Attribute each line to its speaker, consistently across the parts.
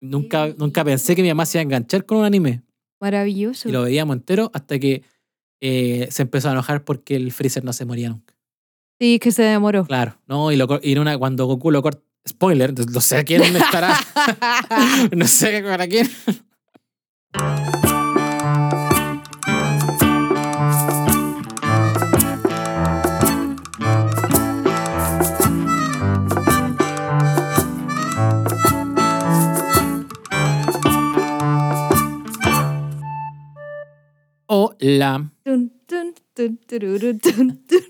Speaker 1: Nunca, nunca pensé que mi mamá se iba a enganchar con un anime.
Speaker 2: Maravilloso.
Speaker 1: Y lo veíamos entero hasta que eh, se empezó a enojar porque el Freezer no se moría nunca.
Speaker 2: Sí, que se demoró.
Speaker 1: Claro, ¿no? Y, lo, cor- y en una, cuando Goku lo corta... Spoiler, no sé quién estará. no sé para quién. Hola.
Speaker 2: Tun, tun, tun, tururú, tun, tun.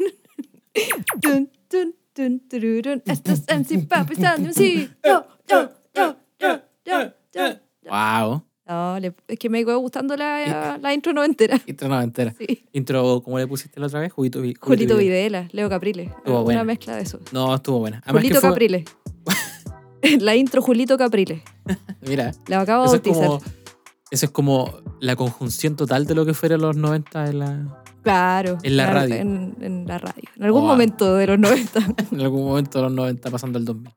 Speaker 2: Tun, tun, tun, tururú. Esto es MC Papi Sandum, sí. Yo, yo, yo, yo, yo, yo.
Speaker 1: Wow.
Speaker 2: No, le- es que me iba gustando la, la intro noventera.
Speaker 1: Intro noventera.
Speaker 2: Sí.
Speaker 1: Intro, ¿cómo le pusiste la otra vez? Julito, Vi-
Speaker 2: Julito
Speaker 1: Videla.
Speaker 2: Videla, Leo Capriles. Una
Speaker 1: buena.
Speaker 2: mezcla de eso.
Speaker 1: No, estuvo buena. Además
Speaker 2: Julito
Speaker 1: que fue-
Speaker 2: Capriles. la intro Julito Capriles.
Speaker 1: Mira,
Speaker 2: La acabo de
Speaker 1: eso es,
Speaker 2: bautizar.
Speaker 1: como, eso es como la conjunción total de lo que fueron los 90 en, la-
Speaker 2: Claro.
Speaker 1: en la
Speaker 2: claro,
Speaker 1: radio.
Speaker 2: En, en la radio. En algún
Speaker 1: Oh, ah.
Speaker 2: momento de los 90.
Speaker 1: en algún momento de los 90 pasando al 2000.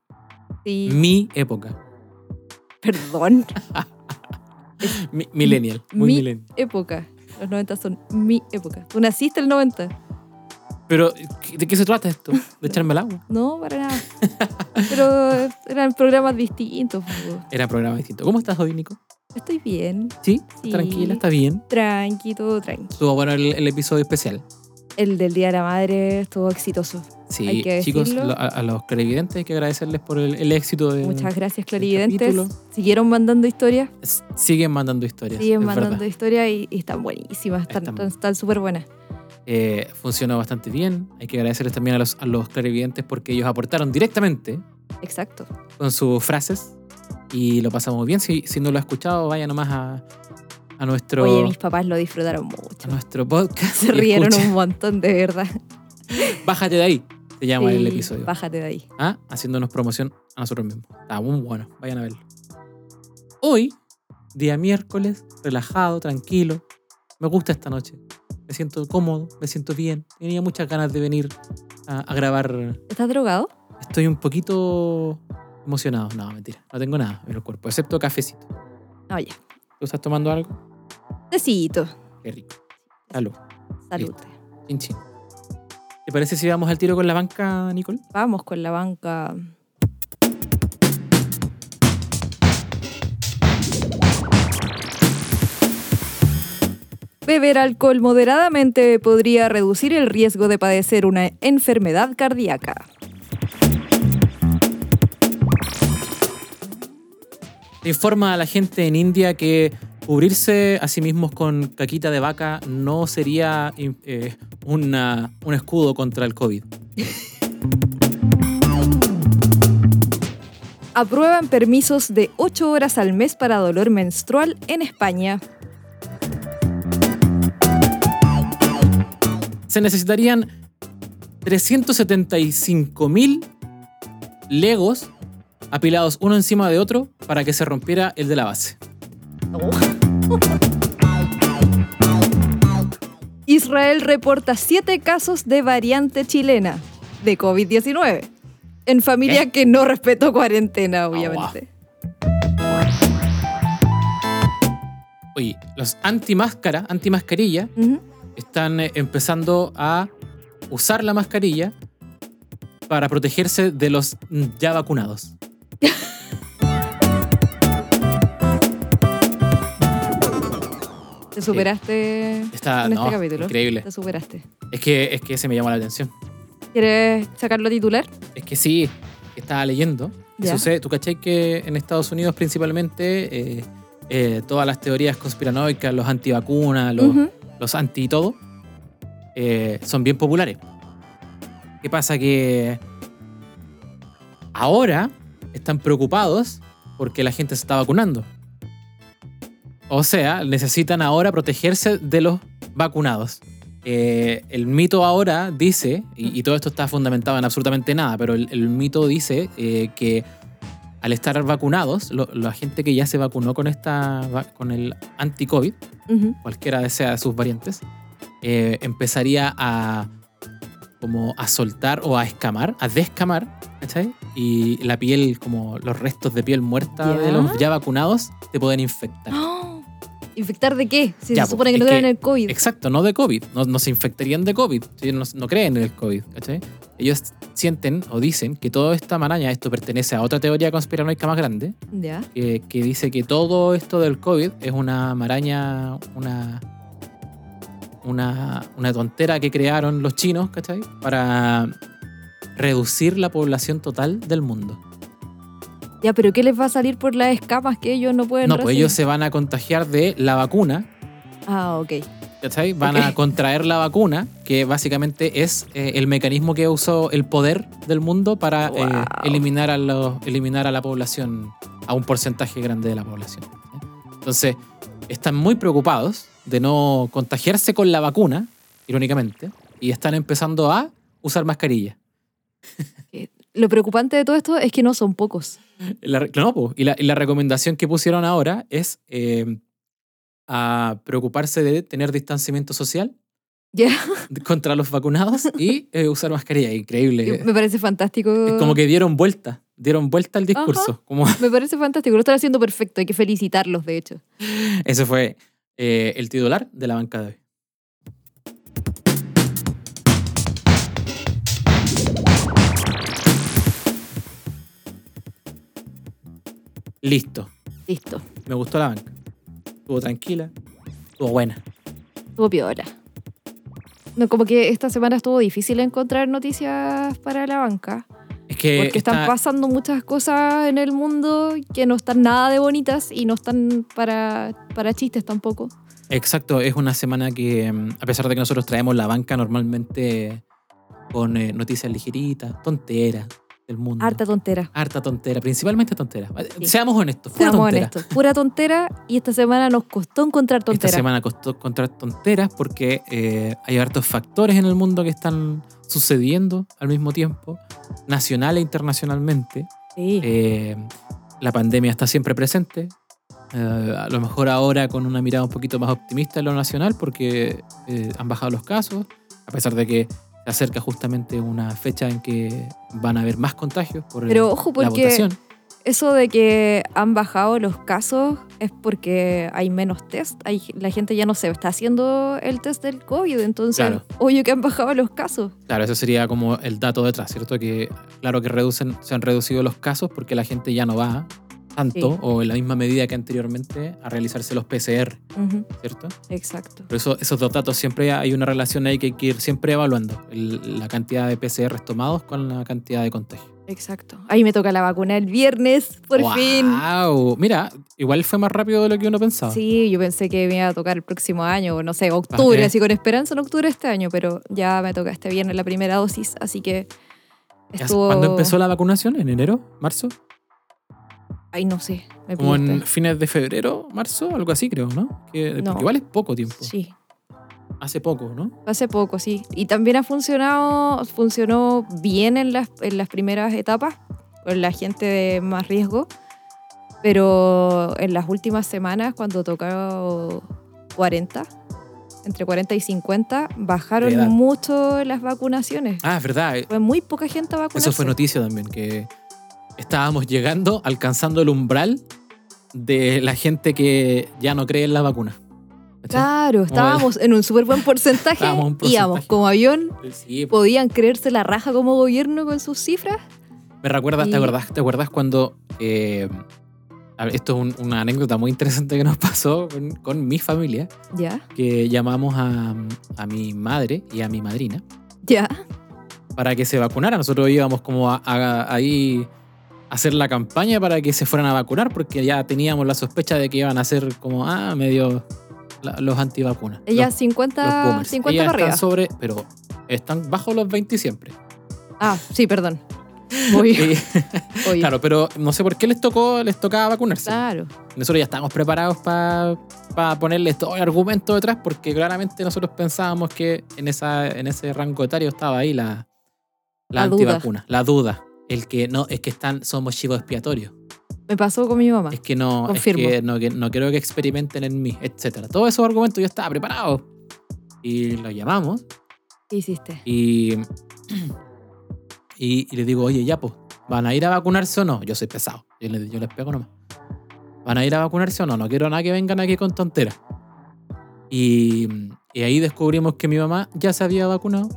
Speaker 2: Sí,
Speaker 1: Mi época.
Speaker 2: perdón.
Speaker 1: Mi- millennial. Muy
Speaker 2: Mi-
Speaker 1: millennial.
Speaker 2: Época. Los 90 son mi época. ¿Tú naciste el 90?
Speaker 1: Pero, ¿de qué se trata esto? ¿De echarme el agua?
Speaker 2: No, para nada. Pero eran programas distintos. po.
Speaker 1: Era programa distinto. ¿Cómo estás hoy, Nico?
Speaker 2: Estoy bien.
Speaker 1: ¿Sí?
Speaker 2: Sí.
Speaker 1: ¿Tranquila? ¿Está bien?
Speaker 2: Tranqui, todo tranqui.
Speaker 1: Estuvo bueno el, el episodio especial.
Speaker 2: El del Día de la Madre estuvo exitoso.
Speaker 1: Sí,
Speaker 2: Hay que
Speaker 1: chicos,
Speaker 2: decirlo.
Speaker 1: lo- a, a los televidentes hay que agradecerles por el, el éxito de...
Speaker 2: Muchas gracias, clarividentes.
Speaker 1: capítulo.
Speaker 2: Siguieron mandando historias.
Speaker 1: S- Siguen mandando historias.
Speaker 2: Siguen
Speaker 1: es
Speaker 2: mandando
Speaker 1: verdad.
Speaker 2: historias y, y están buenísimas. Están
Speaker 1: Están-
Speaker 2: súper buenas.
Speaker 1: Eh, funcionó bastante bien. Hay que agradecerles también a los, a los clarividentes porque ellos aportaron directamente
Speaker 2: Exacto.
Speaker 1: con sus frases y lo pasamos bien. Si, si no lo ha escuchado, vaya nomás a, a nuestro,
Speaker 2: Oye, mis papás lo disfrutaron
Speaker 1: a
Speaker 2: mucho.
Speaker 1: nuestro podcast.
Speaker 2: Se
Speaker 1: y
Speaker 2: rieron
Speaker 1: escucha.
Speaker 2: un montón, de verdad.
Speaker 1: Bájate de ahí, se llama el
Speaker 2: Sí,
Speaker 1: episodio.
Speaker 2: Bájate de ahí.
Speaker 1: Ah, Haciéndonos promoción a nosotros mismos. Está muy bueno, vayan a verlo. Hoy, día miércoles, relajado, tranquilo. Me gusta esta noche. Me siento cómodo, me siento bien. Tenía muchas ganas de venir a- a grabar
Speaker 2: ¿Estás drogado?
Speaker 1: Estoy un poquito emocionado. No, mentira. No tengo nada en el cuerpo, excepto cafecito.
Speaker 2: No, Ah, ya.
Speaker 1: ¿Tú estás tomando algo?
Speaker 2: Tecito.
Speaker 1: Qué rico. Salud.
Speaker 2: Salud.
Speaker 1: Chin, chin. ¿Te parece si vamos al tiro con la banca, Nicole?
Speaker 2: Vamos con la banca. Beber alcohol moderadamente podría reducir el riesgo de padecer una enfermedad cardíaca.
Speaker 1: Se informa a la gente en India que cubrirse a sí mismos con caquita de vaca no sería in- eh, una- un escudo contra el COVID.
Speaker 2: Aprueban permisos de 8 horas al mes para dolor menstrual en España.
Speaker 1: Se necesitarían 375.000 legos apilados uno encima de otro para que se rompiera el de la base.
Speaker 2: Israel reporta 7 casos de variante chilena de COVID-19 en familia
Speaker 1: ¿Qué?
Speaker 2: que no respetó cuarentena, obviamente.
Speaker 1: Oye, los antimáscara, antimascarilla,
Speaker 2: Ujú.
Speaker 1: están eh, empezando a usar la mascarilla para protegerse de los mm, ya vacunados.
Speaker 2: Te superaste
Speaker 1: Está
Speaker 2: en
Speaker 1: no,
Speaker 2: este capítulo.
Speaker 1: increíble.
Speaker 2: Te superaste.
Speaker 1: Es que, es que se me llamó la atención.
Speaker 2: ¿Quieres sacarlo titular?
Speaker 1: Es que sí, estaba leyendo. que
Speaker 2: Ya.
Speaker 1: Sucede, tú cachai que en Estados Unidos principalmente eh, eh, todas las teorías conspiranoicas, los antivacunas, los,
Speaker 2: Ujú.
Speaker 1: los anti y todo, eh, son bien populares. ¿Qué pasa? Que ahora están preocupados porque la gente se está vacunando. O sea, necesitan ahora protegerse de los vacunados. Eh, el mito ahora dice, y, y todo esto está fundamentado en absolutamente nada, pero el, el mito dice eh, que al estar vacunados, lo- la gente que ya se vacunó con, esta, va- con el anti-COVID,
Speaker 2: Ujú.
Speaker 1: cualquiera de sea de sus variantes, eh, empezaría a como a soltar o a escamar, a descamar, ¿cachai? Y la piel, como los restos de piel muerta
Speaker 2: Ya.
Speaker 1: de los ya vacunados, te pueden infectar.
Speaker 2: ¡Ah! ¿Infectar de qué? Si
Speaker 1: Ya,
Speaker 2: se supone que
Speaker 1: pues,
Speaker 2: no
Speaker 1: es
Speaker 2: creen
Speaker 1: que-
Speaker 2: en el COVID.
Speaker 1: Exacto, no de COVID. No, no se infectarían de COVID. ¿sí? No, no creen en el COVID, ¿cachai? Ellos sienten o dicen que toda esta maraña, esto pertenece a otra teoría conspiranoica más grande,
Speaker 2: Ya.
Speaker 1: que, eh, que dice que todo esto del COVID es una maraña, una, una, una tontera que crearon los chinos, ¿cachai? Para reducir la población total del mundo.
Speaker 2: Ya, pero ¿qué les va a salir por las escamas que ellos no pueden
Speaker 1: no, pues
Speaker 2: recibir?
Speaker 1: ellos se van a contagiar de la vacuna,
Speaker 2: Ah, ok.
Speaker 1: ¿cachai? Van
Speaker 2: Ok.
Speaker 1: a contraer la vacuna, que básicamente es eh, el mecanismo que usó el poder del mundo para eh,
Speaker 2: Wow.
Speaker 1: eliminar, a los, eliminar a la población, a un porcentaje grande de la población. ¿eh? Entonces, están muy preocupados de no contagiarse con la vacuna, irónicamente, y están empezando a usar mascarilla.
Speaker 2: Lo preocupante de todo esto es que no son pocos.
Speaker 1: La re- no, po, y, la, y la recomendación que pusieron ahora es eh, a preocuparse de tener distanciamiento social
Speaker 2: Ya.
Speaker 1: contra los vacunados y eh, usar mascarilla. Increíble.
Speaker 2: Me parece fantástico.
Speaker 1: Es como que dieron vuelta, dieron vuelta al discurso. Como,
Speaker 2: Me parece fantástico. Lo están haciendo perfecto. Hay que felicitarlos, de hecho.
Speaker 1: ese fue eh, el titular de la banca de hoy. Listo.
Speaker 2: Listo.
Speaker 1: Me gustó la banca. Estuvo tranquila, estuvo buena.
Speaker 2: Estuvo piola. No, como que esta semana estuvo difícil encontrar noticias para la banca.
Speaker 1: Es que
Speaker 2: Porque están
Speaker 1: Eh, está-
Speaker 2: pasando muchas cosas en el mundo que no están nada de bonitas y no están para, para chistes tampoco.
Speaker 1: Exacto, es una semana que, mm, a pesar de que nosotros traemos la banca normalmente con eh, noticias ligeritas, tonteras del mundo.
Speaker 2: Harta tontera.
Speaker 1: Harta tontera, principalmente tontera.
Speaker 2: Sí.
Speaker 1: Seamos honestos, pura
Speaker 2: Seamos
Speaker 1: tontera.
Speaker 2: honestos. Pura tontera y esta semana nos costó encontrar
Speaker 1: Esta
Speaker 2: tontera.
Speaker 1: semana costó encontrar tonteras porque eh, hay hartos factores en el mundo que están sucediendo al mismo tiempo, nacional e internacionalmente.
Speaker 2: Sí.
Speaker 1: Eh, la pandemia está siempre presente. Eh, a lo mejor ahora con una mirada un poquito más optimista en lo nacional porque eh, han bajado los casos, a pesar de que se acerca justamente una fecha en que van a haber más contagios por el-
Speaker 2: Pero ojo,
Speaker 1: la
Speaker 2: porque-
Speaker 1: votación.
Speaker 2: Eso de que han bajado los casos es porque hay menos test. Hay, la gente ya no se está haciendo el test del COVID, entonces,
Speaker 1: Claro.
Speaker 2: obvio que han bajado los casos.
Speaker 1: Claro, ese sería como el dato detrás, ¿cierto? Que claro que reducen, se han reducido los casos porque la gente ya no va tanto
Speaker 2: Sí.
Speaker 1: o en la misma medida que anteriormente a realizarse los PCR,
Speaker 2: Ujú,
Speaker 1: ¿cierto?
Speaker 2: Exacto.
Speaker 1: Pero eso- esos dos datos siempre hay una relación ahí que hay que ir siempre evaluando. el- la cantidad de PCRs tomados con la cantidad de contagios.
Speaker 2: Exacto. Ahí me toca la vacuna el viernes, por fin.
Speaker 1: ¡Wow! Mira, igual fue más rápido de lo que uno pensaba.
Speaker 2: Sí, yo pensé que me iba a tocar el próximo año, o no sé,
Speaker 1: ¿Para
Speaker 2: octubre,
Speaker 1: qué?
Speaker 2: así con esperanza en octubre este año, pero ya me toca este viernes la primera dosis, así que
Speaker 1: Ya,
Speaker 2: estuvo...
Speaker 1: ¿Cuándo empezó la vacunación? ¿En enero? ¿Marzo?
Speaker 2: Ay, no sé, me
Speaker 1: Como en
Speaker 2: pillaste.
Speaker 1: fines de febrero, marzo, algo así creo, ¿no? Que,
Speaker 2: No.
Speaker 1: porque igual es poco tiempo.
Speaker 2: Sí,
Speaker 1: Hace poco, ¿no?
Speaker 2: Hace poco, sí. Y también ha funcionado, funcionó bien en las, en las primeras etapas, con la gente de más riesgo, pero en las últimas semanas, cuando tocaron 40, entre 40 y 50, bajaron
Speaker 1: Edad.
Speaker 2: mucho las vacunaciones.
Speaker 1: Ah, es verdad.
Speaker 2: Fue Pues muy poca gente a vacunarse.
Speaker 1: Eso fue noticia también, que estábamos llegando, alcanzando el umbral de la gente que ya no cree en la vacuna. ¿Cachai?
Speaker 2: Claro, estábamos en un súper buen porcentaje,
Speaker 1: Estábamos en un porcentaje.
Speaker 2: íbamos como avión,
Speaker 1: Sí,
Speaker 2: podían creerse la raja como gobierno con sus cifras.
Speaker 1: Me recuerdas,
Speaker 2: Y-
Speaker 1: ¿te acordás? ¿Te acordás cuando eh, a ver, esto es un- una anécdota muy interesante que nos pasó con, con mi familia,
Speaker 2: Ya,
Speaker 1: que llamamos a, a mi madre y a mi madrina
Speaker 2: ya,
Speaker 1: para que se vacunaran. Nosotros íbamos como a, a- ahí a hacer la campaña para que se fueran a vacunar porque ya teníamos la sospecha de que iban a ser como, ah, medio la- los antivacunas.
Speaker 2: ellas
Speaker 1: los, los
Speaker 2: 50,
Speaker 1: boomers.
Speaker 2: 50
Speaker 1: Ellas
Speaker 2: para arriba.
Speaker 1: están sobre, pero están bajo los 20 siempre.
Speaker 2: Ah, sí, perdón. Obvio,
Speaker 1: Y-
Speaker 2: obvio.
Speaker 1: claro, pero no sé por qué les tocó, les tocaba vacunarse.
Speaker 2: Claro.
Speaker 1: Nosotros ya estábamos preparados para ponerle todo el argumento detrás porque claramente nosotros pensábamos que en, esa, en ese rango etario estaba ahí la, la,
Speaker 2: La duda.
Speaker 1: antivacuna, la duda. El que no, es que están, somos chivos expiatorios.
Speaker 2: Me pasó con mi mamá.
Speaker 1: Es que no, es
Speaker 2: Ah, Confirmo.
Speaker 1: que no, que no quiero que experimenten en mí, etcétera. Todos esos argumentos yo estaba preparado. Y lo llamamos
Speaker 2: ¿Qué hiciste?
Speaker 1: y Y, y les digo, oye, ya, pues, ¿van a ir a vacunarse o no? Yo soy pesado. Yo les, yo les pego nomás. ¿Van a ir a vacunarse o no? No quiero nada que vengan aquí con tonteras. Y, y ahí descubrimos que mi mamá ya se había vacunado.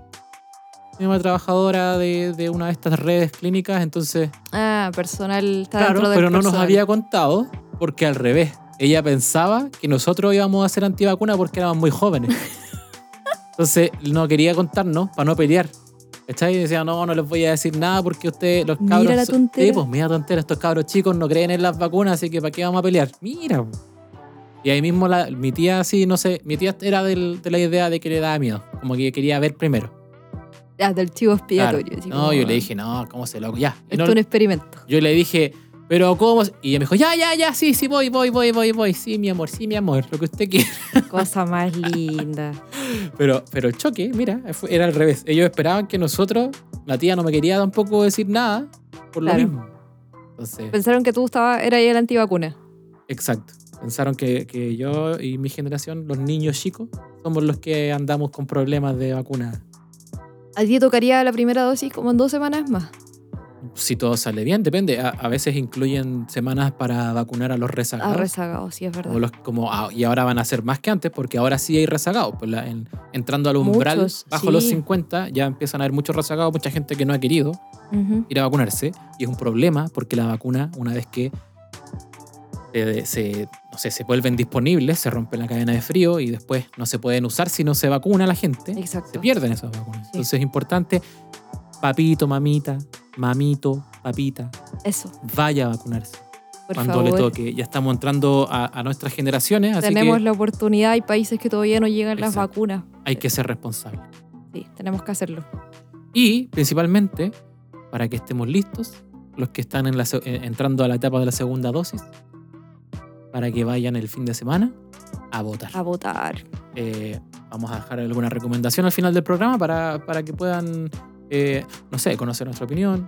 Speaker 1: Mi mamá es trabajadora de, de una de estas redes clínicas, entonces
Speaker 2: Ah, personal está
Speaker 1: Claro,
Speaker 2: dentro del
Speaker 1: pero no nos
Speaker 2: personal.
Speaker 1: había contado porque al revés. Ella pensaba que nosotros íbamos a ser antivacuna porque éramos muy jóvenes. Entonces no quería contarnos para no pelear. ¿Cachai? Y decía, no, no les voy a decir nada porque ustedes, los
Speaker 2: Mira
Speaker 1: cabros.
Speaker 2: la
Speaker 1: son-
Speaker 2: tontera.
Speaker 1: Sí, pues mira la tontera, estos cabros chicos no creen en las vacunas, así que ¿para qué vamos a pelear? Mira. po. Y ahí mismo la- mi tía, sí, no sé, mi tía era del- de la idea de que le daba miedo, como que quería ver primero.
Speaker 2: Ah, del chivo
Speaker 1: Claro.
Speaker 2: expiatorio. así
Speaker 1: No,
Speaker 2: como,
Speaker 1: yo le dije, no, ¿cómo se loco? Ya. Y
Speaker 2: Esto
Speaker 1: no-
Speaker 2: es un experimento.
Speaker 1: yo le dije, pero ¿cómo? se-?" Y ella me dijo, ya, ya, ya, sí, sí, voy, voy, voy, voy, voy. Sí, mi amor, sí, mi amor, lo que usted quiera.
Speaker 2: Cosa más linda.
Speaker 1: Pero, pero el choque, mira, fue- era al revés. Ellos esperaban que nosotros, la tía no me quería tampoco decir nada por lo
Speaker 2: Claro. Pues
Speaker 1: mismo. Entonces,
Speaker 2: Pensaron que tú estaba, era ahí el antivacuna.
Speaker 1: exacto. Pensaron que, que yo y mi generación, los niños chicos, somos los que andamos con problemas de vacuna.
Speaker 2: A ti te tocaría la primera dosis como en dos semanas más.
Speaker 1: Si todo sale bien, depende. A, a veces incluyen semanas para vacunar a los
Speaker 2: Ah,
Speaker 1: rezagados.
Speaker 2: rezagado, sí, es verdad.
Speaker 1: Como los- como a- y ahora van a ser más que antes porque ahora sí hay rezagados. Pues la- en- entrando al umbral
Speaker 2: Muchos,
Speaker 1: bajo
Speaker 2: sí.
Speaker 1: los 50 ya empiezan a haber muchos rezagados, mucha gente que no ha querido
Speaker 2: Ujú.
Speaker 1: ir a vacunarse. Y es un problema porque la vacuna, una vez que se, se- no sé, se vuelven disponibles, se rompe la cadena de frío y después no se pueden usar si no se vacuna la gente.
Speaker 2: Exacto.
Speaker 1: Se pierden esas vacunas. Entonces es importante, papito, mamita, mamito, papita,
Speaker 2: Eso,
Speaker 1: vaya a vacunarse
Speaker 2: por
Speaker 1: cuando
Speaker 2: favor.
Speaker 1: le toque. Ya estamos entrando a, a nuestras generaciones, así
Speaker 2: tenemos
Speaker 1: que
Speaker 2: la oportunidad, hay países que todavía no llegan las
Speaker 1: Exacto.
Speaker 2: vacunas.
Speaker 1: hay que ser responsables.
Speaker 2: Sí, tenemos que hacerlo.
Speaker 1: Y principalmente, para que estemos listos, los que están en la se- eh, entrando a la etapa de la segunda dosis, para que vayan el fin de semana a votar.
Speaker 2: A votar.
Speaker 1: Eh, vamos a dejar alguna recomendación al final del programa para, para que puedan, eh, no sé, conocer nuestra opinión.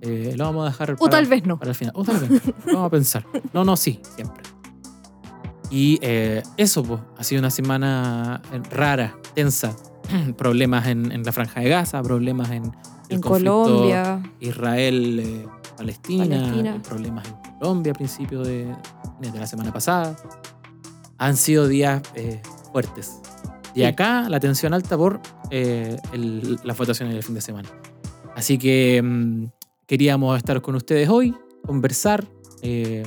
Speaker 1: Eh, lo vamos a dejar
Speaker 2: O
Speaker 1: para-
Speaker 2: tal vez no.
Speaker 1: Para el final. O tal vez no. Vamos a pensar. No, no, sí, siempre. Y eh, eso, pues, ha sido una semana eh, rara, tensa. problemas en, en la Franja de Gaza, problemas en el
Speaker 2: En
Speaker 1: conflicto
Speaker 2: Colombia.
Speaker 1: Israel-Palestina,
Speaker 2: Palestina.
Speaker 1: eh, problemas en Colombia a principios de, de la semana pasada. Han sido días eh, fuertes. Y
Speaker 2: Sí.
Speaker 1: acá la tensión alta por eh, el- las votaciones del fin de semana. Así que mm, queríamos estar con ustedes hoy, conversar, eh,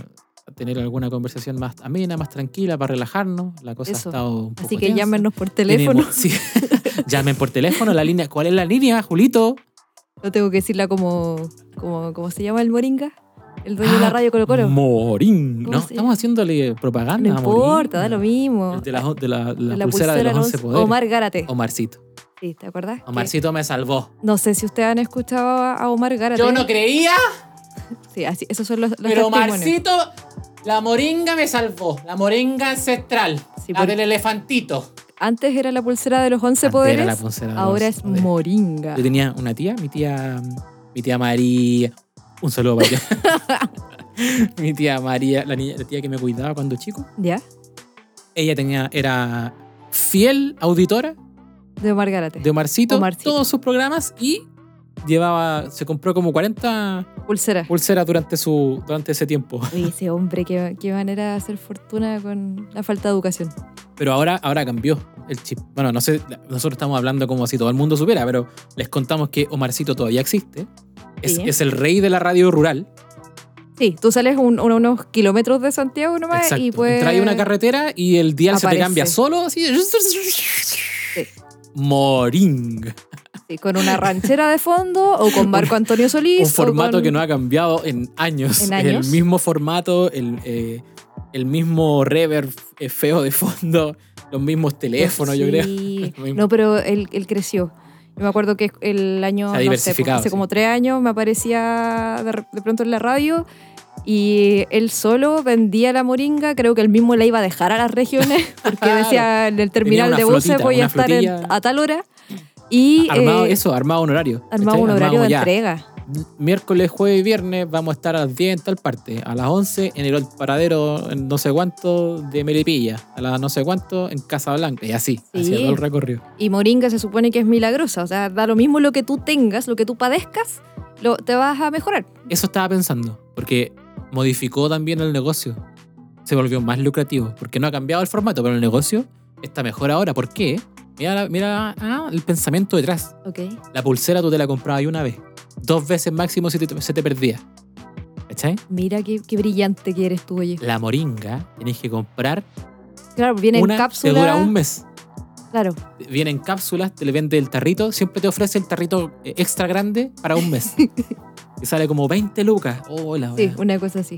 Speaker 1: tener alguna conversación más amena, más tranquila, para relajarnos. La cosa
Speaker 2: Eso.
Speaker 1: ha estado un poco
Speaker 2: Así que
Speaker 1: tensa.
Speaker 2: llámenos por teléfono.
Speaker 1: Tenemos- sí. Llamen por teléfono a la línea. ¿Cuál es la línea, Julito?
Speaker 2: No tengo que decirla como, como, ¿cómo se llama el moringa? El dueño de la
Speaker 1: Ah,
Speaker 2: radio Colo Colo.
Speaker 1: Morín.
Speaker 2: ¿Cómo
Speaker 1: No,
Speaker 2: se
Speaker 1: estamos haciéndole propaganda.
Speaker 2: No
Speaker 1: a Morín.
Speaker 2: importa, da lo mismo.
Speaker 1: El De la, de la- la
Speaker 2: De
Speaker 1: pulsera, de los
Speaker 2: los
Speaker 1: 11
Speaker 2: once-
Speaker 1: poderes. Oh.
Speaker 2: Omar Gárate.
Speaker 1: Omarcito.
Speaker 2: Sí, ¿te acuerdas? Que-
Speaker 1: Omarcito me salvó.
Speaker 2: No sé si ustedes han escuchado a a Omar Gárate.
Speaker 1: Yo no creía,
Speaker 2: Sí, así, esos son los, los
Speaker 1: pero
Speaker 2: testimonios.
Speaker 1: Omarcito, la moringa me salvó. La moringa ancestral.
Speaker 2: Sí,
Speaker 1: la
Speaker 2: por-
Speaker 1: del elefantito.
Speaker 2: Antes era la pulsera de los
Speaker 1: Antes
Speaker 2: 11
Speaker 1: era la
Speaker 2: poderes,
Speaker 1: pulsera de los
Speaker 2: ahora
Speaker 1: 11
Speaker 2: es
Speaker 1: poderes.
Speaker 2: moringa.
Speaker 1: Yo tenía una tía, mi tía, mi tía María. Un saludo para ella. mi tía María, la, niña- la tía que me cuidaba cuando chico.
Speaker 2: ¿Ya?
Speaker 1: Ella tenía, era fiel auditora
Speaker 2: De Omar Gárate.
Speaker 1: de Omarcito,
Speaker 2: Omarcito.
Speaker 1: todos sus programas y llevaba, se compró como 40
Speaker 2: Pulsera.
Speaker 1: pulseras durante, su, durante ese tiempo.
Speaker 2: Oye, ese hombre, qué, qué manera de hacer fortuna con la falta de educación.
Speaker 1: Pero ahora, ahora cambió el chip. Bueno, no sé, nosotros estamos hablando como si todo el mundo supiera, pero les contamos que Omarcito todavía existe. Es,
Speaker 2: Sí.
Speaker 1: es el rey de la radio rural.
Speaker 2: Sí, tú sales un- un- unos kilómetros de Santiago nomás y
Speaker 1: Exacto.
Speaker 2: pues...
Speaker 1: Trae una carretera y el dial se te
Speaker 2: Aparece.
Speaker 1: cambia solo. Así. Moring.
Speaker 2: Sí, con una ranchera de fondo o con Marco Antonio Solís.
Speaker 1: Un formato
Speaker 2: o con-
Speaker 1: que no ha cambiado en años.
Speaker 2: En años.
Speaker 1: El mismo formato, el, eh, el mismo reverb eh, feo de fondo, los mismos teléfonos, yo creo.
Speaker 2: Sí.
Speaker 1: Lo mismo.
Speaker 2: No, pero él, él creció. Yo me acuerdo que el año,
Speaker 1: Se ha
Speaker 2: no sé, pues,
Speaker 1: diversificado, sí.
Speaker 2: hace como tres años me aparecía de, re- de pronto en la radio y él solo vendía la moringa. Creo que él mismo la iba a dejar a las regiones porque decía en el terminal
Speaker 1: una
Speaker 2: de buses
Speaker 1: flotita,
Speaker 2: voy a
Speaker 1: una
Speaker 2: estar en-
Speaker 1: flotilla.
Speaker 2: a tal hora. Y
Speaker 1: Armado
Speaker 2: eh,
Speaker 1: eso, armado un horario.
Speaker 2: armaba
Speaker 1: ¿cachai?
Speaker 2: un horario
Speaker 1: Armamos
Speaker 2: de
Speaker 1: ya.
Speaker 2: entrega.
Speaker 1: miércoles, jueves y viernes vamos a estar a las 10 en tal parte, a las 11 en el paradero en no sé cuánto de Melipilla, a las no sé cuánto en Casablanca y así, así
Speaker 2: Sí.
Speaker 1: todo el recorrido.
Speaker 2: Y Moringa se supone que es milagrosa, o sea, da lo mismo lo que tú tengas, lo que tú padezcas, lo, te vas a mejorar.
Speaker 1: Eso estaba pensando, porque modificó también el negocio. Se volvió más lucrativo, porque no ha cambiado el formato, pero el negocio está mejor ahora. ¿Por qué? Mira, la- mira ah, el pensamiento detrás.
Speaker 2: Ok.
Speaker 1: La pulsera tú te la comprabas ahí una vez, dos veces máximo si te, se te perdía. ¿Cachai?
Speaker 2: Mira qué, qué brillante que eres tú, oye.
Speaker 1: La moringa tenés que comprar
Speaker 2: Claro, viene
Speaker 1: una
Speaker 2: en
Speaker 1: te
Speaker 2: cápsula.
Speaker 1: dura un Ah, mes.
Speaker 2: Claro.
Speaker 1: Viene en cápsulas, te le vende el tarrito, siempre te ofrece el tarrito eh, extra grande para un mes. y sale como 20 lucas. Oh, la
Speaker 2: Sí,
Speaker 1: wea.
Speaker 2: una cosa así.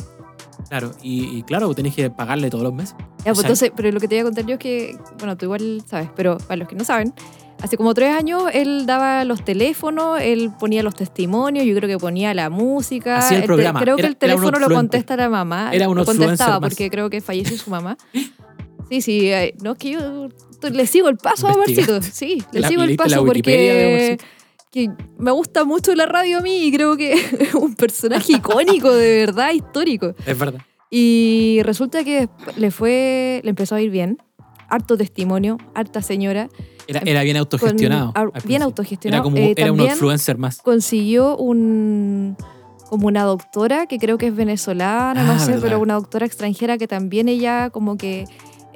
Speaker 1: Claro, y, y claro, tenés que pagarle todos los meses.
Speaker 2: Ya, pues,
Speaker 1: Exacto.
Speaker 2: entonces, pero lo que te voy a contar yo es que, bueno, tú igual sabes, pero para los que no saben, hace como tres años él daba los teléfonos, él ponía los testimonios, yo creo que ponía la música.
Speaker 1: Hacía el
Speaker 2: El te-
Speaker 1: programa,
Speaker 2: creo
Speaker 1: era-
Speaker 2: que el
Speaker 1: era un
Speaker 2: teléfono lo
Speaker 1: influencer.
Speaker 2: contesta la mamá.
Speaker 1: Era un
Speaker 2: lo contestaba
Speaker 1: influencer más.
Speaker 2: porque creo que falleció su mamá. Sí, sí, ay, no es que yo t- le sigo el paso a
Speaker 1: Investigaste.
Speaker 2: Marcito. Sí, le
Speaker 1: La-
Speaker 2: sigo el
Speaker 1: leíste la
Speaker 2: paso
Speaker 1: Wikipedia de
Speaker 2: porque
Speaker 1: Marcito.
Speaker 2: que me gusta mucho la radio a mí y creo que es un personaje icónico, de verdad, histórico.
Speaker 1: Es verdad.
Speaker 2: Y resulta que desp- le fue, le empezó a ir bien. Harto testimonio, harta señora.
Speaker 1: Era, era bien
Speaker 2: Em, con-
Speaker 1: autogestionado.
Speaker 2: ar-
Speaker 1: al
Speaker 2: bien
Speaker 1: principio.
Speaker 2: autogestionado.
Speaker 1: Era como
Speaker 2: Eh,
Speaker 1: era un
Speaker 2: también
Speaker 1: influencer más.
Speaker 2: consiguió un como una doctora que creo que es venezolana,
Speaker 1: Ah,
Speaker 2: no sé,
Speaker 1: verdad.
Speaker 2: pero una doctora extranjera que también ella como que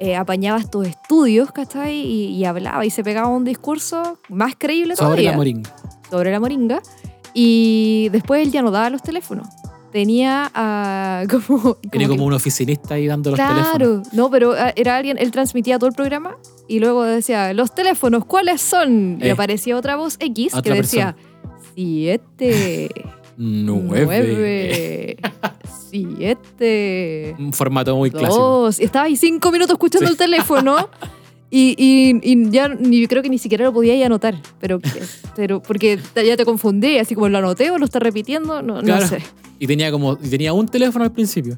Speaker 2: eh, apañaba estos estudios, ¿cachai? Y, y hablaba y se pegaba un discurso más creíble
Speaker 1: Sobre
Speaker 2: todavía
Speaker 1: la moringa.
Speaker 2: sobre la moringa. Y después él ya no daba los teléfonos. Tenía a como,
Speaker 1: Tiene
Speaker 2: como que-
Speaker 1: como un oficinista ahí dando los teléfonos.
Speaker 2: Claro, no, pero ah, era alguien, él transmitía todo el programa y luego decía, los teléfonos, ¿cuáles son? Y
Speaker 1: Eh.
Speaker 2: aparecía otra voz X
Speaker 1: Otra
Speaker 2: que decía, siete,
Speaker 1: Nueve.
Speaker 2: nueve, siete,
Speaker 1: Un formato muy clásico.
Speaker 2: dos. Y estaba ahí cinco minutos escuchando
Speaker 1: Sí.
Speaker 2: el teléfono. Y, y- y ya ni- yo creo que ni siquiera lo podía ya anotar, pero, pero porque te- ya te confundí, así como lo anoté o lo está repitiendo, no, no
Speaker 1: Claro.
Speaker 2: sé.
Speaker 1: Y tenía como y tenía un teléfono al principio.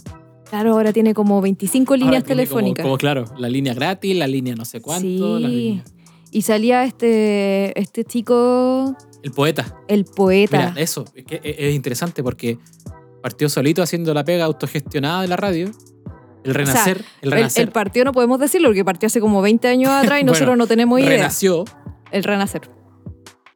Speaker 2: Claro, ahora tiene como 25
Speaker 1: Ahora
Speaker 2: líneas
Speaker 1: tiene como-
Speaker 2: telefónicas.
Speaker 1: Como, claro, la línea gratis, la línea no sé cuánto. la
Speaker 2: Sí.
Speaker 1: línea-
Speaker 2: Y salía este, este chico,
Speaker 1: El poeta.
Speaker 2: el
Speaker 1: Mira,
Speaker 2: poeta.
Speaker 1: eso. Es, que e, es- es interesante porque partió solito haciendo la pega autogestionada de la radio. El
Speaker 2: sea,
Speaker 1: renacer. el
Speaker 2: el,
Speaker 1: renacer.
Speaker 2: el partido no podemos decirlo porque partió hace como 20 años atrás y
Speaker 1: Bueno,
Speaker 2: nosotros no tenemos idea.
Speaker 1: renació.
Speaker 2: El renacer.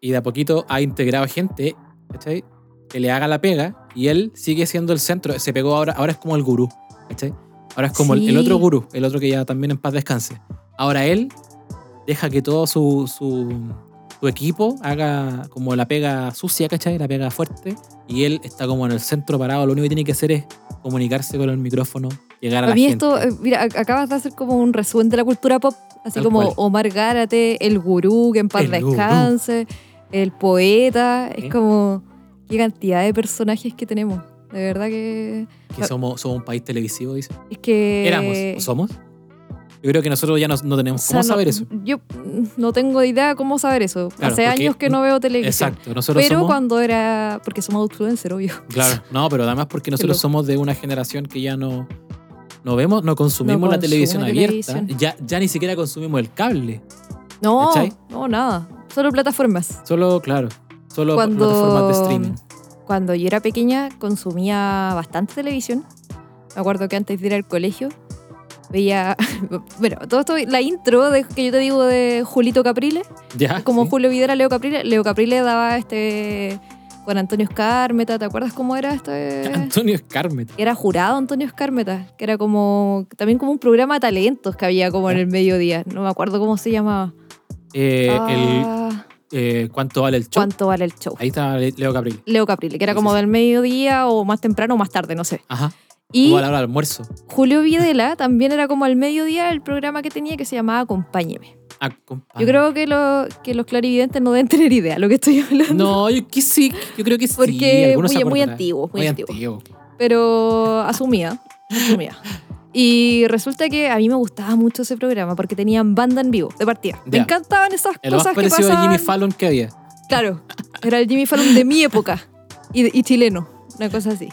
Speaker 1: y de a poquito ha integrado gente ¿cachai? que le haga la pega y él sigue siendo el centro. Se pegó ahora, ahora es como el gurú. ¿cachai? Ahora es como el- el,
Speaker 2: Sí.
Speaker 1: otro gurú, el otro que ya también en paz descanse. Ahora él deja que todo su, su, su equipo haga como la pega sucia, ¿cachai? La pega fuerte. Y él está como en el centro parado. Lo único que tiene que hacer es comunicarse con el micrófono, llegar a
Speaker 2: A
Speaker 1: la
Speaker 2: mí
Speaker 1: gente.
Speaker 2: esto, eh, mira, ac- acabas de hacer como un resumen de la cultura pop, así
Speaker 1: Tal
Speaker 2: como
Speaker 1: cual.
Speaker 2: Omar Gárate, el gurú, que en paz
Speaker 1: El gurú.
Speaker 2: descanse, el poeta, es
Speaker 1: ¿Eh?
Speaker 2: como qué cantidad de personajes que tenemos. De verdad que
Speaker 1: que somos, somos un país televisivo, dice.
Speaker 2: es que
Speaker 1: Éramos, ¿o somos? Yo creo que nosotros ya no, no tenemos
Speaker 2: Eh, O sea,
Speaker 1: cómo saber
Speaker 2: no-
Speaker 1: eso.
Speaker 2: Yo mm, no tengo idea cómo saber eso.
Speaker 1: Claro,
Speaker 2: Hace
Speaker 1: porque-
Speaker 2: años que no veo televisión.
Speaker 1: Exacto, nosotros
Speaker 2: Pero
Speaker 1: somos...
Speaker 2: cuando era. Porque somos influencer, obvio.
Speaker 1: Claro, no, pero además porque nosotros
Speaker 2: loco.
Speaker 1: somos de una generación que ya no, no vemos, no consumimos
Speaker 2: No
Speaker 1: la
Speaker 2: consume
Speaker 1: televisión abierta,
Speaker 2: televisión.
Speaker 1: Ya, ya ni siquiera consumimos el cable,
Speaker 2: No,
Speaker 1: ¿Cachai?
Speaker 2: no, nada. Solo plataformas.
Speaker 1: solo, claro, solo
Speaker 2: Cuando-
Speaker 1: plataformas de streaming.
Speaker 2: Cuando yo era pequeña consumía bastante televisión. Me acuerdo que antes de ir al colegio veía. bueno, todo esto, la intro de, que yo te digo de Julito Capriles.
Speaker 1: Ya,
Speaker 2: como
Speaker 1: Ah, sí.
Speaker 2: Julio Videra, Leo Capriles. Leo Capriles daba este. Juan Antonio Escarmeta, ¿te acuerdas cómo era este?
Speaker 1: Antonio Escarmet.
Speaker 2: que era jurado Antonio Escarmeta, que era como también como un programa de talentos que había como en el mediodía, no me acuerdo cómo se llamaba.
Speaker 1: Eh,
Speaker 2: Ah,
Speaker 1: el, eh, ¿Cuánto vale el show?
Speaker 2: ¿Cuánto vale el show?
Speaker 1: Ahí está Le- Leo Caprile.
Speaker 2: Leo Caprile, que era
Speaker 1: Sí,
Speaker 2: como
Speaker 1: sí, sí.
Speaker 2: del mediodía o más temprano o más tarde, no sé.
Speaker 1: Ajá.
Speaker 2: Y
Speaker 1: O a la hora del almuerzo.
Speaker 2: Julio Videla también era como al mediodía el programa que tenía que se llamaba Acompáñeme.
Speaker 1: Ah, compadre.
Speaker 2: Yo creo que, lo- que los clarividentes no deben tener idea de lo que estoy hablando.
Speaker 1: No, yo que sí, yo creo que sí.
Speaker 2: Porque
Speaker 1: algunos se
Speaker 2: muy, muy
Speaker 1: acordarán.
Speaker 2: antiguo, muy,
Speaker 1: Muy
Speaker 2: antiguo.
Speaker 1: antiguo.
Speaker 2: pero asumía, asumía. Y resulta que a mí me gustaba mucho ese programa porque tenían banda en vivo, de partida. Me
Speaker 1: Ya.
Speaker 2: encantaban esas
Speaker 1: El más
Speaker 2: cosas que
Speaker 1: parecido a
Speaker 2: pasaban.
Speaker 1: Jimmy Fallon que había.
Speaker 2: Claro, era el Jimmy Fallon de mi época y, y chileno, una cosa así.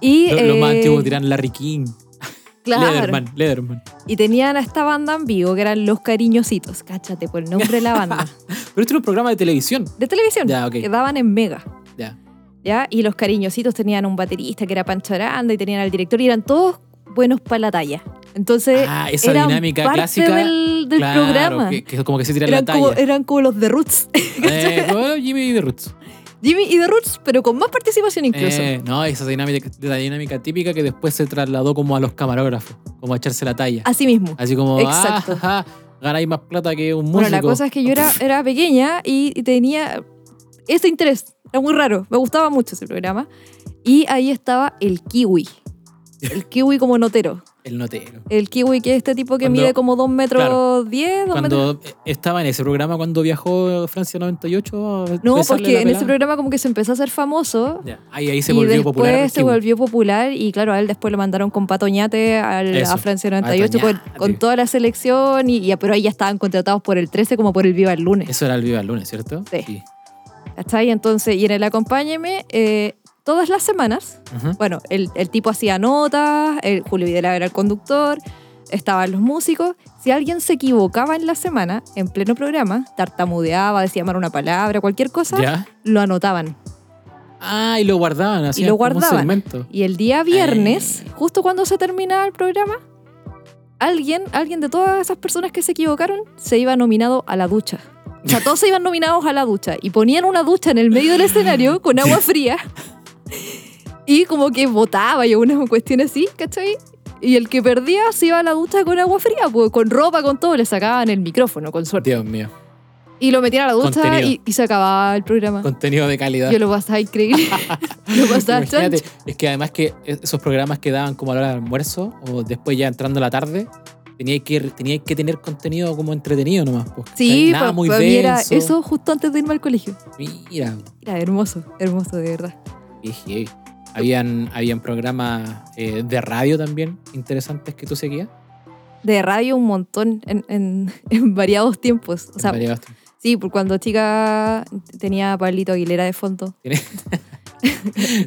Speaker 2: Y,
Speaker 1: Lo, lo más
Speaker 2: eh,
Speaker 1: antiguo dirán Larry King,
Speaker 2: claro,
Speaker 1: Lederman, Lederman.
Speaker 2: Y tenían a esta banda en vivo que eran Los Cariñositos, cáchate por el nombre de la banda,
Speaker 1: este Pero esto era un programa de televisión.
Speaker 2: de televisión,
Speaker 1: Ya, ok.
Speaker 2: que daban en Mega.
Speaker 1: Ya.
Speaker 2: ¿ya? Y los cariñositos tenían un baterista que era Pancho Aranda y tenían al director y eran todos buenos para la talla. Entonces,
Speaker 1: Ah, esa
Speaker 2: eran
Speaker 1: dinámica
Speaker 2: parte
Speaker 1: clásica.
Speaker 2: del, del
Speaker 1: Claro,
Speaker 2: programa.
Speaker 1: Que, que como que se tiran
Speaker 2: Eran
Speaker 1: la talla.
Speaker 2: como, eh, eran como los The Roots.
Speaker 1: Eh, bueno, Jimmy y The Roots.
Speaker 2: Jimmy y The Roots, pero con más participación incluso.
Speaker 1: Eh, no, esa dinámica, la dinámica típica que después se trasladó como a los camarógrafos, como a echarse la talla.
Speaker 2: Así mismo.
Speaker 1: Así como,
Speaker 2: Exacto.
Speaker 1: ah, jaja, ganáis más plata que un músico.
Speaker 2: Bueno, la cosa es que yo era, era pequeña y, y tenía ese interés. Era muy raro. Me gustaba mucho ese programa. Y ahí estaba el kiwi. El kiwi como notero.
Speaker 1: El notero.
Speaker 2: El kiwi que es este tipo que
Speaker 1: Cuando-
Speaker 2: mide como 2 metros 10, 2 metros...
Speaker 1: Cuando estaba en ese programa, cuando viajó a Francia 98. a besarle
Speaker 2: No,
Speaker 1: la
Speaker 2: porque en ese
Speaker 1: pelada.
Speaker 2: programa como que se empezó a hacer famoso.
Speaker 1: Ya, Ahí, ahí se
Speaker 2: y
Speaker 1: volvió
Speaker 2: después
Speaker 1: popular. el
Speaker 2: se
Speaker 1: kiwi.
Speaker 2: volvió popular y claro, a él después lo mandaron con Patoñate al,
Speaker 1: Eso, Ah,
Speaker 2: a Francia 98 con,
Speaker 1: Patoñate.
Speaker 2: con toda la selección, y, y- pero ahí ya estaban contratados por el 13 como por el Viva el Lunes.
Speaker 1: Eso era el Viva el Lunes, ¿cierto?
Speaker 2: Sí. ¿Cachai? Entonces, y en el Acompáñeme, eh, todas las semanas,
Speaker 1: Ujú.
Speaker 2: bueno, el, el tipo hacía notas, el Julio Videla era el conductor, estaban los músicos. Si alguien se equivocaba en la semana, en pleno programa, tartamudeaba, decía mal una palabra, cualquier cosa,
Speaker 1: ¿Ya?
Speaker 2: lo anotaban.
Speaker 1: Ah, y lo guardaban, así
Speaker 2: lo
Speaker 1: Como un
Speaker 2: guardaban.
Speaker 1: segmento.
Speaker 2: Y el día viernes,
Speaker 1: Eh.
Speaker 2: justo cuando se terminaba el programa, alguien, alguien de todas esas personas que se equivocaron, se iba nominado a la ducha. O sea, todos se iban nominados a la ducha y ponían una ducha en el medio del escenario con agua fría y como que votaba y una cuestión así, ¿cachai? Y el que perdía se iba a la ducha con agua fría, pues, con ropa, con todo, le sacaban el micrófono, con suerte.
Speaker 1: Dios mío.
Speaker 2: Y lo metían a la ducha
Speaker 1: Contenido.
Speaker 2: y, y se acababa el programa.
Speaker 1: Contenido de calidad.
Speaker 2: Ah. Yo lo pasaba increíble. lo pasaba chancho.
Speaker 1: Imagínate, es que además que esos programas que daban como a la hora del almuerzo o después ya entrando la tarde, tenía que, tenía que tener contenido como entretenido nomás. po, ¿cachai?
Speaker 2: Sí,
Speaker 1: Nada
Speaker 2: pa-
Speaker 1: muy
Speaker 2: pa' mí era
Speaker 1: denso.
Speaker 2: eso justo antes de irme al colegio.
Speaker 1: Mira,
Speaker 2: Era hermoso, hermoso de verdad.
Speaker 1: qué heavy. Habían, habían programas eh, de radio también interesantes que tú seguías.
Speaker 2: De radio un montón en, en- en variados tiempos. O
Speaker 1: en
Speaker 2: sea,
Speaker 1: varias otras.
Speaker 2: sí, por cuando chica tenía a Pablito Aguilera de fondo.
Speaker 1: Tiene-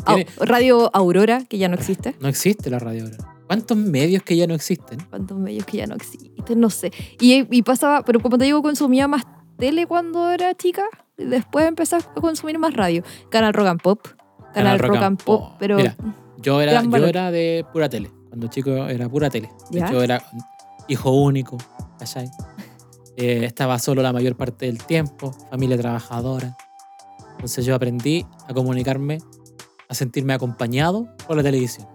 Speaker 2: Au-
Speaker 1: Tiene-
Speaker 2: radio Aurora, que ya no existe.
Speaker 1: No existe la radio ahora. ¿Cuántos medios que ya no existen?
Speaker 2: Cuántos medios que ya no existen, no sé. Y, y pasaba, pero como te digo, consumía más tele cuando era chica. y Después empecé a consumir más radio. Canal Rock and Pop. Canal, Rock, and Pop, pero
Speaker 1: Mira, yo era,
Speaker 2: Gran
Speaker 1: yo
Speaker 2: valor.
Speaker 1: era de pura tele. Cuando chico era pura tele. De
Speaker 2: ¿Ya?
Speaker 1: hecho, era hijo único. ¿cachai? Eh, estaba solo la mayor parte del tiempo, familia trabajadora. Entonces yo aprendí a comunicarme, a sentirme acompañado por la televisión.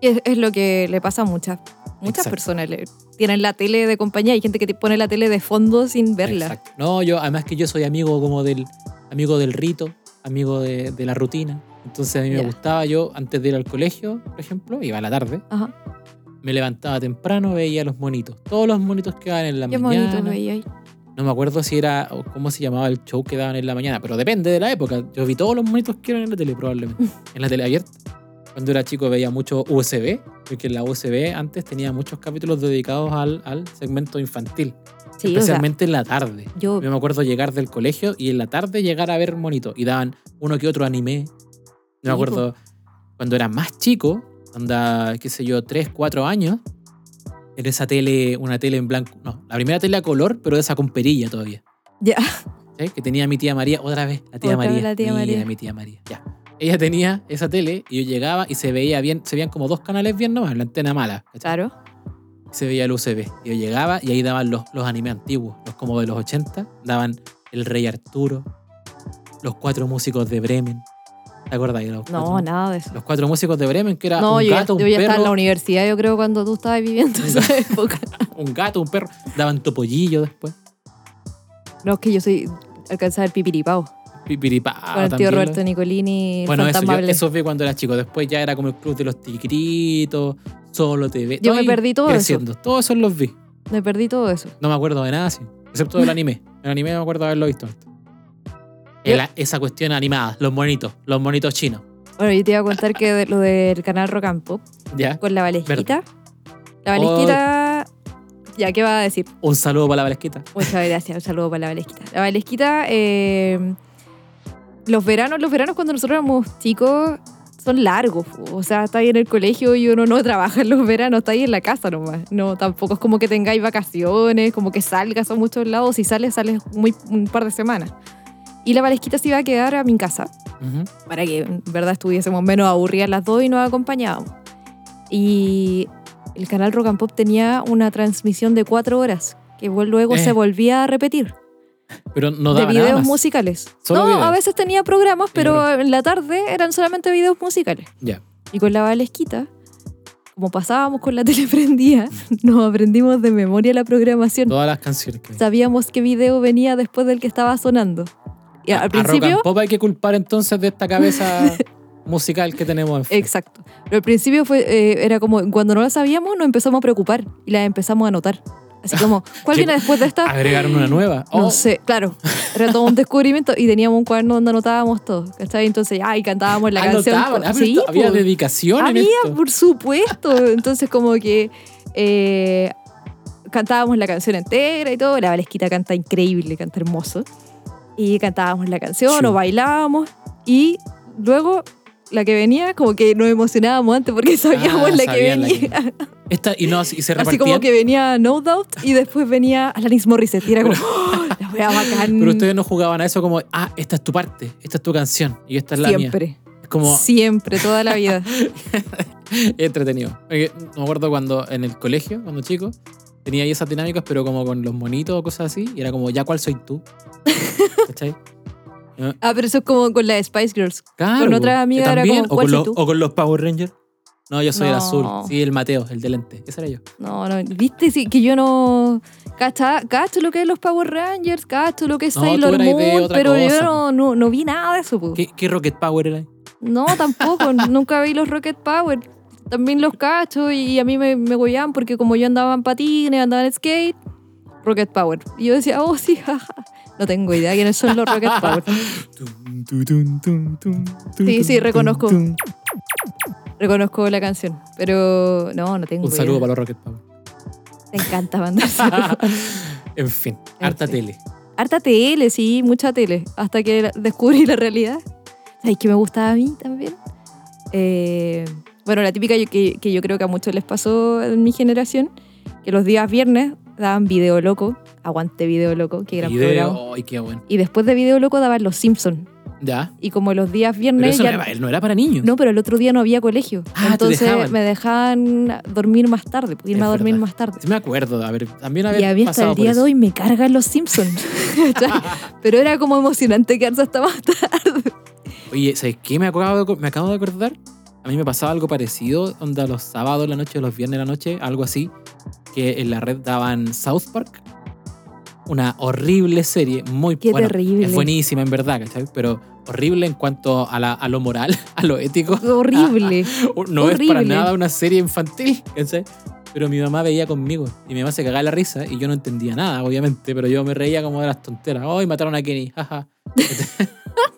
Speaker 2: Y Es, es lo que le pasa a muchas, muchas
Speaker 1: Exacto.
Speaker 2: personas. Le- tienen la tele de compañía, hay gente que te pone la tele de fondo sin verla.
Speaker 1: Exacto. No, yo, además que yo soy amigo como del, amigo del rito, amigo de, de la rutina. Entonces a mí
Speaker 2: Ya.
Speaker 1: me gustaba, yo antes de ir al colegio, por ejemplo, iba a la tarde,
Speaker 2: Ajá.
Speaker 1: me levantaba temprano, veía los monitos. Todos los monitos que daban en la
Speaker 2: Qué
Speaker 1: mañana.
Speaker 2: bonito veía ahí.
Speaker 1: No me acuerdo si era o cómo se llamaba el show que daban en la mañana, pero depende de la época. Yo vi todos los monitos que eran en la tele, probablemente. en la tele abierta. Cuando era chico veía mucho USB, porque la USB antes tenía muchos capítulos dedicados al, al segmento infantil,
Speaker 2: Sí, o sea,
Speaker 1: especialmente en la tarde.
Speaker 2: yo,
Speaker 1: Yo me acuerdo llegar del colegio y en la tarde llegar a ver monitos y daban uno que otro anime. No me
Speaker 2: Sí,
Speaker 1: acuerdo cuando era más chico, anda, qué sé yo, 3, 4 años, en esa tele, una tele en blanco, no, la primera tele a color, pero esa con perilla todavía.
Speaker 2: ya,
Speaker 1: ¿sí? que tenía mi tía María, otra vez, la tía
Speaker 2: Otra vez
Speaker 1: María.
Speaker 2: la tía
Speaker 1: Mira,
Speaker 2: María.
Speaker 1: mi tía María. Ya. Ella tenía esa tele y yo llegaba y se veía bien, se veían como dos canales bien nomás, la antena mala. ¿cachai?
Speaker 2: claro.
Speaker 1: Se veía el UCB. Yo llegaba y ahí daban los, los animes antiguos, los como de los 80, daban El Rey Arturo, Los Cuatro Músicos de Bremen. ¿Te acuerdas? Los
Speaker 2: No,
Speaker 1: cuatro,
Speaker 2: nada de eso.
Speaker 1: Los Cuatro Músicos de Bremen, que era
Speaker 2: No,
Speaker 1: un
Speaker 2: yo, ya-
Speaker 1: gato,
Speaker 2: yo
Speaker 1: un
Speaker 2: ya estaba en la
Speaker 1: perro,
Speaker 2: universidad, yo creo, cuando tú estabas viviendo esa época.
Speaker 1: un gato, un perro. Daban Topollillo después.
Speaker 2: No, es que yo soy alcanzaba el pipiripao.
Speaker 1: Pipiripá.
Speaker 2: con el tío
Speaker 1: Ah, también lo-
Speaker 2: Roberto Nicolini, el
Speaker 1: Bueno, eso, yo,
Speaker 2: fantasmable.
Speaker 1: eso fue cuando era chico. Después ya era como el club de los tigritos, solo TV.
Speaker 2: Yo
Speaker 1: Todo
Speaker 2: me
Speaker 1: ahí
Speaker 2: perdí todo eso.
Speaker 1: creciendo. Todo eso los vi.
Speaker 2: Me perdí todo eso.
Speaker 1: No me acuerdo de nada así. Excepto del anime. El anime me acuerdo haberlo visto. El- esa cuestión animada, los monitos, los monitos chinos.
Speaker 2: Bueno, yo te iba a contar que de- lo del canal Rock and Pop,
Speaker 1: ¿Ya?
Speaker 2: con la valejita. La valejita...
Speaker 1: Oh.
Speaker 2: Ya, ¿qué va a decir?
Speaker 1: Un saludo para la valesquita.
Speaker 2: Muchas gracias, un saludo para la Valesquita. La Valesquita, eh, los veranos, los veranos cuando nosotros éramos chicos son largos, po. o sea, está ahí en el colegio y uno no trabaja en los veranos, está ahí en la casa nomás. No, tampoco es como que tengáis vacaciones, como que salgas a muchos lados, si sales, sales muy, un par de semanas. Y la Valesquita se iba a quedar a mi casa,
Speaker 1: Ujú.
Speaker 2: para que en verdad estuviésemos menos aburridas las dos y nos acompañábamos. Y el canal Rock and Pop tenía una transmisión de cuatro horas que vol- luego
Speaker 1: Eh.
Speaker 2: se volvía a repetir
Speaker 1: Pero no
Speaker 2: de
Speaker 1: daba nada
Speaker 2: videos
Speaker 1: más.
Speaker 2: musicales.
Speaker 1: Solo
Speaker 2: no,
Speaker 1: videos.
Speaker 2: a veces tenía programas, pero
Speaker 1: Claro.
Speaker 2: en la tarde eran solamente videos musicales.
Speaker 1: Ya.
Speaker 2: Y con la valesquita, como pasábamos con la tele prendida,
Speaker 1: Mm.
Speaker 2: nos aprendimos de memoria la programación.
Speaker 1: Todas las canciones que
Speaker 2: Sabíamos qué video venía después del que estaba sonando. Y al
Speaker 1: A Rock
Speaker 2: principio
Speaker 1: and Pop hay que culpar entonces de esta cabeza musical que tenemos. enfrente.
Speaker 2: Exacto. Pero al principio fue, eh, era como, cuando no lo sabíamos, nos empezamos a preocupar y las empezamos a anotar. Así como, ¿cuál
Speaker 1: Sí,
Speaker 2: viene después de esta?
Speaker 1: Agregaron una nueva.
Speaker 2: No
Speaker 1: Oh,
Speaker 2: sé, claro. Era todo un descubrimiento y teníamos un cuaderno donde anotábamos todo. ¿Cachai? Entonces, ay, cantábamos la
Speaker 1: anotaban.
Speaker 2: canción.
Speaker 1: Ah, pero
Speaker 2: Sí,
Speaker 1: esto- había
Speaker 2: po.
Speaker 1: dedicación en
Speaker 2: Había, pues,
Speaker 1: esto.
Speaker 2: por supuesto. Entonces, como que eh, cantábamos la canción entera y todo. La Valesquita canta increíble, canta hermoso. Y cantábamos la canción
Speaker 1: Sí.
Speaker 2: o bailábamos. Y luego la que venía, como que nos emocionábamos antes porque sabíamos la que
Speaker 1: sabían Ah, la que-
Speaker 2: venía.
Speaker 1: Esta, y, no, y se
Speaker 2: Así
Speaker 1: repartían.
Speaker 2: como que venía No Doubt y después venía Alanis Morissette. Y era como, ¡oh, la wea bacán!
Speaker 1: Pero ustedes no jugaban a eso como, ah, esta es tu parte, esta es tu canción y esta es la mía.
Speaker 2: Siempre,
Speaker 1: Es como
Speaker 2: siempre, toda la vida.
Speaker 1: entretenido. Porque me acuerdo cuando en el colegio, cuando chico, tenía ahí esas dinámicas, pero como con los monitos o cosas así, y era como, ya cuál soy tú. ¿Cachai?
Speaker 2: Ah, pero eso es como con la de Spice Girls.
Speaker 1: Claro.
Speaker 2: Con otra amiga era
Speaker 1: también,
Speaker 2: como,
Speaker 1: o,
Speaker 2: ¿cuál
Speaker 1: con
Speaker 2: soy
Speaker 1: los,
Speaker 2: tú?
Speaker 1: o con los Power Rangers. No, yo soy el
Speaker 2: No.
Speaker 1: azul. Sí, el Mateo, el de lente. Ese era yo.
Speaker 2: No, no, viste sí, que yo no. Cacha, cacho lo que es los Power Rangers, cacho lo que es
Speaker 1: No, tú
Speaker 2: Sailor
Speaker 1: eras de
Speaker 2: Moon,
Speaker 1: otra
Speaker 2: pero
Speaker 1: cosa,
Speaker 2: yo no, no, no vi nada de eso. po.
Speaker 1: ¿Qué, qué Rocket Power era?
Speaker 2: No, tampoco, nunca vi los Rocket Power. También los cacho y a mí me, me huellaban porque como yo andaba en patines, andaba en skate, Rocket Power. Y yo decía, oh sí, jaja. No tengo idea quiénes son los Rocket Power.
Speaker 1: Tum, tu, tum, tum, tum, tum,
Speaker 2: Sí, sí,
Speaker 1: tum,
Speaker 2: reconozco.
Speaker 1: tum.
Speaker 2: Reconozco la canción, pero no, no tengo
Speaker 1: Un saludo
Speaker 2: idea.
Speaker 1: para los Rocket Power.
Speaker 2: Te encanta mandar.
Speaker 1: en fin,
Speaker 2: En
Speaker 1: harta
Speaker 2: fin.
Speaker 1: tele.
Speaker 2: Harta tele, sí, mucha tele. Hasta que la- descubrí la realidad. ¿Sabes qué me gustaba a mí también? Eh, bueno, la típica yo- que, que yo creo que a muchos les pasó en mi generación, que los días viernes daban Video Loco. Aguante Video Loco, que gran programa.
Speaker 1: Video, ay, qué bueno.
Speaker 2: Y después de Video Loco daban Los Simpson
Speaker 1: Ya.
Speaker 2: Y como los días
Speaker 1: Pero
Speaker 2: viernes...
Speaker 1: eso no
Speaker 2: ya-
Speaker 1: era, él no era para niños.
Speaker 2: no, pero el otro día no había colegio.
Speaker 1: Ah, te
Speaker 2: Entonces
Speaker 1: dejaban.
Speaker 2: me dejaban dormir más tarde, pues, irme
Speaker 1: Es
Speaker 2: a dormir
Speaker 1: verdad.
Speaker 2: más tarde.
Speaker 1: Sí me acuerdo, a ver, también haber
Speaker 2: Y a mí hasta
Speaker 1: pasado
Speaker 2: el
Speaker 1: por
Speaker 2: día de
Speaker 1: eso.
Speaker 2: hoy me cargan los Simpsons. Pero era como emocionante quedarse hasta más tarde.
Speaker 1: Oye, ¿sabes qué? Me acabo, de, me acabo de acordar. A mí me pasaba algo parecido, onda los sábados de la noche, los viernes de la noche, algo así, que en la red daban South Park. Una horrible serie, muy
Speaker 2: Qué
Speaker 1: bueno,
Speaker 2: terrible.
Speaker 1: Es buenísima en verdad, ¿cachai? Pero horrible en cuanto a, la- a lo moral, a lo ético. Ah,
Speaker 2: Horrible.
Speaker 1: No es para
Speaker 2: Horrible.
Speaker 1: nada una serie infantil, ¿cachai? Pero mi mamá veía conmigo y mi mamá se cagaba la risa y yo no entendía nada, obviamente, pero yo me reía como de las tonteras. ¡Ay, mataron a Kenny! jaja".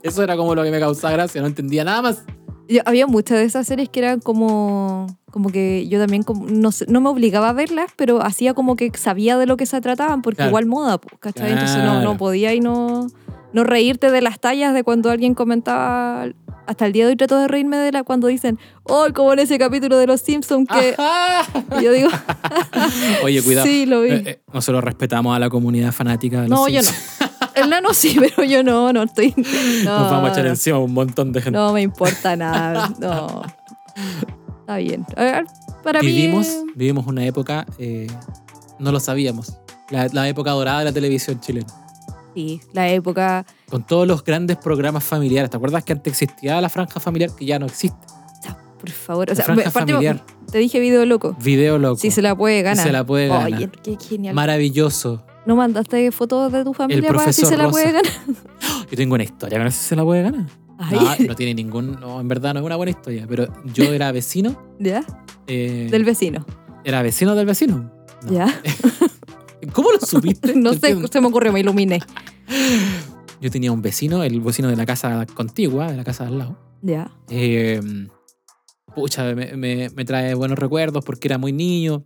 Speaker 1: Eso era como lo que me causaba gracia, no entendía nada más.
Speaker 2: Yo- había muchas de esas series que eran como, como que yo también como- no, sé, no me obligaba a verlas, pero hacía como que sabía de lo que se trataban, porque
Speaker 1: Claro.
Speaker 2: igual moda, po, ¿cachai? Entonces no,
Speaker 1: Claro.
Speaker 2: no podía y no, no reírte de las tallas de cuando alguien comentaba. Hasta el día de hoy trato de reírme de la cuando dicen, oh, como en ese capítulo de Los Simpsons que
Speaker 1: Ajá.
Speaker 2: Y yo digo,
Speaker 1: Ah. Oye, cuidado.
Speaker 2: sí, lo vi.
Speaker 1: Eh, eh, nosotros respetamos a la comunidad fanática. de los
Speaker 2: No, yo no.
Speaker 1: Simpsons.
Speaker 2: El nano sí, pero yo no, no estoy. No,
Speaker 1: Nos vamos a echar encima un montón de gente.
Speaker 2: No me importa nada, no. Está bien. A ver, para
Speaker 1: vivimos,
Speaker 2: mí.
Speaker 1: vivimos una época, eh, no lo sabíamos, la, la época dorada de la televisión chilena.
Speaker 2: Sí, la época.
Speaker 1: Con todos los grandes programas familiares. ¿Te acuerdas que antes existía la franja familiar que ya no existe?
Speaker 2: Por favor. O
Speaker 1: La
Speaker 2: sea,
Speaker 1: franja
Speaker 2: me- partimos-
Speaker 1: familiar.
Speaker 2: te dije video loco.
Speaker 1: Video loco.
Speaker 2: Si se la puede ganar.
Speaker 1: se la puede ganar.
Speaker 2: Oye, qué genial.
Speaker 1: Maravilloso.
Speaker 2: ¿No mandaste fotos de tu familia para ver si
Speaker 1: profesor
Speaker 2: se la
Speaker 1: Rosa.
Speaker 2: puede ganar?
Speaker 1: Yo tengo una historia, no sé si se la puede ganar.
Speaker 2: Ay,
Speaker 1: No, no tiene ningún. No, en verdad no es una buena historia, pero yo era vecino.
Speaker 2: ¿Ya?
Speaker 1: eh,
Speaker 2: Del vecino.
Speaker 1: Era vecino del vecino. No.
Speaker 2: ¿Ya?
Speaker 1: ¿Cómo lo supiste?
Speaker 2: No
Speaker 1: Yo
Speaker 2: sé,
Speaker 1: entiendo.
Speaker 2: se me ocurrió, me iluminé.
Speaker 1: Yo tenía un vecino, el vecino de la casa contigua, de la casa de al lado.
Speaker 2: ¿Ya?
Speaker 1: Eh, pucha, me, me- me trae buenos recuerdos porque era muy niño.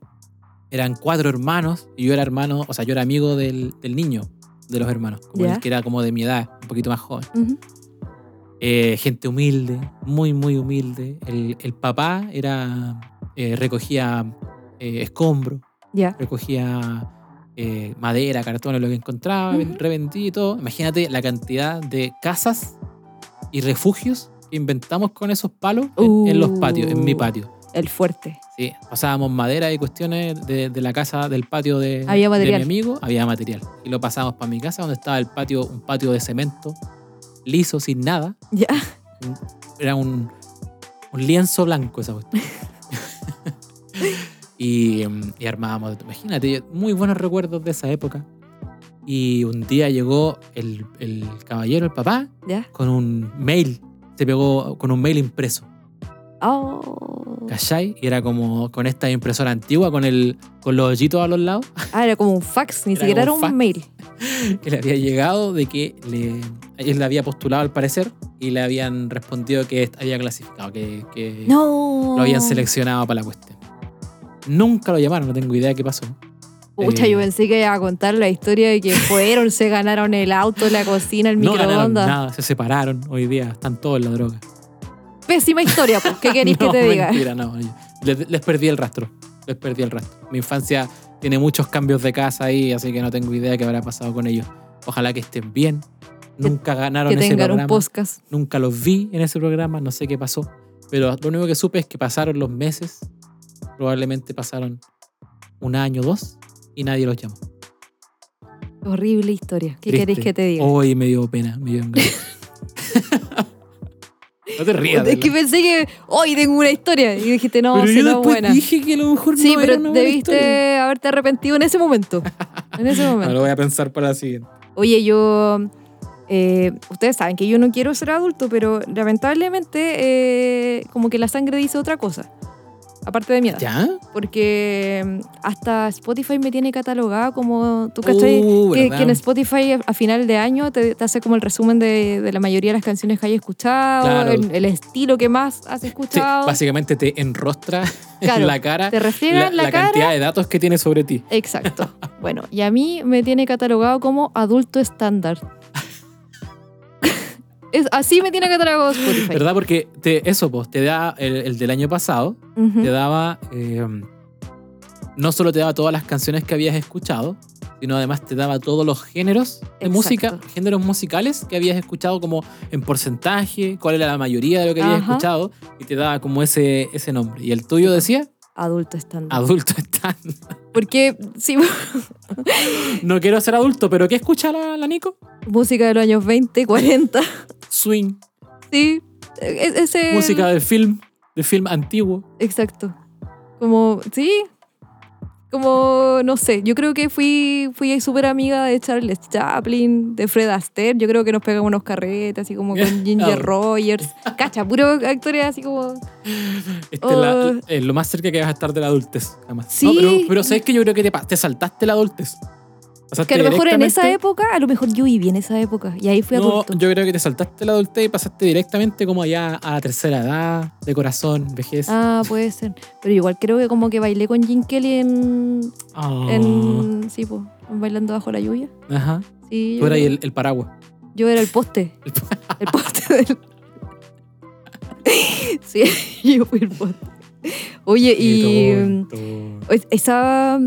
Speaker 1: Eran cuatro hermanos y yo era hermano, o sea, yo era amigo del, del niño, de los hermanos, como
Speaker 2: Ya.
Speaker 1: el que era como de mi edad, un poquito más joven.
Speaker 2: Ujú.
Speaker 1: Eh, gente humilde, muy, muy humilde. El, el papá era eh, recogía eh, escombro,
Speaker 2: ¿Ya?
Speaker 1: recogía eh, madera, cartones, lo que encontraba, ven-
Speaker 2: Ujú.
Speaker 1: revendía y todo. Imagínate la cantidad de casas y refugios que inventamos con esos palos en, en los patios, en mi
Speaker 2: Uh.
Speaker 1: patio.
Speaker 2: El fuerte.
Speaker 1: Sí, pasábamos madera y cuestiones de, de la casa, del patio de,
Speaker 2: Había
Speaker 1: de mi
Speaker 2: material.
Speaker 1: amigo, había material. Y lo pasábamos para mi casa, donde estaba el patio, un patio de cemento, liso, sin nada.
Speaker 2: Ya.
Speaker 1: Era un, un lienzo blanco esa cuestión. y, mm, y armábamos, imagínate, yo- muy buenos recuerdos de esa época. Y un día llegó el, el caballero, el papá,
Speaker 2: Ya.
Speaker 1: con un mail, se pegó con un mail impreso.
Speaker 2: Oh.
Speaker 1: ¿Cachai? Y era como con esta impresora antigua, con, el, con los hoyitos a los lados,
Speaker 2: Ah, era como un fax, ni
Speaker 1: Era
Speaker 2: siquiera era
Speaker 1: como
Speaker 2: un
Speaker 1: un fax.
Speaker 2: mail.
Speaker 1: que le había llegado de que le, él le había postulado al parecer y le habían respondido que había clasificado, que, que
Speaker 2: No.
Speaker 1: lo habían seleccionado para la cuestión. Nunca lo llamaron, no tengo idea de qué pasó.
Speaker 2: Pucha,
Speaker 1: Eh,
Speaker 2: yo pensé que iba a contar la historia de que fueron, se ganaron el auto, la cocina, el
Speaker 1: No ganaron
Speaker 2: microondas.
Speaker 1: nada, se separaron hoy día, están todos en la droga.
Speaker 2: Pésima historia, pues. ¿Qué queréis
Speaker 1: No,
Speaker 2: que te diga?
Speaker 1: Mentira, no. yo- Les, les perdí el rastro. Les perdí el rastro. Mi infancia tiene muchos cambios de casa ahí, así que no tengo idea qué habrá pasado con ellos. Ojalá que estén bien. Nunca ganaron
Speaker 2: Que
Speaker 1: ese
Speaker 2: tengan
Speaker 1: programa.
Speaker 2: un podcast.
Speaker 1: Nunca los vi en ese programa, no sé qué pasó. Pero lo único que supe es que pasaron los meses. Probablemente pasaron un año, dos, y nadie los llamó.
Speaker 2: Horrible historia. ¿Qué
Speaker 1: Triste.
Speaker 2: queréis que te diga?
Speaker 1: Hoy me dio pena, me dio engaño. no te rías.
Speaker 2: es que
Speaker 1: Adela.
Speaker 2: pensé que hoy tengo una historia y dijiste, no,
Speaker 1: pero
Speaker 2: si
Speaker 1: yo
Speaker 2: no es
Speaker 1: después
Speaker 2: buena.
Speaker 1: dije que a lo mejor
Speaker 2: sí,
Speaker 1: no era una
Speaker 2: pero
Speaker 1: buena
Speaker 2: debiste
Speaker 1: historia.
Speaker 2: haberte arrepentido en ese momento. En ese
Speaker 1: No
Speaker 2: momento.
Speaker 1: lo voy a pensar para la siguiente.
Speaker 2: Oye, yo. eh, ustedes saben que yo no quiero ser adulto, pero lamentablemente, eh, como que la sangre dice otra cosa. Aparte de mi edad.
Speaker 1: ¿Ya?
Speaker 2: Porque mm, hasta Spotify me tiene catalogada como. ¿Tú cachai?
Speaker 1: Uh,
Speaker 2: que,
Speaker 1: ¿verdad?
Speaker 2: que en Spotify a final de año te, te hace como el resumen de, de la mayoría de las canciones que hay escuchado,
Speaker 1: Claro.
Speaker 2: el, el estilo que más has
Speaker 1: Sí,
Speaker 2: escuchado.
Speaker 1: básicamente te enrostra
Speaker 2: Claro,
Speaker 1: en la cara
Speaker 2: te
Speaker 1: la,
Speaker 2: refriegan la,
Speaker 1: la
Speaker 2: cara.
Speaker 1: cantidad de datos que tiene sobre ti.
Speaker 2: Exacto. Bueno, y a mí me tiene catalogado como adulto estándar. Es- así me tiene catalogado Spotify.
Speaker 1: ¿Verdad? Porque te, eso, pues, te da el, el del año pasado,
Speaker 2: Ujú.
Speaker 1: te daba. eh, no solo te daba todas las canciones que habías escuchado, sino además te daba todos los géneros de
Speaker 2: Exacto.
Speaker 1: música, géneros musicales que habías escuchado, como en porcentaje, cuál era la mayoría de lo que habías
Speaker 2: Ajá.
Speaker 1: escuchado, y te daba como ese, ese nombre. Y el tuyo decía
Speaker 2: Adulto estándar.
Speaker 1: adulto estándar.
Speaker 2: Porque sí,
Speaker 1: No quiero ser adulto, pero ¿qué escucha la, la Nico?
Speaker 2: música de los años 20, 40,
Speaker 1: Swing,
Speaker 2: sí. E- ese,
Speaker 1: música de film, de film antiguo.
Speaker 2: Exacto. Como, sí. Como, no sé, yo creo que fui, fui súper amiga de Charles Chaplin, de Fred Astaire, yo creo que nos pegamos unos carretes, así como con Ginger
Speaker 1: Ah.
Speaker 2: Rogers, cacha, puro actores así como...
Speaker 1: Este es la-
Speaker 2: Oh.
Speaker 1: es lo más cerca que vas a estar de la adultez, jamás. No,
Speaker 2: Sí.
Speaker 1: pero, pero sabes que yo creo que te, pa- te saltaste la adultez. Pasaste
Speaker 2: Que a lo mejor en esa
Speaker 1: directamente-
Speaker 2: época, a lo mejor yo viví en esa época, y ahí fui
Speaker 1: No,
Speaker 2: adulto.
Speaker 1: yo creo que te saltaste la adultez y pasaste directamente como allá a la tercera edad, de corazón, vejez.
Speaker 2: Ah, puede ser. Pero igual creo que como que bailé con Jim Kelly en...
Speaker 1: Ah.
Speaker 2: en sí, pues, en Bailando Bajo la Lluvia.
Speaker 1: Ajá.
Speaker 2: Sí, yo
Speaker 1: Tú eras
Speaker 2: creo-
Speaker 1: el, el paraguas.
Speaker 2: Yo era el poste.
Speaker 1: El
Speaker 2: el poste del. sí, yo fui el poste. Oye, y. mm,
Speaker 1: Qué tonto.
Speaker 2: es- Esa.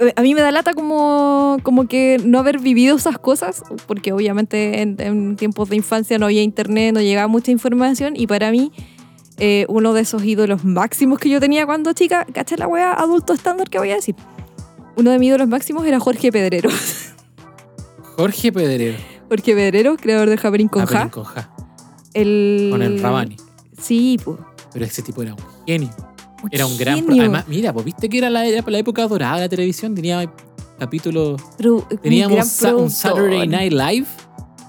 Speaker 2: eh, A mí me da lata como, como que no haber vivido esas cosas, porque obviamente en, en tiempos de infancia no había internet, no llegaba mucha información, y para mí, eh, uno de esos ídolos máximos que yo tenía cuando chica, cacha la wea adulto estándar que voy a decir, uno de mis ídolos máximos era Jorge Pedrero.
Speaker 1: Jorge Pedrero.
Speaker 2: Jorge Pedrero, creador del Javerín con Mm.
Speaker 1: Ah, pero
Speaker 2: Ja.
Speaker 1: Con Ja.
Speaker 2: El...
Speaker 1: Con el Rabani.
Speaker 2: Sí, pues.
Speaker 1: Pero ese tipo era un genio. Era un gran pro- Además, mira, pues viste que era la, era la época dorada de la televisión. Tenía capítulos. Teníamos sa- un, Saturday Night Live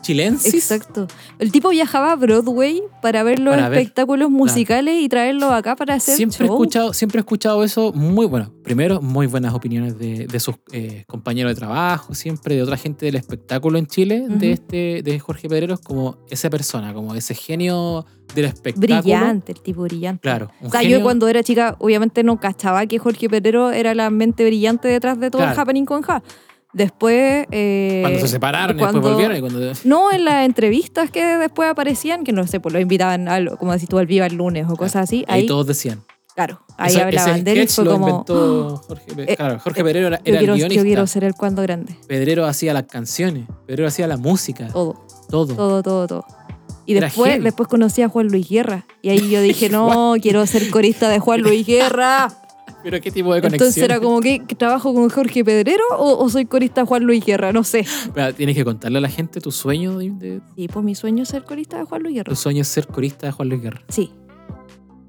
Speaker 1: chilensis.
Speaker 2: Exacto. El tipo viajaba a Broadway para ver los
Speaker 1: Para ver.
Speaker 2: espectáculos musicales y traerlos acá para hacer
Speaker 1: Siempre he,
Speaker 2: show.
Speaker 1: escuchado, siempre he escuchado eso muy bueno. Primero, muy buenas opiniones de, de sus eh, compañeros de trabajo, siempre de otra gente del espectáculo en Chile,
Speaker 2: Ujú.
Speaker 1: de este de Jorge Pedreros, como esa persona, como ese genio del espectáculo.
Speaker 2: Brillante, el tipo brillante.
Speaker 1: Claro. un
Speaker 2: O sea,
Speaker 1: genio-
Speaker 2: yo cuando era chica, obviamente no cachaba que Jorge Pedrero era la mente brillante detrás de todo el
Speaker 1: Claro.
Speaker 2: happening con Ja. Después. eh,
Speaker 1: cuando se separaron,
Speaker 2: cuando-
Speaker 1: después volvieron. Y cuando,
Speaker 2: No, en las entrevistas que después aparecían, que no sé, pues lo invitaban, al, como decís tú, al Viva el lunes o cosas así.
Speaker 1: ahí
Speaker 2: Ahí,
Speaker 1: todos decían.
Speaker 2: claro, ahí
Speaker 1: Ese-
Speaker 2: hablaban
Speaker 1: ese
Speaker 2: de él y
Speaker 1: sketch
Speaker 2: fue
Speaker 1: lo
Speaker 2: como.
Speaker 1: inventó Jorge, Pe-
Speaker 2: eh,
Speaker 1: claro, Jorge Pedrero era,
Speaker 2: Yo
Speaker 1: era el
Speaker 2: quiero, yo
Speaker 1: guionista.
Speaker 2: quiero ser el cuando grande.
Speaker 1: Pedrero hacía las canciones, Pedrero hacía la música,
Speaker 2: Oh, Todo,
Speaker 1: todo.
Speaker 2: todo, todo, todo. Y
Speaker 1: Era
Speaker 2: después,
Speaker 1: heavy.
Speaker 2: después conocí a Juan Luis Guerra. Y ahí yo dije, no, quiero ser corista de Juan Luis Guerra.
Speaker 1: Pero qué tipo de conexión.
Speaker 2: Entonces era como que trabajo con Jorge Pedrero o, o soy corista de Juan Luis Guerra, no sé.
Speaker 1: Espera, Tienes que contarle a la gente tu sueño de, de-
Speaker 2: Sí, pues mi sueño es ser corista de Juan Luis Guerra.
Speaker 1: tu sueño es ser corista de Juan Luis Guerra.
Speaker 2: Sí.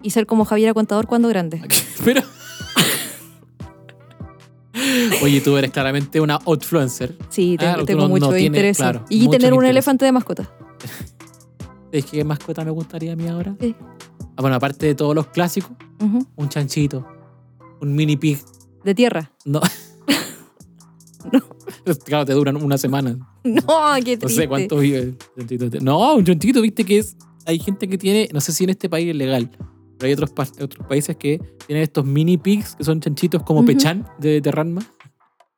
Speaker 2: Y ser como Javiera Contador cuando grande.
Speaker 1: Pero. Oye, tú eres claramente una outfluencer.
Speaker 2: Sí, te-
Speaker 1: Ah, tú
Speaker 2: tengo
Speaker 1: no-
Speaker 2: mucho
Speaker 1: no tienes,
Speaker 2: interés.
Speaker 1: claro,
Speaker 2: y
Speaker 1: muchos
Speaker 2: tener un
Speaker 1: intereses.
Speaker 2: elefante de mascota.
Speaker 1: ¿Es que mascota me gustaría a mí ahora?
Speaker 2: Sí.
Speaker 1: Ah, bueno, aparte de todos los clásicos,
Speaker 2: Ujú.
Speaker 1: un chanchito, un mini pig.
Speaker 2: De tierra.
Speaker 1: No. Claro, te duran una semana.
Speaker 2: No, qué triste.
Speaker 1: No sé cuánto vive. el chanchito. No, un chanchito, viste que es. Hay gente que tiene, no sé si en este país es legal, pero hay otros, pa- otros países que tienen estos mini pigs que son chanchitos como
Speaker 2: Ujú.
Speaker 1: pechán de, de Ranma.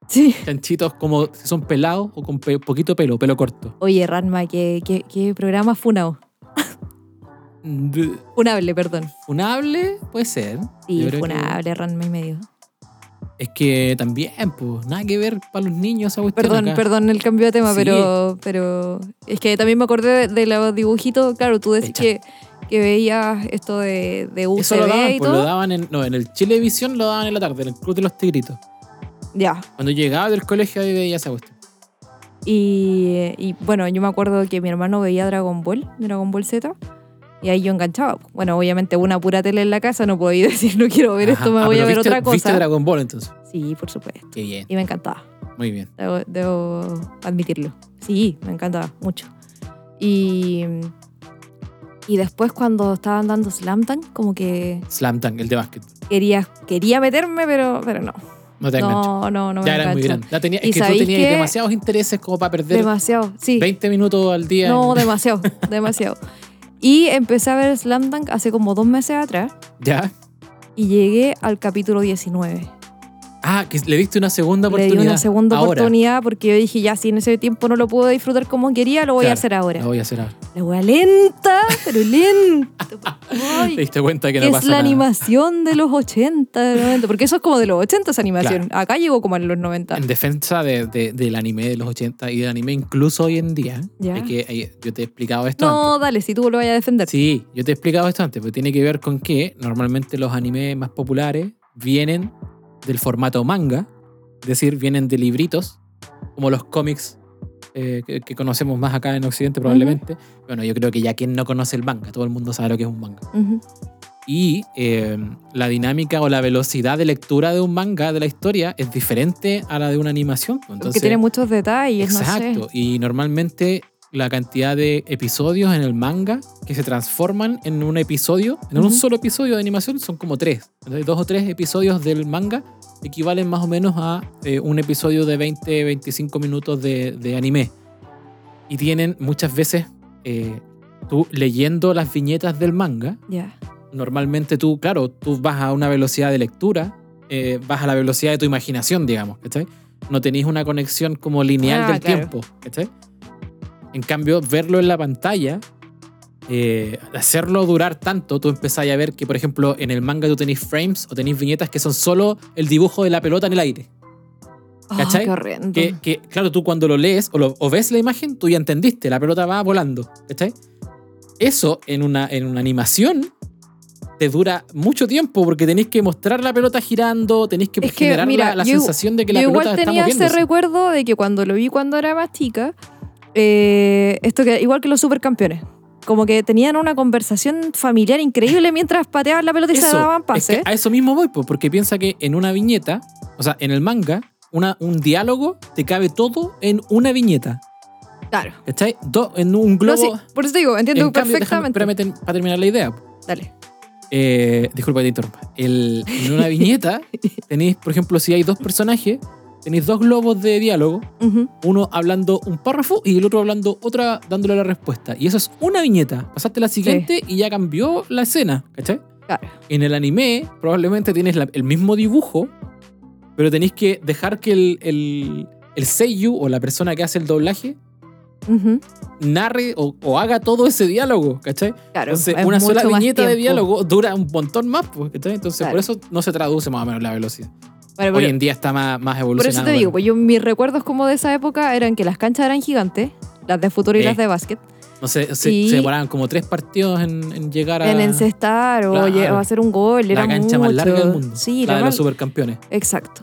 Speaker 2: Sí.
Speaker 1: Chanchitos como que son pelados o con pe- poquito pelo, pelo corto.
Speaker 2: Oye, Ranma, qué, qué, qué programa funao.
Speaker 1: Mm,
Speaker 2: Funable, perdón.
Speaker 1: Funable puede ser. Yo
Speaker 2: Sí,
Speaker 1: creo que-
Speaker 2: funable, Ranma y medio.
Speaker 1: Es que también, pues, nada que ver para los niños esa cuestión.
Speaker 2: Perdón,
Speaker 1: acá.
Speaker 2: perdón el cambio de tema,
Speaker 1: Sí.
Speaker 2: pero, pero es que también me acordé de, de los dibujitos. Claro, tú decís
Speaker 1: Echa.
Speaker 2: que, que veías esto de, de UCB
Speaker 1: Eso lo daban,
Speaker 2: y
Speaker 1: pues, lo
Speaker 2: todo.
Speaker 1: daban en, no, en el Chilevisión lo daban en la tarde, en el Club de los Tigritos.
Speaker 2: Ya.
Speaker 1: Cuando llegaba del colegio ahí veía esa cuestión.
Speaker 2: Y, y, bueno, yo me acuerdo que mi hermano veía Dragon Ball, Dragon Ball Z, y ahí yo enganchaba. Bueno, obviamente una pura tele en la casa, no podía decir no quiero ver
Speaker 1: Ajá.
Speaker 2: esto, me
Speaker 1: Ah,
Speaker 2: voy a
Speaker 1: pero
Speaker 2: ver
Speaker 1: viste-
Speaker 2: otra
Speaker 1: Viste
Speaker 2: cosa.
Speaker 1: Dragon Ball entonces.
Speaker 2: sí, por supuesto.
Speaker 1: Qué bien,
Speaker 2: Y me encantaba.
Speaker 1: muy bien.
Speaker 2: Debo, debo admitirlo. Sí, me encanta mucho. Y, y después cuando estaban dando Slam Dunk, como que
Speaker 1: Slam Dunk, el de básquet.
Speaker 2: quería, quería meterme, pero, pero no.
Speaker 1: No te engancho.
Speaker 2: No, no, no me
Speaker 1: ya era muy
Speaker 2: engancho.
Speaker 1: grande. Ya tenía,
Speaker 2: ¿Y
Speaker 1: es que tú
Speaker 2: sabéis
Speaker 1: tenías
Speaker 2: qué?
Speaker 1: demasiados intereses como para perder
Speaker 2: Demasiado, sí.
Speaker 1: 20 minutos al día.
Speaker 2: No,
Speaker 1: en-
Speaker 2: demasiado, demasiado. Y empecé a ver Slam Dunk hace como dos meses atrás
Speaker 1: Ya.
Speaker 2: y llegué al capítulo 19.
Speaker 1: Ah, que le diste una segunda
Speaker 2: Le
Speaker 1: oportunidad.
Speaker 2: di una segunda
Speaker 1: Ahora.
Speaker 2: oportunidad porque yo dije, ya, si en ese tiempo no lo puedo disfrutar como quería, lo voy a
Speaker 1: Claro,
Speaker 2: hacer ahora.
Speaker 1: La voy a hacer ahora.
Speaker 2: La wea lenta, pero lenta. Ay,
Speaker 1: Te diste cuenta que
Speaker 2: que
Speaker 1: no
Speaker 2: es
Speaker 1: pasa
Speaker 2: la
Speaker 1: nada.
Speaker 2: animación de los 80, de los 90, porque eso es como de los 80 esa animación. Acá llegó como en los 90.
Speaker 1: En defensa de- de- del anime de los 80 y del anime incluso hoy en día.
Speaker 2: Ya.
Speaker 1: es que, eh, yo te he explicado esto antes.
Speaker 2: No, dale, si tú lo vayas a defender.
Speaker 1: Sí, yo te he explicado esto antes, pero tiene que ver con que normalmente los animes más populares vienen del formato manga, es decir, vienen de libritos, como los cómics eh, que, que conocemos más acá en Occidente probablemente. Bueno, yo creo que ya quien no conoce el manga, todo el mundo sabe lo que es un manga.
Speaker 2: Ujú.
Speaker 1: Y eh, la dinámica o la velocidad de lectura de un manga de la historia es diferente a la de una animación. pues.
Speaker 2: porque
Speaker 1: Entonces,
Speaker 2: tiene muchos detalles,
Speaker 1: Exacto.
Speaker 2: no sé.
Speaker 1: Y normalmente la cantidad de episodios en el manga que se transforman en un episodio, en
Speaker 2: Ujú.
Speaker 1: un solo episodio de animación, son como tres. Entonces, dos o tres episodios del manga equivalen más o menos a eh, un episodio de 20, 25 minutos de, de anime. Y tienen muchas veces, eh, tú leyendo las viñetas del manga,
Speaker 2: Ya.
Speaker 1: normalmente tú, claro, tú vas a una velocidad de lectura, eh, vas a la velocidad de tu imaginación, digamos, ¿cachai? No tenéis una conexión como lineal
Speaker 2: Ah,
Speaker 1: del
Speaker 2: claro.
Speaker 1: tiempo, ¿cachai? En cambio, verlo en la pantalla, eh, hacerlo durar tanto, tú empezáis a ver que, por ejemplo, en el manga tú tenéis frames o tenéis viñetas que son solo el dibujo de la pelota en el aire.
Speaker 2: Ah,
Speaker 1: ¿Cachai?
Speaker 2: qué horrendo.
Speaker 1: Que, que, claro, tú cuando lo lees o, lo- o ves la imagen, tú ya entendiste, la pelota va volando. ¿Cachai? Eso en una, en una animación te dura mucho tiempo porque tenéis que mostrar la pelota girando, tenéis que
Speaker 2: Es que,
Speaker 1: generar la-
Speaker 2: mira,
Speaker 1: la,
Speaker 2: yo-
Speaker 1: sensación de que la
Speaker 2: Yo
Speaker 1: pelota
Speaker 2: igual
Speaker 1: está
Speaker 2: tenía ese
Speaker 1: moviéndose.
Speaker 2: recuerdo de que cuando lo vi cuando era más chica, eh, esto que igual que los supercampeones, como que tenían una conversación familiar increíble mientras pateaban la pelota y se
Speaker 1: Eso,
Speaker 2: daban
Speaker 1: es que
Speaker 2: pases.
Speaker 1: a eso mismo voy, po, porque piensa que en una viñeta, o sea, en el manga, una, un diálogo te cabe todo en una viñeta.
Speaker 2: Claro.
Speaker 1: ¿Cachai? Do- en un
Speaker 2: No,
Speaker 1: globo.
Speaker 2: sí, por eso te digo, entiendo
Speaker 1: en cambio, déjame-
Speaker 2: perfectamente.
Speaker 1: espérame ten- para terminar la idea.
Speaker 2: Dale.
Speaker 1: Eh, disculpa que te interrumpa. El- en una viñeta tenéis, por ejemplo, si hay dos personajes, tenéis dos globos de diálogo,
Speaker 2: Ujú.
Speaker 1: uno hablando un párrafo y el otro hablando otra dándole la respuesta. Y eso es una viñeta. Pasaste la siguiente y ya cambió la escena, ¿cachai?
Speaker 2: Claro.
Speaker 1: En el anime probablemente tienes la- el mismo dibujo, pero tenéis que dejar que el, el, el seiyuu o la persona que hace el doblaje
Speaker 2: Ujú.
Speaker 1: narre o, o haga todo ese diálogo, ¿cachai?
Speaker 2: Claro.
Speaker 1: Entonces,
Speaker 2: es
Speaker 1: una sola
Speaker 2: mucho más
Speaker 1: viñeta de
Speaker 2: tiempo.
Speaker 1: diálogo dura un montón más, pues, ¿cachai? Entonces,
Speaker 2: Claro.
Speaker 1: por eso no se traduce más o menos la velocidad.
Speaker 2: Bueno,
Speaker 1: Hoy
Speaker 2: pero-
Speaker 1: en día está más, más
Speaker 2: por eso
Speaker 1: evolucionado.
Speaker 2: te digo,
Speaker 1: pero-
Speaker 2: pues yo mis recuerdos como de esa época eran que las canchas eran gigantes, las de futuro y
Speaker 1: Sí.
Speaker 2: las de básquet.
Speaker 1: No sé, se,
Speaker 2: pues, Sí.
Speaker 1: se demoraban como tres partidos en, en llegar a
Speaker 2: En encestar o,
Speaker 1: Claro.
Speaker 2: lle- o hacer un gol.
Speaker 1: la
Speaker 2: era
Speaker 1: cancha más larga del
Speaker 2: mucho.
Speaker 1: mundo.
Speaker 2: Sí,
Speaker 1: la
Speaker 2: la
Speaker 1: de
Speaker 2: más-
Speaker 1: los supercampeones.
Speaker 2: Exacto.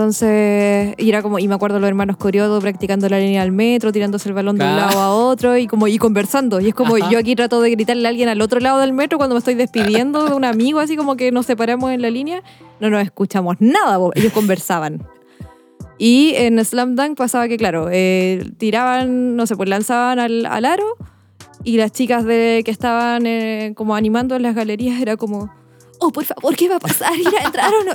Speaker 2: Entonces, y era como, y me acuerdo los hermanos Coriodo practicando la línea del metro, tirándose el balón de un
Speaker 1: Claro.
Speaker 2: lado a otro y como y conversando. Y es como
Speaker 1: Ajá.
Speaker 2: yo aquí trato de gritarle a alguien al otro lado del metro cuando me estoy despidiendo de un amigo, así como que nos separamos en la línea, no nos escuchamos nada, bo- ellos conversaban. Y en Slam Dunk pasaba que, claro, eh, tiraban, no sé, pues lanzaban al, al aro y las chicas de, que estaban eh, como animando en las galerías era como, oh, por favor, ¿qué va a pasar? ¿Ir a entrar o no?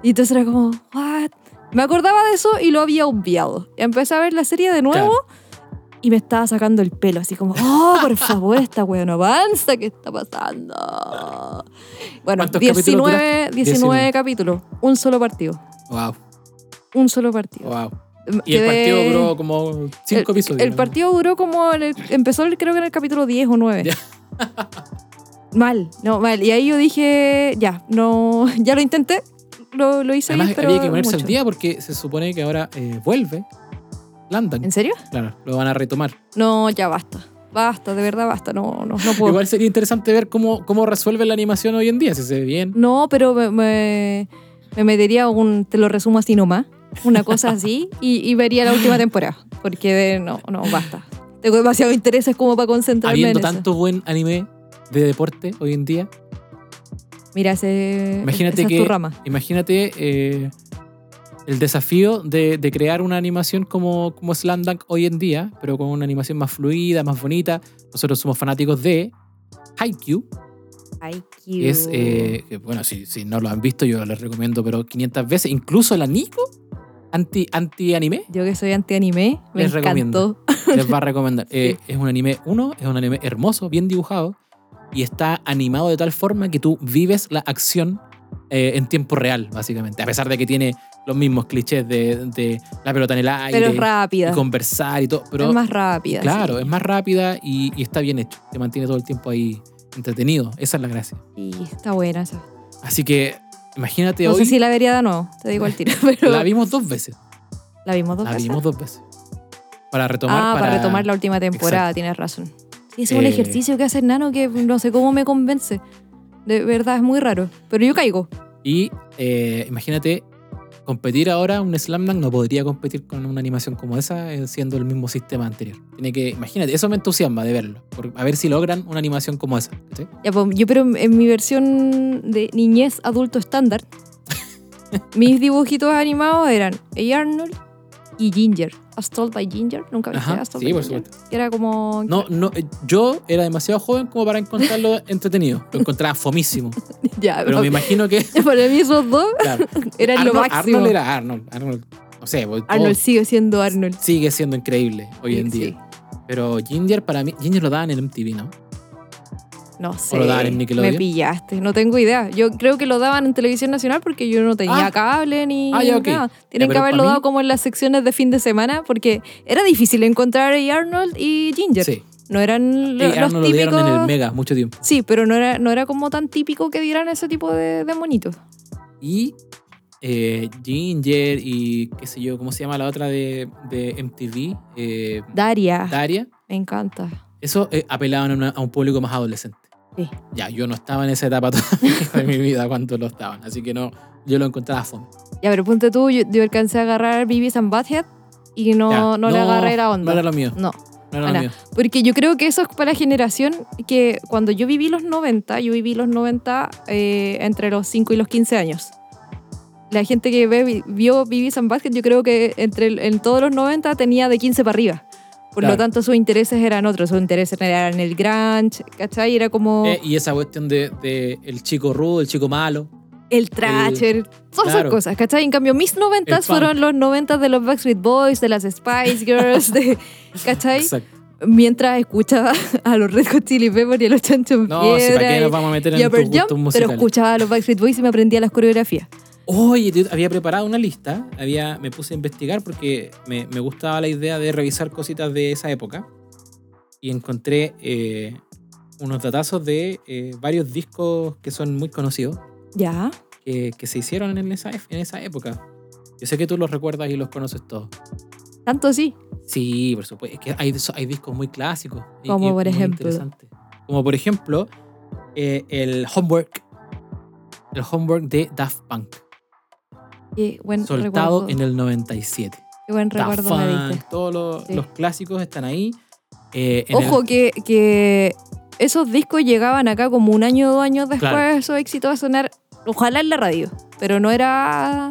Speaker 2: Y entonces era como, what? Me acordaba de eso y lo había obviado. Empecé a ver la serie de nuevo y me estaba sacando el pelo, así como, oh, por favor, esta wea no avanza, ¿qué está pasando? Bueno,
Speaker 1: ¿Cuántos
Speaker 2: 19,
Speaker 1: capítulos
Speaker 2: 19,
Speaker 1: 19.
Speaker 2: capítulos, un solo partido,
Speaker 1: Wow,
Speaker 2: un solo partido.
Speaker 1: wow. Y
Speaker 2: Quedé-
Speaker 1: el partido duró como cinco
Speaker 2: el,
Speaker 1: episodios.
Speaker 2: El
Speaker 1: ¿no?
Speaker 2: partido duró como, en el- empezó el- creo que en el capítulo 10 o 9. mal, no, mal. Y ahí yo dije, ya, no, ya lo intenté, lo, lo hice
Speaker 1: Además,
Speaker 2: bien, pero
Speaker 1: había que ponerse al
Speaker 2: mucho.
Speaker 1: día porque se supone que ahora eh, vuelve Landon.
Speaker 2: ¿En serio?
Speaker 1: Claro, lo van a retomar.
Speaker 2: No, ya basta. Basta, de verdad basta. No, no, no puedo.
Speaker 1: Igual sería interesante ver cómo, cómo resuelve la animación hoy en día, si se ve bien.
Speaker 2: No, pero me, me, me metería un. Te lo resumo así nomás. Una cosa así. Y, y vería la última temporada. Porque de- no, no, basta. Tengo demasiado intereses como para concentrarme
Speaker 1: Habiendo
Speaker 2: en eso.
Speaker 1: tanto buen anime de deporte hoy en día,
Speaker 2: Mira, ese,
Speaker 1: Imagínate
Speaker 2: esa
Speaker 1: que-
Speaker 2: es tu rama.
Speaker 1: imagínate eh, el desafío de, de crear una animación como, como Slam Dunk hoy en día, pero con una animación más fluida, más bonita. Nosotros somos fanáticos de Haikyuu,
Speaker 2: Ay,
Speaker 1: que es, eh, que, bueno, si, si no lo han visto, yo les recomiendo, pero 500 veces, incluso el Nico, anti, anti-anime,
Speaker 2: Yo que soy anti-anime, me
Speaker 1: Les recomiendo.
Speaker 2: encantó.
Speaker 1: les va a recomendar. Eh, es un anime, uno, es un anime hermoso, bien dibujado, y está animado de tal forma que tú vives la acción eh, en tiempo real, básicamente. A pesar de que tiene los mismos clichés de, de la pelota en el aire,
Speaker 2: Pero es
Speaker 1: y
Speaker 2: rápida.
Speaker 1: conversar y todo, pero
Speaker 2: es más rápida.
Speaker 1: claro,
Speaker 2: sí.
Speaker 1: es más rápida y, y está bien hecho. Te mantiene todo el tiempo ahí entretenido. Esa es la gracia.
Speaker 2: Sí, está buena esa.
Speaker 1: Así que imagínate
Speaker 2: No
Speaker 1: hoy.
Speaker 2: sé si la vería de nuevo, te digo al tiro. Pero
Speaker 1: La vimos dos veces.
Speaker 2: ¿La vimos dos
Speaker 1: La
Speaker 2: veces.
Speaker 1: vimos dos veces. Para retomar.
Speaker 2: ah, para, retomar la última temporada, tienes razón. Sí, ese es un
Speaker 1: Eh.
Speaker 2: ejercicio que hace el Nano que no sé cómo me convence. De verdad, es muy raro. Pero yo caigo.
Speaker 1: Y eh, imagínate, competir ahora, un Slam Dunk no podría competir con una animación como esa, eh, siendo el mismo sistema anterior. Tiene que, imagínate, eso me entusiasma de verlo. por- a ver si logran una animación como esa. ¿cachai?
Speaker 2: Ya, pues, yo, pero en- en mi versión de niñez adulto estándar, mis dibujitos animados eran A. Arnold y Ginger. As Told by Ginger. Nunca viste
Speaker 1: Ajá,
Speaker 2: As Told
Speaker 1: sí,
Speaker 2: by
Speaker 1: por
Speaker 2: Ginger?
Speaker 1: supuesto.
Speaker 2: Que era como.
Speaker 1: No, no, eh, yo era demasiado joven como para encontrarlo entretenido. Lo encontraba fomísimo.
Speaker 2: ya,
Speaker 1: Pero me imagino que.
Speaker 2: Para mí esos dos
Speaker 1: Claro,
Speaker 2: eran
Speaker 1: Arnold,
Speaker 2: lo máximo.
Speaker 1: Arnold era Arnold. Arnold, no sé, pues, todo
Speaker 2: Arnold sigue siendo Arnold.
Speaker 1: sigue siendo increíble hoy en
Speaker 2: Sí,
Speaker 1: día.
Speaker 2: sí.
Speaker 1: Pero Ginger para mí, Ginger lo daban en MTV, ¿no?
Speaker 2: No sé.
Speaker 1: lo daban en Nickelodeon?
Speaker 2: Me pillaste, no tengo idea. Yo creo que lo daban en Televisión Nacional porque yo no tenía
Speaker 1: Ah.
Speaker 2: cable ni
Speaker 1: Ah, ya, ok.
Speaker 2: nada.
Speaker 1: Ya,
Speaker 2: Tienen que
Speaker 1: pero
Speaker 2: haberlo
Speaker 1: pa'
Speaker 2: dado
Speaker 1: mí-
Speaker 2: como en las secciones de fin de semana porque era difícil encontrar a Arnold y Ginger.
Speaker 1: Sí.
Speaker 2: No eran lo-
Speaker 1: Y
Speaker 2: los
Speaker 1: Arnold lo
Speaker 2: típicos.
Speaker 1: dieron en el Mega mucho tiempo.
Speaker 2: Sí, pero no era, no era como tan típico que dieran ese tipo de, de monitos.
Speaker 1: y eh, Ginger y qué sé yo, ¿cómo se llama la otra de, de MTV? Eh,
Speaker 2: Daria,
Speaker 1: Daria.
Speaker 2: me encanta.
Speaker 1: Eso eh, apelaban a, una- a un público más adolescente.
Speaker 2: Sí.
Speaker 1: Ya, yo no estaba en esa etapa todavía de mi vida cuando lo estaban, así que no, yo lo encontraba fome.
Speaker 2: Ya, pero ponte tú, yo, yo alcancé a agarrar Beavis and Butthead y no,
Speaker 1: Ya,
Speaker 2: no, le agarré la onda.
Speaker 1: No era lo mío,
Speaker 2: no.
Speaker 1: no era
Speaker 2: Ana.
Speaker 1: lo mío.
Speaker 2: Porque yo creo que eso es para la generación que cuando yo viví los 90, yo viví los 90 eh, entre los 5 y los 15 años. La gente que ve- vio Vivi San Basket, yo creo que entre el- en todos los 90 tenía de 15 para arriba. Por
Speaker 1: Claro.
Speaker 2: lo tanto, sus intereses eran otros. Sus intereses eran el grunge, ¿cachai? Era como
Speaker 1: Eh, y esa cuestión de, de el chico rudo, el chico malo.
Speaker 2: el Thrasher, todas
Speaker 1: claro.
Speaker 2: esas cosas, ¿cachai? En cambio, mis
Speaker 1: El
Speaker 2: 90
Speaker 1: punk.
Speaker 2: fueron los 90 de los Backstreet Boys, de las Spice Girls, de, ¿cachai?
Speaker 1: Exacto.
Speaker 2: mientras escuchaba a los Red Hot Chili Peppers y a los Chanchos
Speaker 1: No, si para qué
Speaker 2: Piedra
Speaker 1: nos vamos a meter
Speaker 2: y, y a
Speaker 1: en
Speaker 2: Pearl
Speaker 1: tus
Speaker 2: Jam,
Speaker 1: gustos
Speaker 2: pero
Speaker 1: musicales.
Speaker 2: escuchaba a los Backstreet Boys y me aprendía las coreografías.
Speaker 1: Oye, yo había preparado una lista, había, me puse a investigar porque me, me gustaba la idea de revisar cositas de esa época y encontré eh, unos datazos de eh, varios discos que son muy conocidos
Speaker 2: Ya,
Speaker 1: que, que se hicieron en esa, ef- en esa época. Yo sé que tú los recuerdas y los conoces todos.
Speaker 2: Tanto sí.
Speaker 1: Sí, por supuesto. Es que hay, hay discos muy clásicos. y-
Speaker 2: Como
Speaker 1: y
Speaker 2: por
Speaker 1: muy
Speaker 2: ejemplo.
Speaker 1: interesantes. Como por ejemplo, eh, el Homework. El Homework de Daft Punk.
Speaker 2: Qué buen
Speaker 1: soltado
Speaker 2: recuerdo.
Speaker 1: en el 97.
Speaker 2: Qué buen
Speaker 1: Daft
Speaker 2: recuerdo me diste.
Speaker 1: Punk, todos los,
Speaker 2: Sí.
Speaker 1: los clásicos están ahí. Eh, en
Speaker 2: Ojo
Speaker 1: el-
Speaker 2: que, que esos discos llegaban acá como un año o dos años después,
Speaker 1: Claro.
Speaker 2: esos éxitos a sonar, ojalá en la radio, pero no era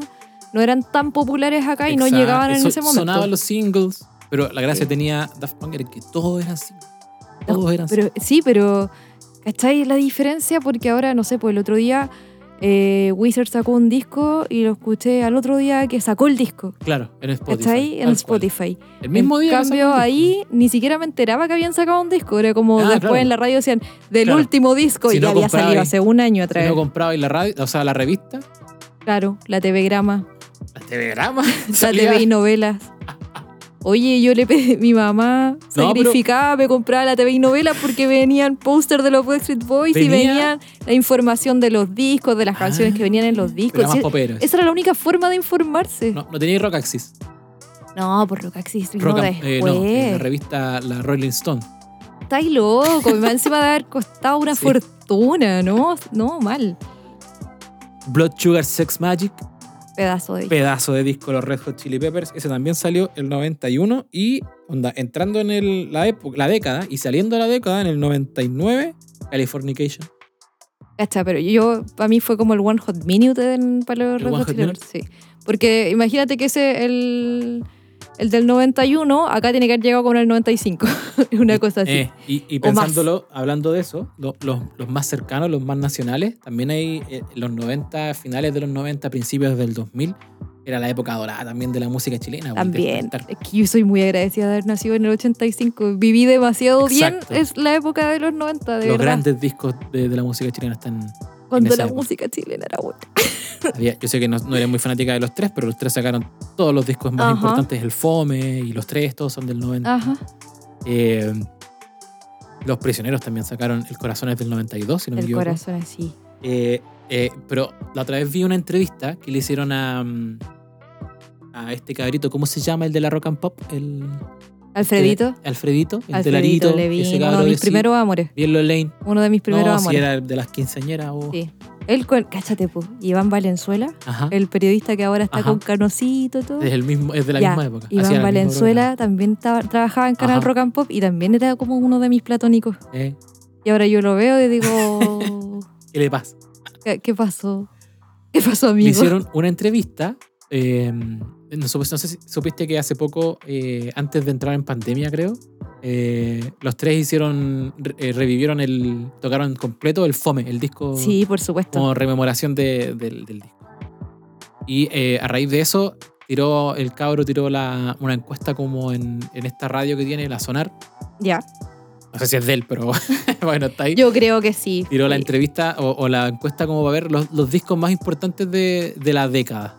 Speaker 2: no eran tan populares acá y no
Speaker 1: Exacto,
Speaker 2: llegaban en
Speaker 1: eso-
Speaker 2: ese momento.
Speaker 1: Sonaban los singles, pero la gracia
Speaker 2: Sí.
Speaker 1: tenía Daft Punk era que todos eran singles.
Speaker 2: No,
Speaker 1: Todos eran
Speaker 2: Pero, sí, pero ¿cacháis la diferencia? Porque ahora, no sé, pues el otro día eh, Wizard sacó un disco y lo escuché al otro día que sacó el disco.
Speaker 1: singles. Claro, en Spotify.
Speaker 2: ¿Cachai? En
Speaker 1: tal cual.
Speaker 2: Spotify.
Speaker 1: El mismo día.
Speaker 2: En
Speaker 1: que
Speaker 2: cambio,
Speaker 1: salió el disco.
Speaker 2: ahí ni siquiera me enteraba que habían sacado un disco. Era como
Speaker 1: Ah,
Speaker 2: después
Speaker 1: claro.
Speaker 2: en la radio decían del
Speaker 1: Claro.
Speaker 2: último disco
Speaker 1: Si
Speaker 2: y
Speaker 1: no
Speaker 2: ya había
Speaker 1: compraba
Speaker 2: salido
Speaker 1: ahí.
Speaker 2: hace un año
Speaker 1: Si
Speaker 2: atrás.
Speaker 1: no compraba y la radio, o sea, la revista,
Speaker 2: Claro, la TV Grama,
Speaker 1: la telegrama.
Speaker 2: la TV y novelas. Oye, yo le pedí, mi mamá
Speaker 1: No, pero-
Speaker 2: sacrificaba, me compraba la TV y novelas porque venían póster de los Wall Street Boys y
Speaker 1: Venía-
Speaker 2: venían la información de los discos, de las
Speaker 1: Ah,
Speaker 2: canciones que venían en los discos.
Speaker 1: Programas
Speaker 2: Sí,
Speaker 1: poperos.
Speaker 2: esa era la única forma de informarse. No,
Speaker 1: No, no tenía Rockaxis.
Speaker 2: por lo que existe.
Speaker 1: Rock
Speaker 2: no,
Speaker 1: and- eh, no, eh, la
Speaker 2: después.
Speaker 1: revista La Rolling Stone.
Speaker 2: Estáis loco, me encima de haber costado una
Speaker 1: Sí.
Speaker 2: fortuna, ¿no? No, mal.
Speaker 1: Blood Sugar Sex Magic,
Speaker 2: Pedazo de.
Speaker 1: pedazo de disco Los Red Hot Chili Peppers. Ese también salió el 91 y, onda, entrando en el- la, época, la década y saliendo de la década en el 99, Californication.
Speaker 2: Cacha, pero yo, para mí fue como el One Hot Minute en- para los
Speaker 1: ¿El
Speaker 2: Red
Speaker 1: One
Speaker 2: Hot
Speaker 1: Hot
Speaker 2: Chili Peppers, sí. Porque imagínate que ese, el, el del 91, acá tiene que haber llegado con el 95. Una cosa así.
Speaker 1: Eh, y, y
Speaker 2: Ah, O
Speaker 1: pensándolo, hablando de eso, lo- los, los más cercanos, los más nacionales, también hay eh, los 90, finales de los 90, principios del 2000, era la época dorada también de la música chilena. pues,
Speaker 2: También.
Speaker 1: despertar.
Speaker 2: Es que yo soy muy agradecida de haber nacido en el 85. Viví demasiado
Speaker 1: Exacto.
Speaker 2: bien. Es la época de los 90, de
Speaker 1: Los
Speaker 2: verdad.
Speaker 1: grandes discos de, de la música chilena están... en
Speaker 2: cuando
Speaker 1: esa
Speaker 2: la
Speaker 1: época.
Speaker 2: música chilena era buena.
Speaker 1: Había- yo sé que no, no eres muy fanática de los tres, pero los tres sacaron todos los discos más
Speaker 2: Ajá. Ah.
Speaker 1: importantes, el Fome y los tres, todos son del 90.
Speaker 2: Ajá.
Speaker 1: Eh, los Prisioneros también sacaron El Corazón es del 92, si no me
Speaker 2: El
Speaker 1: equivoco.
Speaker 2: corazón así.
Speaker 1: Eh, eh, pero la otra vez vi una entrevista que le hicieron a, mm, a este cabrito, ¿cómo se llama el de la rock and pop? El,
Speaker 2: Alfredito.
Speaker 1: eh, Alfredito, el
Speaker 2: Alfredito
Speaker 1: telarito.
Speaker 2: Levin,
Speaker 1: ese
Speaker 2: uno
Speaker 1: cabrón
Speaker 2: de mis
Speaker 1: ese.
Speaker 2: primeros amores.
Speaker 1: Bien lo Lane.
Speaker 2: Uno de mis primeros
Speaker 1: No, si
Speaker 2: amores.
Speaker 1: era de las quinceañeras. o-
Speaker 2: Sí. Él con, cáchate, po, Iván Valenzuela,
Speaker 1: Ajá.
Speaker 2: el periodista que ahora está
Speaker 1: Ajá.
Speaker 2: con Canocito, todo.
Speaker 1: Es, el mismo, es de la
Speaker 2: Ya,
Speaker 1: misma época. hacían el
Speaker 2: Iván
Speaker 1: mismo
Speaker 2: Valenzuela también ta- trabajaba en Canal
Speaker 1: Ajá.
Speaker 2: Rock and Pop y también era como uno de mis platónicos.
Speaker 1: programa. Eh,
Speaker 2: Y ahora yo lo veo y digo,
Speaker 1: ¿Qué le pasa?
Speaker 2: ¿qué, qué pasó? ¿Qué pasó,
Speaker 1: Le
Speaker 2: amigo?
Speaker 1: hicieron una entrevista. eh, no, supe- no sé si supiste que hace poco, eh, antes de entrar en pandemia, creo, eh, los tres hicieron, re- eh, revivieron el, tocaron completo el Fome, el disco
Speaker 2: Sí, por supuesto.
Speaker 1: como rememoración de- del, del disco. Y eh, a raíz de eso, tiró el cabro tiró la, una encuesta como en, en esta radio que tiene, la Sonar.
Speaker 2: Ya.
Speaker 1: No sé si es de él, pero bueno, está ahí.
Speaker 2: Yo creo que sí. Eh,
Speaker 1: tiró la
Speaker 2: Sí.
Speaker 1: entrevista o, o la encuesta como para ver los, los discos más importantes de, de la década.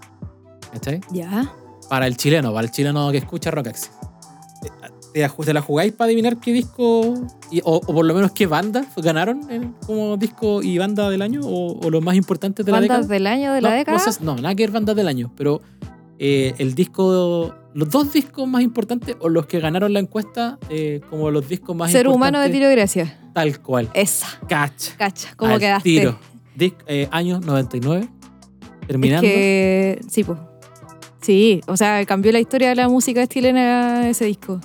Speaker 1: ¿Cachai?
Speaker 2: Ya.
Speaker 1: Para el chileno, para el chileno que escucha rock Axis. Te- ¿Te, la ju- Eh, te la jugáis para adivinar qué disco y- o, o por lo menos qué banda ganaron en- como disco y banda del año o, o los más importantes de la década?
Speaker 2: ¿Bandas del año de la
Speaker 1: no,
Speaker 2: década?
Speaker 1: No, sé- no, nada que ver bandas del año, pero eh, el disco, los dos discos más importantes o los que ganaron la encuesta eh, como los discos más
Speaker 2: Ser humano de
Speaker 1: importantes.
Speaker 2: tiro de gracia.
Speaker 1: Tal cual.
Speaker 2: Esa.
Speaker 1: Cacha.
Speaker 2: Cacha, ¿cómo
Speaker 1: al
Speaker 2: quedaste?
Speaker 1: Tiro. Disc- eh, año 99. Terminando.
Speaker 2: Es que, sí, pues. Sí, o sea, cambió la historia de la música chilena ese disco.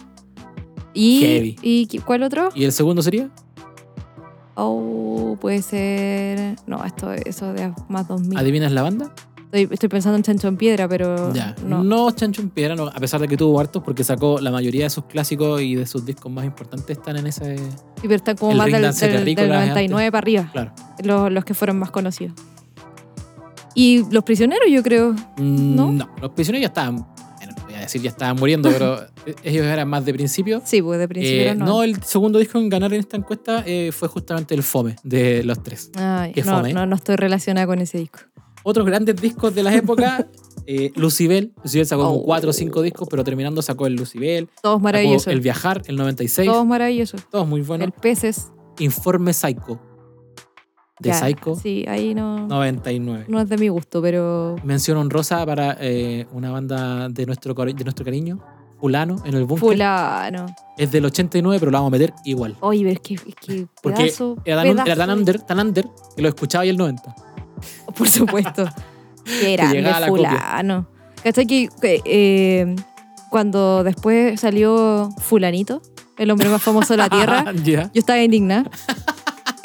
Speaker 2: ¿Y,
Speaker 1: Heavy.
Speaker 2: ¿y qui- cuál otro?
Speaker 1: ¿Y el segundo sería?
Speaker 2: Oh, puede ser. No, esto eso de más 2000.
Speaker 1: ¿Adivinas la banda?
Speaker 2: Estoy, estoy pensando en Chancho en Piedra, pero.
Speaker 1: ya. Mm. No,
Speaker 2: No.
Speaker 1: Chancho en Piedra, no, a pesar de que tuvo hartos, porque sacó la mayoría de sus clásicos y de sus discos más importantes están en ese.
Speaker 2: Sí, pero están como
Speaker 1: El
Speaker 2: más
Speaker 1: Ring
Speaker 2: del,
Speaker 1: Dance
Speaker 2: del-
Speaker 1: Terrícola
Speaker 2: del
Speaker 1: de antes.
Speaker 2: 99 para arriba,
Speaker 1: Claro.
Speaker 2: los, los que fueron más conocidos. Y Los Prisioneros, yo creo.
Speaker 1: Mm,
Speaker 2: ¿No?
Speaker 1: Los prisioneros ya estaban. Bueno, no voy a decir ya estaban muriendo, pero e- ellos eran más de principio.
Speaker 2: Sí, pues de principio
Speaker 1: Eh,
Speaker 2: eran
Speaker 1: no.
Speaker 2: no.
Speaker 1: el segundo disco en ganar en esta encuesta eh, fue justamente el Fome de los tres.
Speaker 2: Ay,
Speaker 1: qué
Speaker 2: no,
Speaker 1: fome.
Speaker 2: no, no estoy relacionada con ese disco.
Speaker 1: otros grandes discos de la época. eh, Lucibel, Lucibel sacó como
Speaker 2: Oh.
Speaker 1: 4 o 5 discos, pero terminando sacó el Lucibel,
Speaker 2: Todos
Speaker 1: sacó
Speaker 2: maravillosos.
Speaker 1: Ah, el Viajar, el 96,
Speaker 2: Todos maravillosos.
Speaker 1: todos muy buenos.
Speaker 2: el Peces.
Speaker 1: Informe Psycho, de
Speaker 2: ya,
Speaker 1: Psycho,
Speaker 2: Sí, ahí no, no.
Speaker 1: 99.
Speaker 2: es de mi gusto, pero.
Speaker 1: Mención honrosa para eh, una banda de nuestro, cari- de nuestro cariño, fulano en el búnker
Speaker 2: Fulano.
Speaker 1: es del 89, pero lo vamos a meter igual.
Speaker 2: Oye, pero es que, es que
Speaker 1: Porque
Speaker 2: pedazo,
Speaker 1: Era tan,
Speaker 2: pedazo
Speaker 1: era tan
Speaker 2: de-
Speaker 1: under, tan under que lo escuchaba y el 90.
Speaker 2: Por supuesto. que grande
Speaker 1: llegaba la copia.
Speaker 2: fulano. ¿Cachai que, que, eh, cuando después salió fulanito, el hombre más famoso de la Tierra,
Speaker 1: Ya.
Speaker 2: yo estaba indignada.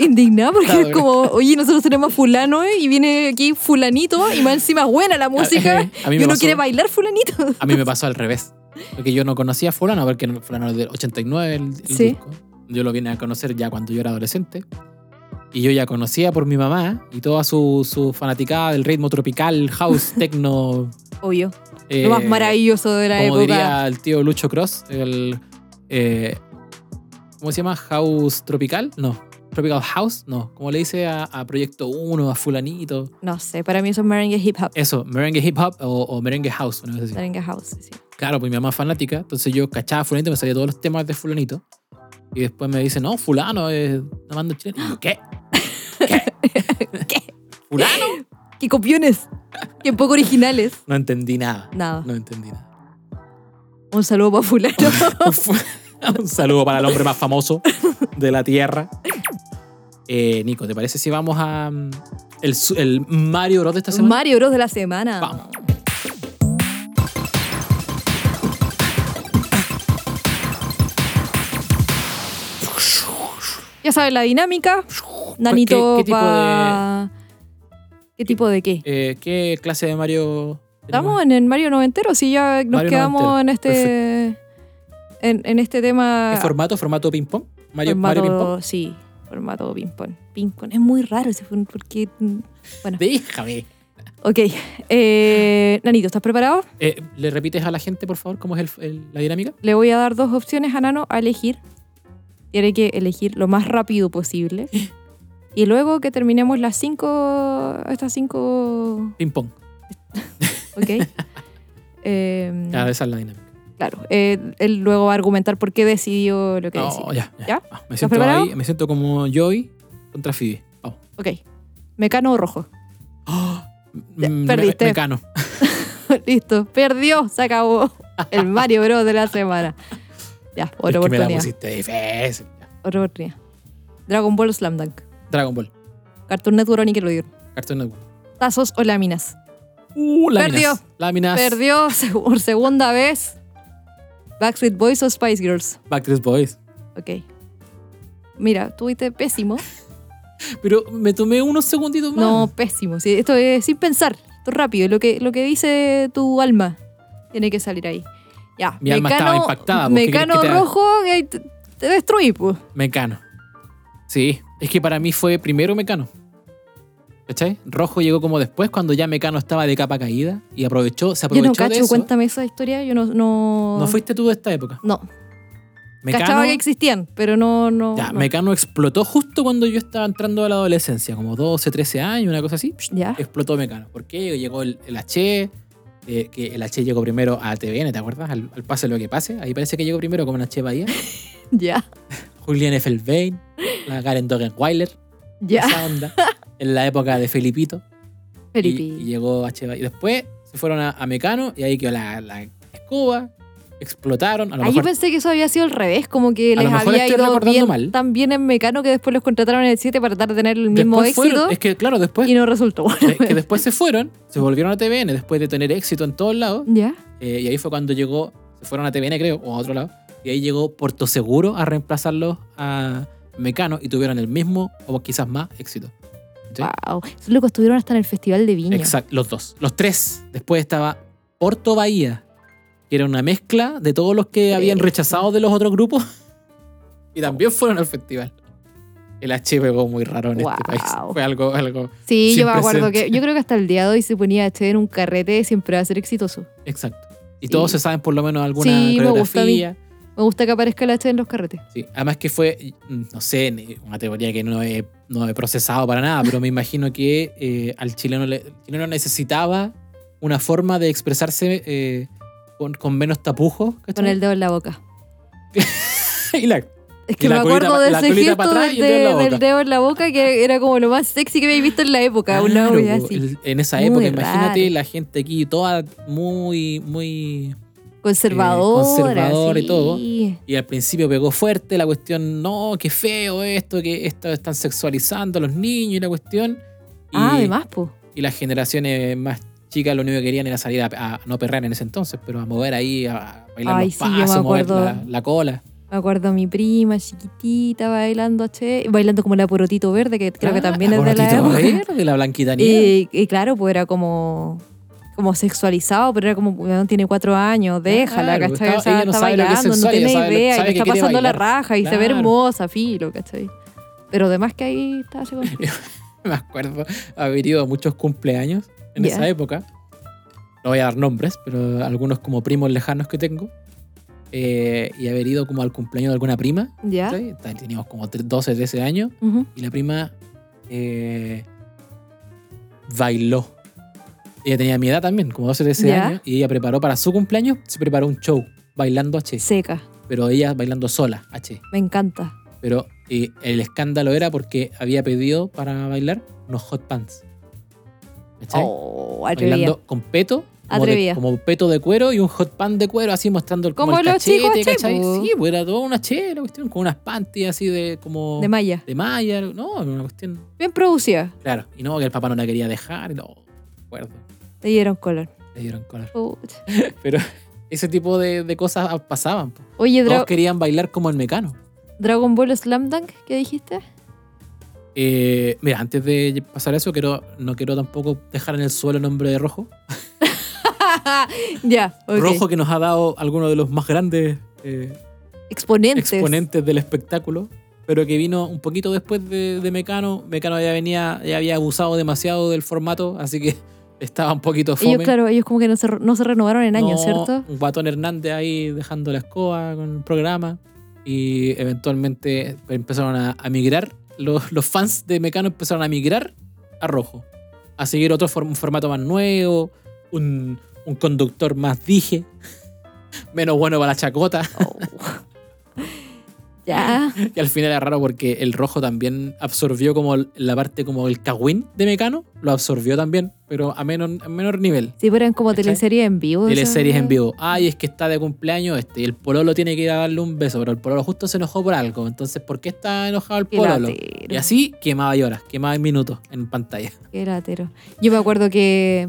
Speaker 2: Indignada porque
Speaker 1: Está
Speaker 2: es
Speaker 1: duro.
Speaker 2: como, oye, nosotros tenemos fulano eh, y viene aquí fulanito y más encima buena la música
Speaker 1: A mí
Speaker 2: y
Speaker 1: me
Speaker 2: uno
Speaker 1: pasó-
Speaker 2: quiere bailar fulanito.
Speaker 1: A mí me pasó al revés. Porque yo no conocía a Fulano, porque Fulano es del 89 el, el
Speaker 2: Sí.
Speaker 1: disco. Yo lo vine a conocer ya cuando yo era adolescente. Y yo ya conocía por mi mamá y toda su, su fanaticada del ritmo tropical, house, techno.
Speaker 2: Obvio,
Speaker 1: eh,
Speaker 2: lo más maravilloso de la
Speaker 1: Como
Speaker 2: época.
Speaker 1: diría el tío Lucho Cross, el. eh, ¿Cómo se llama? ¿House tropical? No. ¿Tropical House? No. Como le dice a, a Proyecto 1, a Fulanito.
Speaker 2: No sé, para mí eso es merengue hip hop,
Speaker 1: Eso, merengue hip hop o, o merengue house, una cosa así.
Speaker 2: merengue house. sí.
Speaker 1: Claro, pues mi mamá es fanática, entonces yo cachaba a Fulanito, me salía todos los temas de Fulanito. Y después me dice, no, Fulano es la banda chilena. Y yo, ¿Qué? ¿Qué?
Speaker 2: ¿Qué?
Speaker 1: ¿Fulano?
Speaker 2: ¡Qué copiones! ¡Qué poco originales!
Speaker 1: No entendí nada.
Speaker 2: Nada.
Speaker 1: No entendí nada.
Speaker 2: Un saludo para fulano.
Speaker 1: Un saludo para el hombre más famoso de la tierra. Eh, Nico, ¿te parece si vamos a. mm, El, su- el Mario Bros de esta semana?
Speaker 2: Mario Bros de la semana.
Speaker 1: Vamos.
Speaker 2: Ya sabes la dinámica.
Speaker 1: ¿Qué,
Speaker 2: Nanito
Speaker 1: qué tipo
Speaker 2: va- ¿Qué tipo de qué?
Speaker 1: de, eh, ¿Qué clase de Mario. tenemos?
Speaker 2: Estamos en el Mario Noventero, si ya nos
Speaker 1: Mario
Speaker 2: quedamos
Speaker 1: Noventero,
Speaker 2: en este en, en este tema
Speaker 1: ¿Qué formato? ¿Formato ping-pong? ¿Mario,
Speaker 2: formato,
Speaker 1: Mario ping-pong?
Speaker 2: sí, formato ping pong. Ping pong es muy raro ese formato porque bueno.
Speaker 1: Déjame.
Speaker 2: Ok, eh, Nanito, ¿estás preparado?
Speaker 1: Eh, ¿Le repites a la gente, por favor, cómo es el- el- la dinámica?
Speaker 2: Le voy a dar dos opciones a Nano a elegir. Tiene que elegir lo más rápido posible. Y luego que terminemos las cinco. Estas cinco.
Speaker 1: Ping-pong.
Speaker 2: Ok. Em,
Speaker 1: Ya, Ah, esa es la dinámica.
Speaker 2: claro. eh, él luego va a argumentar por qué decidió lo que
Speaker 1: No,
Speaker 2: decidió.
Speaker 1: ya, ya.
Speaker 2: ¿Ya?
Speaker 1: Ah, Me siento
Speaker 2: preparado?
Speaker 1: ahí, me siento como Joey contra Phoebe. Vamos.
Speaker 2: Ok. Mecano o rojo. Ya,
Speaker 1: Mm, me-
Speaker 2: perdiste.
Speaker 1: Me, cano.
Speaker 2: Listo. Perdió. Se acabó. El Mario Bros. de la semana. Ya,
Speaker 1: Es
Speaker 2: otra
Speaker 1: que me la
Speaker 2: oportunidad.
Speaker 1: pusiste difícil. Ya.
Speaker 2: Otra oportunidad. Dragon Ball o Slam Dunk.
Speaker 1: Dragon Ball.
Speaker 2: Cartoon Network o Nickelodeon.
Speaker 1: Cartoon Network.
Speaker 2: Tazos o láminas.
Speaker 1: Uh, láminas.
Speaker 2: Perdió.
Speaker 1: Láminas.
Speaker 2: Perdió se- por segunda vez Backstreet Boys o Spice Girls.
Speaker 1: Backstreet Boys.
Speaker 2: Ok. Mira, tuviste pésimo.
Speaker 1: Pero me tomé unos segunditos más.
Speaker 2: No, pésimo. Sí, esto es sin pensar. Esto es rápido. Lo que, lo que dice tu alma tiene que salir ahí. Ya.
Speaker 1: Mi alma estaba impactada, pues, ¿qué
Speaker 2: Mecano
Speaker 1: querés que te haga?
Speaker 2: rojo, eh, te, te destruí, pues.
Speaker 1: Mecano. Sí, es que para mí fue primero Mecano. ¿Cachai? Rojo llegó como después, cuando ya Mecano estaba de capa caída y aprovechó, se
Speaker 2: Yo
Speaker 1: aprovechó
Speaker 2: no
Speaker 1: de
Speaker 2: cacho,
Speaker 1: eso.
Speaker 2: cuéntame esa historia. Yo no. No,
Speaker 1: No fuiste tú de esta época.
Speaker 2: no.
Speaker 1: Mecano,
Speaker 2: cachaba que existían, pero no. no,
Speaker 1: ya,
Speaker 2: Oh, no.
Speaker 1: Mecano explotó justo cuando yo estaba entrando a la adolescencia, como 12, 13 años, una cosa así. psh,
Speaker 2: Ya.
Speaker 1: Explotó Mecano. ¿Por qué? Llegó el, el H, eh, que el H llegó primero a TVN, ¿te acuerdas? Al, al pase lo que pase. Ahí parece que llegó primero como el H Bahía.
Speaker 2: Ya.
Speaker 1: Julian Effelbein, la Karen Dogenweiler,
Speaker 2: Ya.
Speaker 1: esa onda. En la época de Felipito. Y-
Speaker 2: Felipe.
Speaker 1: Y, llegó H Bahía. Y después se fueron a, a Mecano y ahí quedó la, la escoba. Explotaron. A lo
Speaker 2: Ah, yo
Speaker 1: mejor
Speaker 2: pensé que eso había sido al revés, como que
Speaker 1: lo
Speaker 2: les
Speaker 1: mejor
Speaker 2: había
Speaker 1: estoy
Speaker 2: ido
Speaker 1: recordando
Speaker 2: bien,
Speaker 1: mal.
Speaker 2: tan bien en Mecano que después los contrataron en el 7 para tratar de tener el mismo
Speaker 1: después
Speaker 2: éxito
Speaker 1: fueron- es que claro, después
Speaker 2: y no resultó.
Speaker 1: que, que después se fueron, se volvieron a TVN después de tener éxito en todos lados.
Speaker 2: ¿Ya?
Speaker 1: eh, y ahí fue cuando llegó, se fueron a TVN creo, o a otro lado. Y ahí llegó Porto Seguro a reemplazarlos a Mecano y tuvieron el mismo o quizás más éxito. ¿Sí?
Speaker 2: Wow. Esos locos estuvieron hasta en el Festival de Viña.
Speaker 1: Exacto, los dos. Los tres. Después estaba Porto Bahía, que era una mezcla de todos los que habían rechazado de los otros grupos y también fueron al festival. El H pegó muy raro en este
Speaker 2: Wow.
Speaker 1: país. Fue algo, algo.
Speaker 2: Sí,
Speaker 1: Sin
Speaker 2: yo me acuerdo
Speaker 1: precedentes.
Speaker 2: que yo creo que hasta el día de hoy se ponía este en un carrete siempre va a ser exitoso.
Speaker 1: Exacto. Y
Speaker 2: Sí.
Speaker 1: todos se saben por lo menos alguna
Speaker 2: Sí, me gusta a mí.
Speaker 1: coreografía.
Speaker 2: Me gusta que aparezca el H en los carretes.
Speaker 1: Sí, además que fue, mm, no sé, ni- una teoría que no he, no he procesado para nada, pero me imagino que eh, al chileno, le- el chileno necesitaba una forma de expresarse eh, con, con menos tapujos. ¿cachai?
Speaker 2: Con el dedo en la boca.
Speaker 1: y la-
Speaker 2: Es que
Speaker 1: Y la
Speaker 2: me acuerdo
Speaker 1: colita-
Speaker 2: de
Speaker 1: la
Speaker 2: ese
Speaker 1: colita para
Speaker 2: gesto
Speaker 1: atrás y el dedo en la
Speaker 2: de-
Speaker 1: boca.
Speaker 2: del dedo en la boca que era como lo más sexy que había visto en la época. una
Speaker 1: Claro,
Speaker 2: wea
Speaker 1: po,
Speaker 2: así.
Speaker 1: el- eh, en esa
Speaker 2: Muy
Speaker 1: época, imagínate
Speaker 2: raro.
Speaker 1: la gente aquí toda muy, muy,
Speaker 2: Conservadora.
Speaker 1: conservadora y todo.
Speaker 2: sí.
Speaker 1: Y al principio pegó fuerte la cuestión, no, qué feo esto, que esto están sexualizando a los niños y la cuestión. Y,
Speaker 2: Ah, además, pues.
Speaker 1: y las generaciones más chicas lo único que querían era salir a, a no perrar en ese entonces, pero a mover ahí, a bailar
Speaker 2: Ay,
Speaker 1: los
Speaker 2: sí, yo me
Speaker 1: pasos, mover
Speaker 2: acuerdo.
Speaker 1: la, la cola.
Speaker 2: Me acuerdo a mi prima chiquitita bailando che, bailando como la porotito verde, que creo que
Speaker 1: Ah,
Speaker 2: también
Speaker 1: la
Speaker 2: es de la
Speaker 1: Borotito
Speaker 2: época.
Speaker 1: Verde, la blanquita nieve.
Speaker 2: Y, y claro, pues era como, como sexualizado, pero era como, weón, tiene cuatro años, déjala,
Speaker 1: Claro, pues,
Speaker 2: ¿cachai?
Speaker 1: está-
Speaker 2: o sea,
Speaker 1: ella no
Speaker 2: está
Speaker 1: sabe lo que es
Speaker 2: bailando, no
Speaker 1: sexual, ella
Speaker 2: tiene
Speaker 1: sabe lo-
Speaker 2: idea, y
Speaker 1: sabe
Speaker 2: le
Speaker 1: que
Speaker 2: está
Speaker 1: quiere
Speaker 2: pasando la
Speaker 1: bailar.
Speaker 2: raja y se ve
Speaker 1: Claro.
Speaker 2: hermosa, filo, ¿cachai? Pero además que ahí estaba ese conflicto.
Speaker 1: me acuerdo haber ido a muchos cumpleaños en
Speaker 2: Ya.
Speaker 1: esa época. No voy a dar nombres, pero algunos como primos lejanos que tengo. Eh, y haber ido como al cumpleaños de alguna prima.
Speaker 2: ¿Ya?
Speaker 1: ¿cachai? Ta- Teníamos como tre- 12, 13 años.
Speaker 2: Ujú.
Speaker 1: Y la prima eh, bailó. Ella tenía mi edad también, como 12, 13
Speaker 2: Ya.
Speaker 1: años. Y ella preparó para su cumpleaños, se preparó un show bailando H.
Speaker 2: Seca,
Speaker 1: Pero ella bailando sola H.
Speaker 2: me encanta.
Speaker 1: Pero eh, el escándalo era porque había pedido para bailar unos hot pants. ¿Cachai?
Speaker 2: Oh, atrevida.
Speaker 1: Bailando con peto, como, de-
Speaker 2: Atrevida.
Speaker 1: como peto de cuero y un hot pan de cuero, así mostrando el como
Speaker 2: Como
Speaker 1: el
Speaker 2: los
Speaker 1: cachete,
Speaker 2: chicos, che,
Speaker 1: ¿cachai?
Speaker 2: po.
Speaker 1: Sí, pues era toda una che, la cuestión, con unas panties así de como
Speaker 2: De malla.
Speaker 1: de malla, no, era una cuestión.
Speaker 2: Bien producida.
Speaker 1: Claro, y no, que el papá no la quería dejar, y no, me acuerdo,
Speaker 2: Te dieron color.
Speaker 1: le dieron color.
Speaker 2: Pucha.
Speaker 1: Pero ese tipo de, de cosas pasaban. po.
Speaker 2: Oye,
Speaker 1: Todos
Speaker 2: Dra-
Speaker 1: querían bailar como el mecano.
Speaker 2: Dragon Ball Slam Dunk, ¿qué dijiste?
Speaker 1: Eh, mira, antes de pasar a eso, quiero, no quiero tampoco dejar en el suelo el nombre de Rojo.
Speaker 2: ya, ok.
Speaker 1: Rojo que nos ha dado alguno de los más grandes eh,
Speaker 2: Exponentes.
Speaker 1: exponentes del espectáculo, pero que vino un poquito después de, de Mecano. Mecano ya venía, ya había abusado demasiado del formato, así que estaba un poquito fome.
Speaker 2: Ellos, claro, ellos como que no se, no se renovaron en años,
Speaker 1: No,
Speaker 2: ¿cierto?
Speaker 1: un Guatón Hernández ahí dejando la escoba con el programa y eventualmente empezaron a, a migrar. Los, los fans de Mecano empezaron a migrar a Rojo, a seguir otro form- un formato más nuevo, un, un conductor más dije, menos bueno para la chacota.
Speaker 2: Ya.
Speaker 1: Y al final era raro porque el rojo también absorbió como el- la parte como el cagüín de Mecano, lo absorbió también, pero a menor, a menor nivel.
Speaker 2: Sí, pero eran como
Speaker 1: ¿Cachai?
Speaker 2: teleseries en vivo.
Speaker 1: De
Speaker 2: esas
Speaker 1: series en
Speaker 2: weas.
Speaker 1: vivo. Ay, es que está de cumpleaños este y el pololo tiene que ir a darle un beso, pero el pololo justo se enojó por algo. Entonces, ¿por qué está enojado el
Speaker 2: Qué
Speaker 1: pololo?
Speaker 2: latero,
Speaker 1: Y así quemaba y horas, quemaba minutos en pantalla.
Speaker 2: Qué latero. Yo me acuerdo que,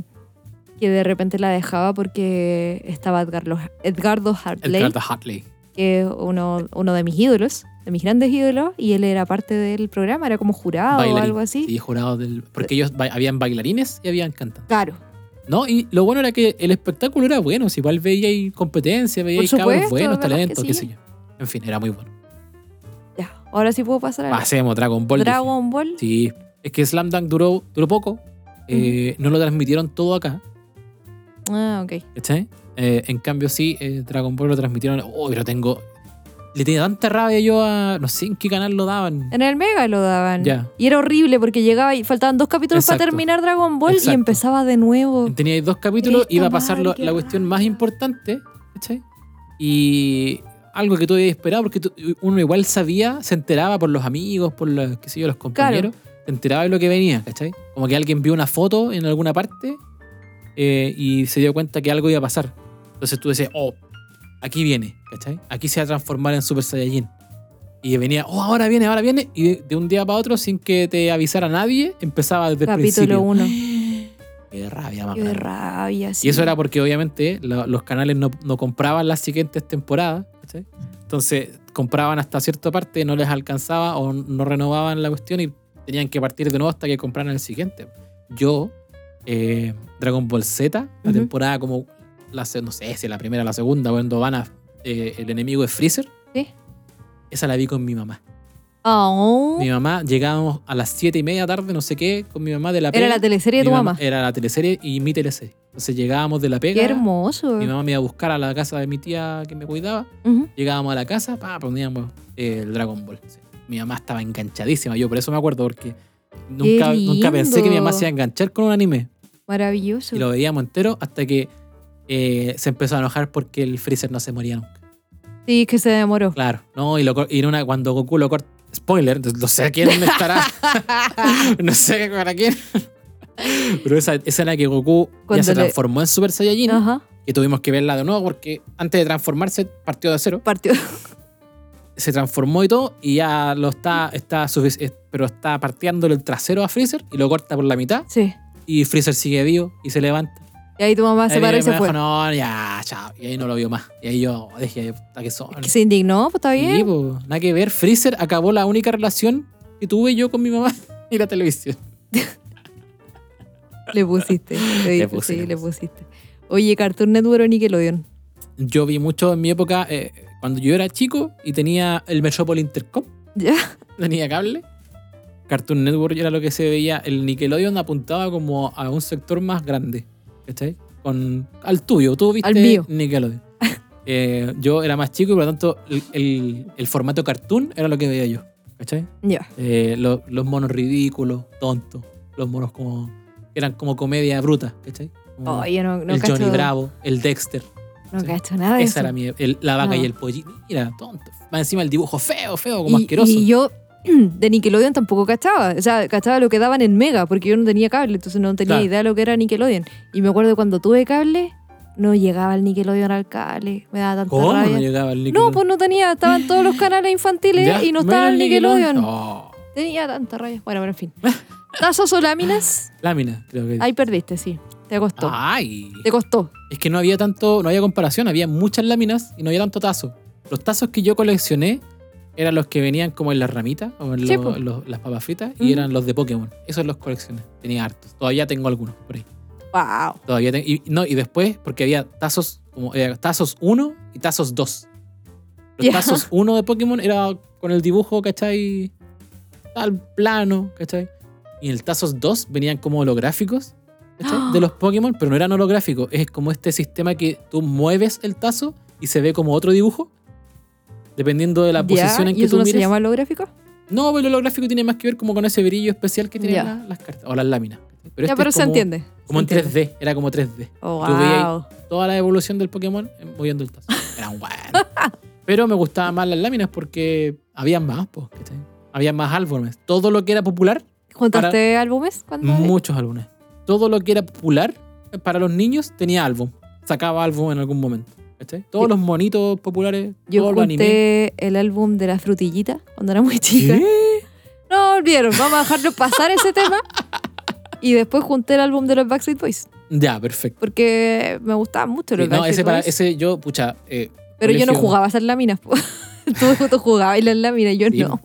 Speaker 2: que de repente la dejaba porque estaba Edgarlo- Edgardo
Speaker 1: El
Speaker 2: Hartley,
Speaker 1: Carter Hartley.
Speaker 2: que es uno, uno de mis ídolos, de mis grandes ídolos, y él era parte del programa, era como jurado Ah, o
Speaker 1: Bailarín.
Speaker 2: algo así.
Speaker 1: Sí, jurado del. Porque ellos ba- habían bailarines y habían cantantes.
Speaker 2: Claro.
Speaker 1: No, y lo bueno era que el espectáculo era bueno. Si igual veía ahí competencia, veía
Speaker 2: Por
Speaker 1: ahí cabros
Speaker 2: supuesto,
Speaker 1: buenos,
Speaker 2: ¿verdad que
Speaker 1: talentos, qué
Speaker 2: sí?
Speaker 1: sé yo. En fin, era muy bueno.
Speaker 2: Ya. Ahora sí puedo pasar a
Speaker 1: Pasemos, Dragon Ball. dije.
Speaker 2: Dragon Ball.
Speaker 1: Sí. Es que Slam Dunk duró, duró poco. eh, No lo transmitieron todo acá.
Speaker 2: Ah, ok.
Speaker 1: ¿Cachai? Eh, en cambio, sí, eh, Dragon Ball lo transmitieron. Uy, lo tengo. Le tenía tanta rabia yo a. No sé en qué canal lo daban.
Speaker 2: En el Mega lo daban.
Speaker 1: Ya.
Speaker 2: Y era horrible porque llegaba y faltaban dos capítulos
Speaker 1: Exacto.
Speaker 2: para terminar Dragon Ball
Speaker 1: Exacto.
Speaker 2: y empezaba de nuevo.
Speaker 1: Tenía ahí dos capítulos,
Speaker 2: Cristo
Speaker 1: iba a pasar lo-
Speaker 2: madre, Pues, qué
Speaker 1: la cuestión más
Speaker 2: rabia.
Speaker 1: importante, ¿cachai? Y algo que tú habías esperado, porque tú- uno igual sabía, se enteraba por los amigos, por los, qué sé yo, los compañeros, se enteraba de lo que venía, ¿cachai? Como que alguien vio una foto en alguna parte eh, y se dio cuenta que algo iba a pasar. Entonces tú decías, oh, aquí viene, ¿cachai? Aquí se va a transformar en Super Saiyajin. Y venía, oh, ahora viene, ahora viene. Y de, de un día para otro, sin que te avisara nadie, empezaba desde
Speaker 2: Capítulo
Speaker 1: el
Speaker 2: 1.
Speaker 1: principio. Qué rabia, más
Speaker 2: Qué
Speaker 1: grande.
Speaker 2: rabia, sí.
Speaker 1: Y eso era porque obviamente lo- los canales no, no compraban las siguientes temporadas. ¿cachai? Entonces compraban hasta cierta parte, no les alcanzaba o no renovaban la cuestión y tenían que partir de nuevo hasta que compraran el siguiente. Yo, eh, Dragon Ball Z, la
Speaker 2: Ujú.
Speaker 1: temporada como, la, se- no sé si la primera o la segunda, cuando van a, eh, el enemigo es Freezer.
Speaker 2: Sí.
Speaker 1: Esa la vi con mi mamá.
Speaker 2: Oh,
Speaker 1: Mi mamá llegábamos a las 7 y media tarde, no sé qué, con mi mamá de la
Speaker 2: era
Speaker 1: pega.
Speaker 2: la teleserie de tu
Speaker 1: Mi
Speaker 2: mamá.
Speaker 1: Era la teleserie y mi teleserie. Entonces llegábamos de la
Speaker 2: Qué
Speaker 1: pega.
Speaker 2: hermoso.
Speaker 1: Mi mamá me iba a buscar a la casa de mi tía que me cuidaba.
Speaker 2: Ujú.
Speaker 1: Llegábamos a la casa, pa, poníamos eh, el Dragon Ball. Sí. Mi mamá estaba enganchadísima, yo por eso me acuerdo, porque nunca,
Speaker 2: lindo.
Speaker 1: nunca pensé que mi mamá se iba a enganchar con un anime.
Speaker 2: Maravilloso.
Speaker 1: Y lo veíamos entero hasta que eh, se empezó a enojar porque el Freezer no se moría nunca.
Speaker 2: Sí, que se demoró.
Speaker 1: Claro, ¿no? Y, lo, cor- y en una, cuando Goku lo corta. Spoiler, no sé quién estará. no sé para quién. Pero esa esa escena que Goku ya
Speaker 2: Cuando
Speaker 1: se
Speaker 2: le-
Speaker 1: transformó en Super Saiyajin
Speaker 2: Ajá.
Speaker 1: que que tuvimos que verla de nuevo porque antes de transformarse partió de cero,
Speaker 2: Partió.
Speaker 1: se transformó y todo y ya lo está, está sufic- es- pero está partiándole el trasero a Freezer y lo corta por la mitad
Speaker 2: Sí.
Speaker 1: y Freezer sigue vivo y se levanta.
Speaker 2: Y ahí tu mamá Ah, se
Speaker 1: Ahí
Speaker 2: paró y
Speaker 1: me
Speaker 2: se
Speaker 1: dijo,
Speaker 2: fue.
Speaker 1: No, ya, chao. Y ahí no lo vio más. Y ahí yo dije, puta que son.
Speaker 2: Que se indignó, pues está
Speaker 1: Sí,
Speaker 2: bien.
Speaker 1: po, nada que ver. Freezer acabó la única relación que tuve yo con mi mamá y la televisión.
Speaker 2: Le pusiste. Le,
Speaker 1: Le
Speaker 2: dije,
Speaker 1: puse,
Speaker 2: sí,
Speaker 1: le
Speaker 2: le pusiste. Oye, Cartoon Network o Nickelodeon.
Speaker 1: Yo vi mucho en mi época, eh, cuando yo era chico y tenía el Metrópoli Intercom,
Speaker 2: Ya.
Speaker 1: tenía cable. Cartoon Network era lo que se veía. El Nickelodeon apuntaba como a un sector más grande. ¿Cachai? Con, al tuyo. Tú viste
Speaker 2: Al mío.
Speaker 1: Nickelodeon. Eh, yo era más chico y por lo tanto el, el- el formato cartoon era lo que veía yo. ¿Cachai?
Speaker 2: Ya.
Speaker 1: Eh, lo- los monos ridículos, tontos. Los monos como. eran como comedia bruta, ¿cachai? Como
Speaker 2: Oye, no, no
Speaker 1: el
Speaker 2: cacho.
Speaker 1: Johnny Bravo, el Dexter.
Speaker 2: No
Speaker 1: sí.
Speaker 2: cacho nada de
Speaker 1: Esa
Speaker 2: eso.
Speaker 1: era mi. el- la vaca
Speaker 2: No.
Speaker 1: y el pollito. Mira, tonto. Más encima el dibujo feo, feo, como asqueroso.
Speaker 2: Y yo de Nickelodeon tampoco cachaba. O sea, cachaba lo que daban en Mega, porque yo no tenía cable, entonces no tenía
Speaker 1: Claro.
Speaker 2: idea de lo que era Nickelodeon. Y me acuerdo cuando tuve cable, no llegaba el Nickelodeon al cable. Me daba tanta
Speaker 1: ¿Cómo no
Speaker 2: rabia.
Speaker 1: llegaba el
Speaker 2: No,
Speaker 1: Nickelodeon?
Speaker 2: pues no tenía, estaban todos los canales infantiles
Speaker 1: Ya,
Speaker 2: y no
Speaker 1: menos
Speaker 2: estaba el Nickelodeon.
Speaker 1: Oh,
Speaker 2: Tenía tanta rabia. Bueno, pero en fin. Tazos o láminas,
Speaker 1: lámina, creo que.
Speaker 2: ahí perdiste, sí. Te costó.
Speaker 1: Ah. Ay.
Speaker 2: Te costó.
Speaker 1: Es que no había tanto, no había comparación, había muchas láminas y no había tanto tazo. Los tazos que yo coleccioné eran los que venían como en las ramitas o en
Speaker 2: Sí,
Speaker 1: lo-
Speaker 2: po.
Speaker 1: los- las papas fritas
Speaker 2: Mm.
Speaker 1: y eran los de Pokémon. Esos los coleccioné, tenía hartos. Todavía tengo algunos por ahí.
Speaker 2: Wow.
Speaker 1: Todavía tengo- y, no, y después, porque había tazos como eh, tazos 1 y tazos 2. Los
Speaker 2: Ya.
Speaker 1: tazos 1 de Pokémon era con el dibujo, ¿cachai? Tal plano, ¿cachai? Y en el tazos 2 venían como holográficos
Speaker 2: ¡Ah!
Speaker 1: ¿cachai? de los Pokémon, pero no eran holográficos. Es como este sistema que tú mueves el tazo y se ve como otro dibujo, dependiendo de la
Speaker 2: Ya,
Speaker 1: posición en
Speaker 2: ¿Y
Speaker 1: que
Speaker 2: eso
Speaker 1: tú
Speaker 2: no
Speaker 1: mires.
Speaker 2: se llama holográfico?
Speaker 1: No, pero el holográfico tiene más que ver como con ese brillo especial que tienen
Speaker 2: Ya.
Speaker 1: la- las cartas o las láminas. Pero
Speaker 2: ya,
Speaker 1: este
Speaker 2: pero
Speaker 1: es
Speaker 2: se
Speaker 1: como-
Speaker 2: entiende.
Speaker 1: Como en
Speaker 2: Se entiende.
Speaker 1: 3D, era como 3D
Speaker 2: Oh,
Speaker 1: Tú veías ahí-
Speaker 2: wow.
Speaker 1: toda la evolución del Pokémon eh, moviendo el tazo. Era un bueno. Pero me gustaban más las láminas porque había más, po, ¿cachai? Había más álbumes. Todo lo que era popular,
Speaker 2: ¿Juntaste álbumes? cuando
Speaker 1: muchos álbumes. Todo lo que era popular eh, para los niños tenía álbum. Sacaba álbum en algún momento. ¿cachai? Todos
Speaker 2: Yo-
Speaker 1: los monitos populares,
Speaker 2: Yo
Speaker 1: todos los animes.
Speaker 2: junté el álbum de la frutillita cuando era muy chica.
Speaker 1: ¿Qué?
Speaker 2: No volvieron, vamos a dejarlo pasar ese tema. Y después junté el álbum de los Backstreet Boys.
Speaker 1: Ya, perfecto.
Speaker 2: Porque me gustaban mucho los
Speaker 1: Sí, no,
Speaker 2: Backstreet
Speaker 1: ese, para,
Speaker 2: Boys.
Speaker 1: ese yo, pucha. eh,
Speaker 2: pero yo no
Speaker 1: colegio-
Speaker 2: jugaba a esas láminas. po. Tú, tú jugabas y las láminas, yo
Speaker 1: Sí.
Speaker 2: no.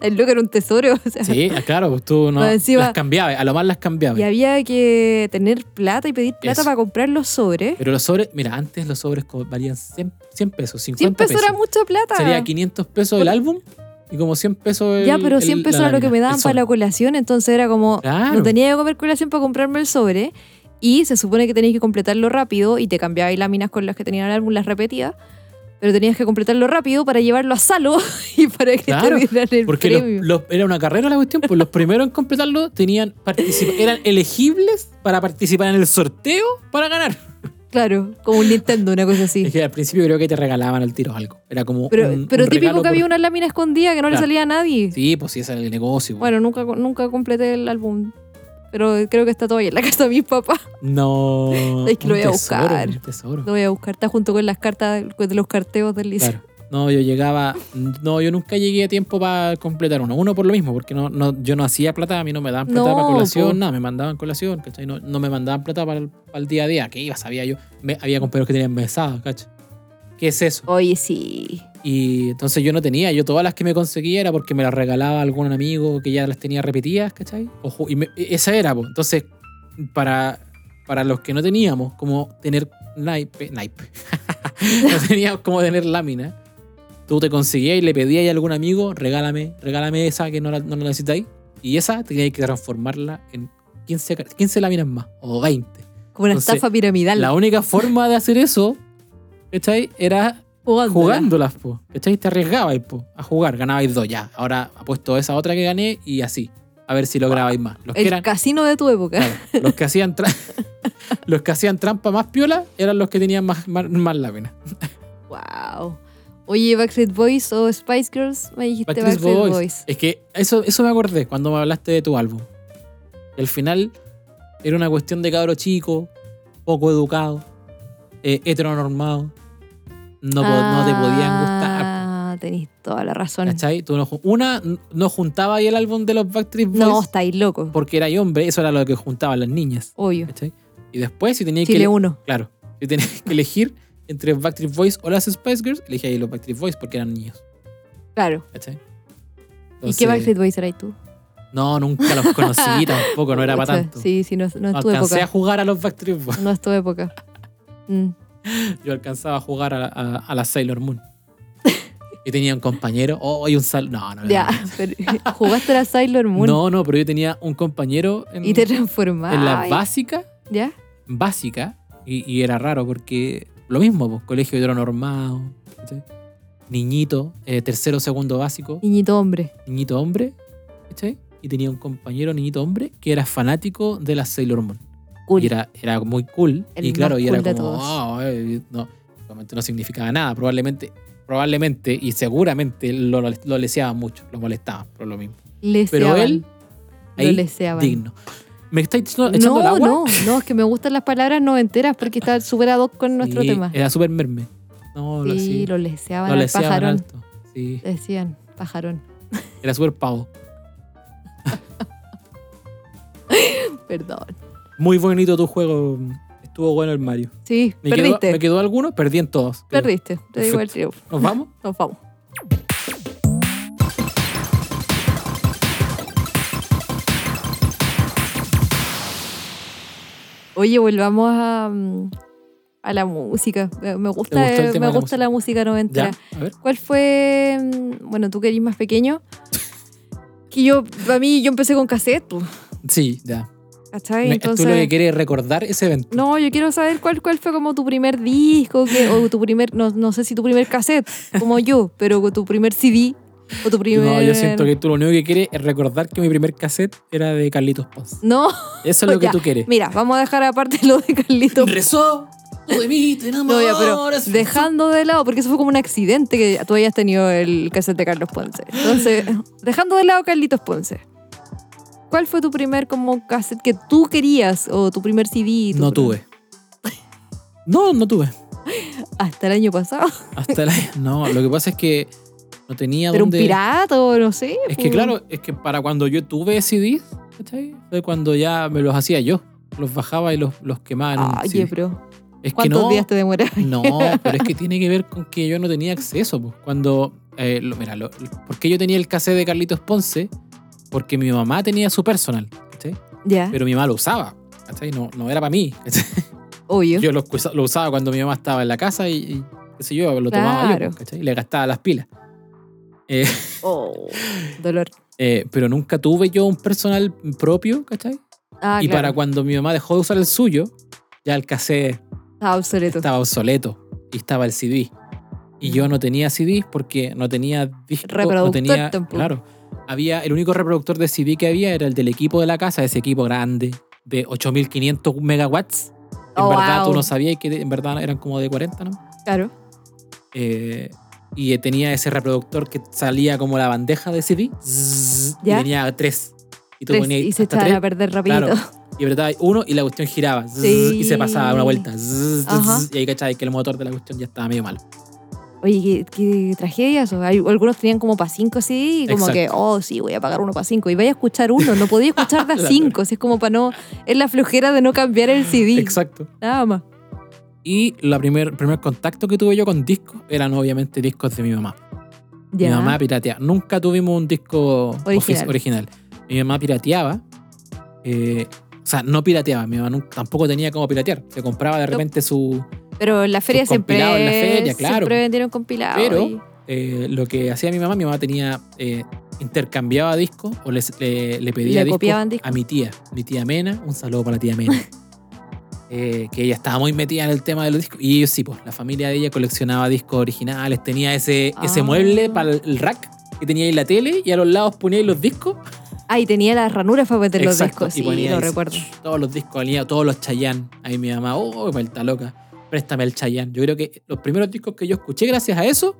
Speaker 2: El loco era un tesoro. o sea.
Speaker 1: Sí, ah, claro, pues tú no.
Speaker 2: Más encima-
Speaker 1: las cambiabas, a lo más las cambiabas.
Speaker 2: Y había que tener plata y pedir plata
Speaker 1: Eso.
Speaker 2: para comprar los sobres.
Speaker 1: Pero los sobres, mira, antes los sobres co- valían 100, 100 pesos,
Speaker 2: 100
Speaker 1: 50
Speaker 2: pesos
Speaker 1: pesos.
Speaker 2: era mucha plata.
Speaker 1: Sería 500 pesos el álbum y como 100 pesos el.
Speaker 2: ya, pero 100
Speaker 1: el-
Speaker 2: pesos
Speaker 1: la
Speaker 2: era lo que
Speaker 1: lámina,
Speaker 2: me
Speaker 1: el
Speaker 2: daban para
Speaker 1: sobre.
Speaker 2: la colación, entonces era como,
Speaker 1: Claro.
Speaker 2: No tenía que comer colación para comprarme el sobre. Y se supone que tenías que completarlo rápido y te cambiabas láminas con las que tenían el álbum, las repetidas. Pero tenías que completarlo rápido para llevarlo a Salo y para que
Speaker 1: Claro,
Speaker 2: te dieran el
Speaker 1: Porque los-
Speaker 2: premio.
Speaker 1: los- era una carrera la cuestión, pues los primeros en completarlo tenían particip- eran elegibles para participar en el sorteo para ganar.
Speaker 2: Claro, como un Nintendo, una cosa así.
Speaker 1: Es que al principio creo que te regalaban al tiro algo. Era como.
Speaker 2: Pero,
Speaker 1: un-
Speaker 2: pero
Speaker 1: un
Speaker 2: típico
Speaker 1: regalo
Speaker 2: que había
Speaker 1: por-
Speaker 2: una lámina escondida que no le
Speaker 1: Claro.
Speaker 2: salía a nadie.
Speaker 1: Sí, pues sí, ese era el negocio. pues.
Speaker 2: Bueno, nunca, nunca completé el álbum. Pero creo que está todavía en la casa de mis papás.
Speaker 1: no.
Speaker 2: Es que lo
Speaker 1: un
Speaker 2: voy a
Speaker 1: tesoro,
Speaker 2: buscar.
Speaker 1: un tesoro.
Speaker 2: Lo voy a buscar. Está junto con las cartas de los carteos del liceo.
Speaker 1: Claro. No, yo llegaba. No, yo nunca llegué a tiempo para completar uno. Uno por lo mismo, porque no, no, yo no hacía plata, a mí no me daban plata
Speaker 2: No,
Speaker 1: para
Speaker 2: po.
Speaker 1: colación, nada, me mandaban colación, ¿cachai? No, no me mandaban plata para el, para el día a día. ¿Qué iba? Sabía yo. Me- había compañeros que tenían mesadas, ¿cachai? ¿Qué es eso?
Speaker 2: Oye, sí.
Speaker 1: Y entonces yo no tenía, yo todas las que me conseguía era porque me las regalaba algún amigo que ya las tenía repetidas, ¿cachai? O ju- y me- e- esa era, po. Entonces, para, para los que no teníamos, como tener naipe, naipe, no teníamos como tener lámina, tú te conseguías y le pedías a algún amigo, regálame, regálame esa que no la, no la necesitáis, y esa tenías que transformarla en 15, car- 15 láminas más, o 20.
Speaker 2: Como una
Speaker 1: Entonces,
Speaker 2: estafa piramidal.
Speaker 1: La única forma de hacer eso, ¿cachai? Era
Speaker 2: Jugándola.
Speaker 1: jugándolas, po. ¿Cachai? Te arriesgabais, po, a jugar. Ganabais dos ya. Ahora apuesto esa otra que gané y así. A ver si lograbais más. Los que,
Speaker 2: El
Speaker 1: eran,
Speaker 2: casino de tu época.
Speaker 1: claro, los que hacían tra- los que hacían trampa más piola eran los que tenían más, más, más láminas.
Speaker 2: Wow. Oye, Backstreet Boys o Spice Girls, me dijiste
Speaker 1: Backstreet
Speaker 2: Backstreet, Boys.
Speaker 1: Boys. Es que eso, eso me acordé cuando me hablaste de tu álbum. Al final era una cuestión de cabro chico, poco educado, eh, heteronormado, no, po- no te podían gustar.
Speaker 2: Ah, tenéis toda la razón.
Speaker 1: ¿Cachai? Tú no ju- una, no juntaba ahí el álbum de los Backstreet Boys
Speaker 2: No, estáis locos.
Speaker 1: porque era hombre, eso era lo que juntaban las niñas.
Speaker 2: Obvio.
Speaker 1: ¿cachai? Y después, si tenías que.
Speaker 2: Chile 1.
Speaker 1: Claro. Si tenías que elegir entre Backstreet Boys o las Spice Girls, elegí ahí los Backstreet Boys porque eran niños.
Speaker 2: Claro.
Speaker 1: ¿Cachai?
Speaker 2: ¿Y qué
Speaker 1: Entonces,
Speaker 2: Backstreet Boys erais tú?
Speaker 1: No, nunca los conocí tampoco, no era para
Speaker 2: Pucha,
Speaker 1: tanto.
Speaker 2: Sí, sí, no, no
Speaker 1: no
Speaker 2: es tu
Speaker 1: alcancé a
Speaker 2: época.
Speaker 1: jugar a los Backstreet Boys.
Speaker 2: No es tu época. Mm.
Speaker 1: Yo alcanzaba a jugar a, a, a la Sailor Moon. Yo tenía un compañero. Oh, hay un sal. No, no, no.
Speaker 2: Ya, pero jugaste a la Sailor Moon
Speaker 1: No, no, pero yo tenía un compañero en,
Speaker 2: y te transformaste.
Speaker 1: en la básica.
Speaker 2: ¿Ya?
Speaker 1: Básica. Y, y era raro porque lo mismo, pues, colegio heteronormado. ¿cachai? Niñito, eh, tercero, segundo básico.
Speaker 2: Niñito hombre.
Speaker 1: niñito hombre, ¿cachai? Y tenía un compañero niñito hombre que era fanático de la Sailor Moon.
Speaker 2: Cool.
Speaker 1: Y era, era muy cool.
Speaker 2: El
Speaker 1: y claro,
Speaker 2: más
Speaker 1: y era
Speaker 2: cool de
Speaker 1: como,
Speaker 2: todos.
Speaker 1: "Wow, eh", no, realmente no significaba nada. Probablemente, probablemente y seguramente lo, lo, lo leseaban mucho, lo molestaban por lo mismo.
Speaker 2: Leseaban.
Speaker 1: Pero él,
Speaker 2: Lo
Speaker 1: ahí,
Speaker 2: leseaban.
Speaker 1: digno. ¿Me está echando, echando
Speaker 2: No,
Speaker 1: el agua?
Speaker 2: no, no, es que me gustan las palabras no enteras porque está súper ad hoc con nuestro
Speaker 1: Sí,
Speaker 2: tema.
Speaker 1: Era súper merme. No, lo,
Speaker 2: sí,
Speaker 1: sí,
Speaker 2: lo
Speaker 1: lo
Speaker 2: leseaban al
Speaker 1: leseaban
Speaker 2: pajarón.
Speaker 1: alto. Sí,
Speaker 2: Decían, pajarón.
Speaker 1: era súper pavo.
Speaker 2: Perdón.
Speaker 1: Muy bonito tu juego. Estuvo bueno el Mario.
Speaker 2: Sí,
Speaker 1: Me quedó-
Speaker 2: perdiste.
Speaker 1: me quedó alguno, perdí en todos. creo.
Speaker 2: Perdiste. Te digo el triunfo.
Speaker 1: ¿Nos vamos?
Speaker 2: Nos vamos. Oye, volvamos a, mm, a la música. Me- Me gusta,
Speaker 1: gustó el tema
Speaker 2: me
Speaker 1: de la
Speaker 2: gusta la música
Speaker 1: Ya,
Speaker 2: noventera.
Speaker 1: a ver.
Speaker 2: ¿Cuál fue, mm, bueno, tú que eres más pequeño? Que yo, para mí, yo empecé con cassette, pues,
Speaker 1: Sí, ya.
Speaker 2: ¿cachai?
Speaker 1: Me-
Speaker 2: Entonces,
Speaker 1: Tú lo que quieres es recordar ese evento.
Speaker 2: no, yo quiero saber cuál, cuál fue como tu primer disco, que- o tu primer, no, no sé si tu primer cassette, como yo, pero con tu primer CD, o tu primer...
Speaker 1: No, yo siento que tú lo único que quieres es recordar que mi primer cassette era de Carlitos Pons.
Speaker 2: No,
Speaker 1: Eso es lo que
Speaker 2: Ya,
Speaker 1: tú quieres.
Speaker 2: mira, vamos a dejar aparte lo de Carlito.
Speaker 1: Rezó, tú de mí, te
Speaker 2: No, ya, pero
Speaker 1: enamoras.
Speaker 2: dejando de lado, porque eso fue como un accidente que tú hayas tenido el cassette de Carlos Ponce. Entonces, dejando de lado Carlitos Ponce, ¿cuál fue tu primer como cassette que tú querías o tu primer CD? tu
Speaker 1: No
Speaker 2: primer-
Speaker 1: tuve. No, no tuve.
Speaker 2: Hasta el año pasado.
Speaker 1: Hasta la... No, lo que pasa es que no tenía
Speaker 2: Pero un
Speaker 1: dónde...
Speaker 2: pirata o no sé.
Speaker 1: Es que
Speaker 2: pues.
Speaker 1: claro, es que para cuando yo tuve CDs, ¿cachai? Fue cuando ya me los hacía yo. Los bajaba y los, los quemaba en un CD.
Speaker 2: Oye, pero
Speaker 1: Es que
Speaker 2: ¿cuántos
Speaker 1: no,
Speaker 2: días te demoras?
Speaker 1: No, pero es que tiene que ver con que yo no tenía acceso. Pues. Cuando, eh, lo- mira, lo- lo- ¿por qué yo tenía el cassette de Carlitos Ponce? Porque mi mamá tenía su personal, ¿cachai?
Speaker 2: Ya,
Speaker 1: pero mi mamá lo usaba. ¿cachai? No, no era para mí. ¿cachai?
Speaker 2: obvio.
Speaker 1: Yo lo, usa- lo usaba cuando mi mamá estaba en la casa y, y qué sé yo, lo tomaba yo,
Speaker 2: Claro.
Speaker 1: pues, ¿cachai? le gastaba las pilas.
Speaker 2: Oh, dolor.
Speaker 1: Eh, pero nunca tuve yo un personal propio, ¿cachai?
Speaker 2: Ah,
Speaker 1: y
Speaker 2: claro.
Speaker 1: para cuando mi mamá dejó de usar el suyo, ya el cassette
Speaker 2: Ah, obsoleto.
Speaker 1: estaba obsoleto y estaba el CD. Y yo no tenía CD porque no tenía disco, no
Speaker 2: Reproductor
Speaker 1: tenía,
Speaker 2: tampoco.
Speaker 1: claro. Había el único reproductor de CD que había era el del equipo de la casa, ese equipo grande de 8500 megawatts. En
Speaker 2: Oh,
Speaker 1: verdad
Speaker 2: wow.
Speaker 1: tú no sabías que en verdad eran como de 40, ¿no?
Speaker 2: Claro.
Speaker 1: Eh, y tenía ese reproductor que salía como la bandeja de CD. Zzz, Y
Speaker 2: ¿Ya?
Speaker 1: tenía tres. Y tú
Speaker 2: Tres,
Speaker 1: ponías
Speaker 2: y se
Speaker 1: hasta
Speaker 2: echaban
Speaker 1: tres,
Speaker 2: a perder rapidito.
Speaker 1: Claro. y apretabas uno y la cuestión giraba zzz,
Speaker 2: Sí.
Speaker 1: y se pasaba una vuelta zzz,
Speaker 2: Ajá.
Speaker 1: zzz, y ahí cachabas que el motor de la cuestión ya estaba medio mal
Speaker 2: Oye, qué, qué tragedia eso. Hay- algunos tenían como para cinco sí, y como
Speaker 1: Exacto.
Speaker 2: que, oh, sí, voy a pagar uno para cinco. Y vaya a escuchar uno, no podía escuchar de a
Speaker 1: Claro.
Speaker 2: cinco. si es como para no. Es la flojera de no cambiar el CD.
Speaker 1: exacto
Speaker 2: Nada más.
Speaker 1: y el primer, primer contacto que tuve yo con discos eran obviamente discos de mi mamá
Speaker 2: Ya.
Speaker 1: mi mamá pirateaba nunca tuvimos un disco
Speaker 2: Original.
Speaker 1: ofici- original. mi mamá pirateaba eh, o sea no pirateaba mi mamá nun- tampoco tenía como piratear se compraba de repente su
Speaker 2: Pero en la feria
Speaker 1: sus
Speaker 2: siempre.
Speaker 1: compilados en la feria, claro.
Speaker 2: Siempre vendieron compilados.
Speaker 1: Pero-
Speaker 2: y-
Speaker 1: eh, lo que hacía mi mamá mi mamá tenía eh, intercambiaba discos o les- le, le pedía
Speaker 2: ¿Le
Speaker 1: discos
Speaker 2: copiaban discos?
Speaker 1: a mi tía, mi tía Mena, un saludo para la tía Mena. Eh, que ella estaba muy metida en el tema de los discos. Y ellos sí, pues, la familia de ella coleccionaba discos originales, tenía ese, ese
Speaker 2: Ah.
Speaker 1: mueble para el rack que tenía ahí la tele y a los lados ponía ahí los discos.
Speaker 2: Ah, y tenía las ranuras para meter
Speaker 1: Exacto,
Speaker 2: los discos.
Speaker 1: y
Speaker 2: Sí,
Speaker 1: ponía
Speaker 2: lo
Speaker 1: ahí,
Speaker 2: recuerdo.
Speaker 1: Todos los discos alineados, todos los Chayanne. Ahí mi mamá, oh, vuelta loca, préstame el Chayanne. Yo creo que los primeros discos que yo escuché gracias a eso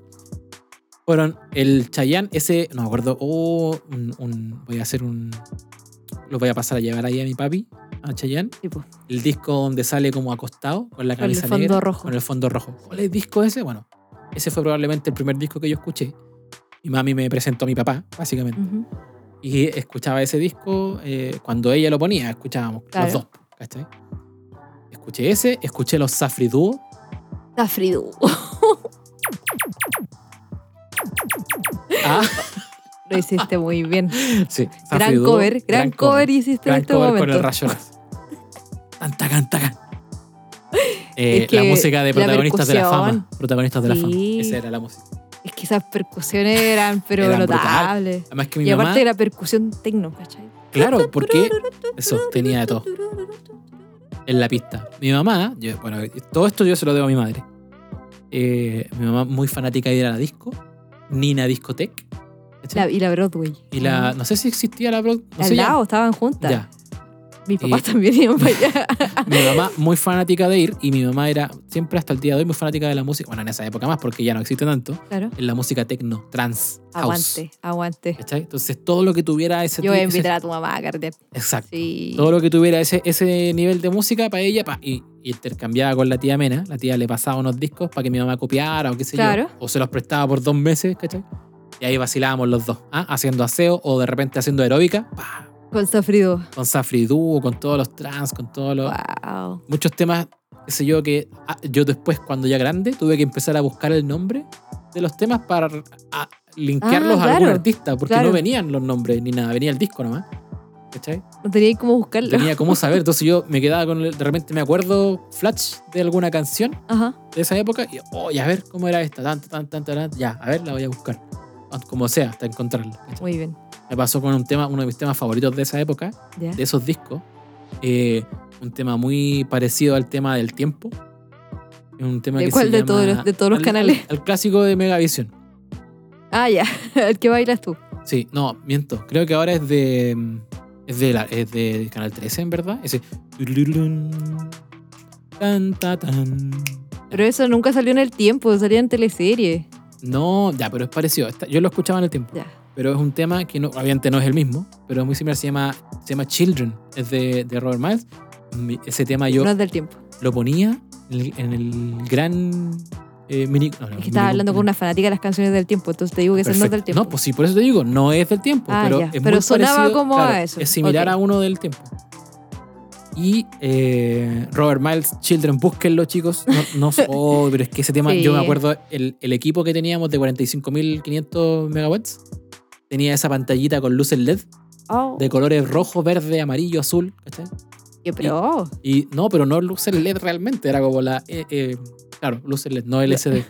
Speaker 1: fueron el Chayanne, ese, no me acuerdo, oh, un, un- voy a hacer un, lo voy a pasar a llevar ahí a mi papi, a Chayanne.
Speaker 2: Tipo,
Speaker 1: El disco donde sale como acostado con la
Speaker 2: Con el
Speaker 1: camisa
Speaker 2: fondo
Speaker 1: negra,
Speaker 2: rojo.
Speaker 1: Con el fondo rojo. ¿Cuál es el disco ese? Bueno, ese fue probablemente el primer disco que yo escuché. Mi mami me presentó a mi papá, básicamente.
Speaker 2: ujú.
Speaker 1: Y escuchaba ese disco eh, cuando ella lo ponía, escuchábamos
Speaker 2: Claro.
Speaker 1: los dos. ¿cachai? Escuché ese, escuché los Safri Duo.
Speaker 2: Está frido.
Speaker 1: Ah,
Speaker 2: Lo hiciste muy bien.
Speaker 1: sí, Safri
Speaker 2: gran
Speaker 1: Duo,
Speaker 2: cover, gran cover hiciste en
Speaker 1: gran
Speaker 2: este
Speaker 1: cover
Speaker 2: momento.
Speaker 1: con el rayonazo. Tan, tacan, tacan. Eh,
Speaker 2: Es que
Speaker 1: la música de
Speaker 2: la
Speaker 1: protagonistas de la fama.
Speaker 2: percusión.
Speaker 1: Protagonistas de la fama.
Speaker 2: Sí.
Speaker 1: Esa era la música.
Speaker 2: Es que esas percusiones eran, pero
Speaker 1: Eran brutal.
Speaker 2: notables.
Speaker 1: Además que mi
Speaker 2: Y
Speaker 1: mamá.
Speaker 2: aparte era percusión tecno, ¿cachai?
Speaker 1: Claro, porque eso tenía de todo en la pista. Mi mamá, yo- bueno, todo esto yo se lo debo a mi madre. Eh, mi mamá muy fanática de ir a la disco, Nina Discotec. ¿cachai?
Speaker 2: La- y la Broadway. Ah.
Speaker 1: y la, no sé si existía la Broad- no
Speaker 2: Al
Speaker 1: sé ya.
Speaker 2: lado, estaban juntas.
Speaker 1: Ya.
Speaker 2: Mis papás
Speaker 1: Y-
Speaker 2: también iban para allá.
Speaker 1: Mi mamá muy fanática de ir y mi mamá era siempre hasta el día de hoy muy fanática de la música. Bueno, en esa época más porque ya no existe tanto.
Speaker 2: Claro.
Speaker 1: En la música techno, trance, house.
Speaker 2: Aguante, aguante.
Speaker 1: ¿cachai? Entonces todo lo que tuviera ese
Speaker 2: Yo
Speaker 1: ti-
Speaker 2: voy a
Speaker 1: ese-
Speaker 2: invitar a tu mamá a carretear.
Speaker 1: Exacto.
Speaker 2: Sí.
Speaker 1: todo lo que tuviera ese, ese nivel de música para ella pa, y, y intercambiaba con la tía Mena. La tía le pasaba unos discos para que mi mamá copiara o qué sé
Speaker 2: Claro.
Speaker 1: yo. O se los prestaba por dos meses, ¿cachai? Y ahí vacilábamos los dos, ¿ah? haciendo aseo o de repente haciendo aeróbica, pa,
Speaker 2: Con sofrido.
Speaker 1: con Safri Duo, con todos los trans, con todos los...
Speaker 2: Wow.
Speaker 1: Muchos temas, qué sé yo, que ah, yo después, cuando ya grande, tuve que empezar a buscar el nombre de los temas para ah, linkearlos a
Speaker 2: Ah,
Speaker 1: algún
Speaker 2: claro,
Speaker 1: artista, porque
Speaker 2: claro.
Speaker 1: no venían los nombres ni nada, venía el disco nomás, ¿cachai?
Speaker 2: No tenía cómo buscarlo.
Speaker 1: tenía cómo saber. Entonces yo me quedaba con. el- De repente me acuerdo flash de alguna canción
Speaker 2: Ajá.
Speaker 1: de esa época y, oye, a ver cómo era esta, tan, tan, tan, tan, tan, ya, a ver, la voy a buscar. Como sea, hasta encontrarla.
Speaker 2: Muy bien.
Speaker 1: Me pasó con un tema, uno de mis temas favoritos de esa época,
Speaker 2: Ya.
Speaker 1: de esos discos. eh, un tema muy parecido al tema del tiempo. Un tema
Speaker 2: ¿De
Speaker 1: que
Speaker 2: cuál
Speaker 1: se
Speaker 2: de
Speaker 1: llama-
Speaker 2: todos los- de todos los
Speaker 1: al-
Speaker 2: canales?
Speaker 1: Al, al clásico de Megavisión.
Speaker 2: Ah, ya. El que bailas tú.
Speaker 1: Sí, no, miento. Creo que ahora es de. mm, Es de, la, es de Canal 13, en verdad. Ese. tururún, tan, ta, tan.
Speaker 2: Pero eso nunca salió en el tiempo, salía en teleserie.
Speaker 1: No, ya, pero es parecido. Esta- yo lo escuchaba en el tiempo.
Speaker 2: Ya.
Speaker 1: Pero es un tema que no, obviamente no es el mismo, pero es muy similar. Se llama, se llama Children. Es de, de Robert Miles. Mi- Ese tema yo
Speaker 2: No es del tiempo.
Speaker 1: lo ponía en el, en el gran. eh, mini, no, no,
Speaker 2: Es que estaba
Speaker 1: mini-
Speaker 2: hablando con una fanática de las canciones del tiempo, entonces te digo que eso no es
Speaker 1: Perfecto.
Speaker 2: del tiempo.
Speaker 1: No, pues sí, por eso te digo, no es del tiempo.
Speaker 2: Ah,
Speaker 1: pero
Speaker 2: ya.
Speaker 1: es
Speaker 2: Pero
Speaker 1: muy
Speaker 2: sonaba
Speaker 1: parecido,
Speaker 2: como
Speaker 1: claro,
Speaker 2: a eso.
Speaker 1: Es similar
Speaker 2: Ok.
Speaker 1: a uno del tiempo. Y eh, Robert Miles, Children, búsquenlo, chicos. No, no- oh, pero es que ese tema,
Speaker 2: Sí.
Speaker 1: yo me acuerdo, el, el equipo que teníamos de 45.500 megawatts tenía esa pantallita con luces LED
Speaker 2: Oh,
Speaker 1: de colores rojo, verde, amarillo, azul. ¿cachai?
Speaker 2: qué pro.
Speaker 1: Y no, pero no luces LED realmente, era como la. eh, eh, claro, luces LED, no LCD.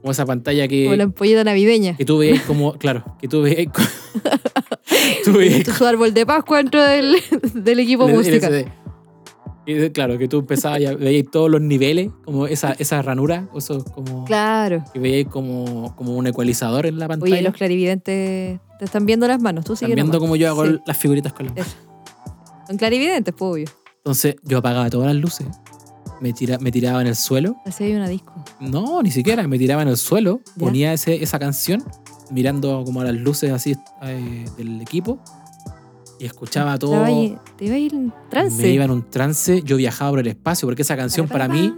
Speaker 1: Como esa pantalla que.
Speaker 2: Como la ampolleta navideña.
Speaker 1: Que tú veías como, claro, que tú veías co- tú veías
Speaker 2: Este Su árbol de Pascua dentro del, del equipo
Speaker 1: como el
Speaker 2: música.
Speaker 1: LCD. Y de- claro, que tú empezabas ya veías todos los niveles, como esa, esa ranura, eso como
Speaker 2: Claro.
Speaker 1: que veías como, como un ecualizador en la pantalla.
Speaker 2: Oye, los clarividentes te están viendo las manos, tú
Speaker 1: Están
Speaker 2: sigues
Speaker 1: viendo cómo yo hago
Speaker 2: Sí.
Speaker 1: las figuritas con las manos.
Speaker 2: Son clarividentes, pues obvio.
Speaker 1: Entonces yo apagaba todas las luces, me, tira, me tiraba en el suelo,
Speaker 2: Así hay una disco.
Speaker 1: no, ni siquiera, me tiraba en el suelo,
Speaker 2: Ya.
Speaker 1: ponía ese, esa canción, mirando como a las luces así eh, del equipo y escuchaba todo.
Speaker 2: Estaba ahí- Te iba a ir en trance.
Speaker 1: Me iba en un trance, yo viajaba por el espacio, porque esa canción para mí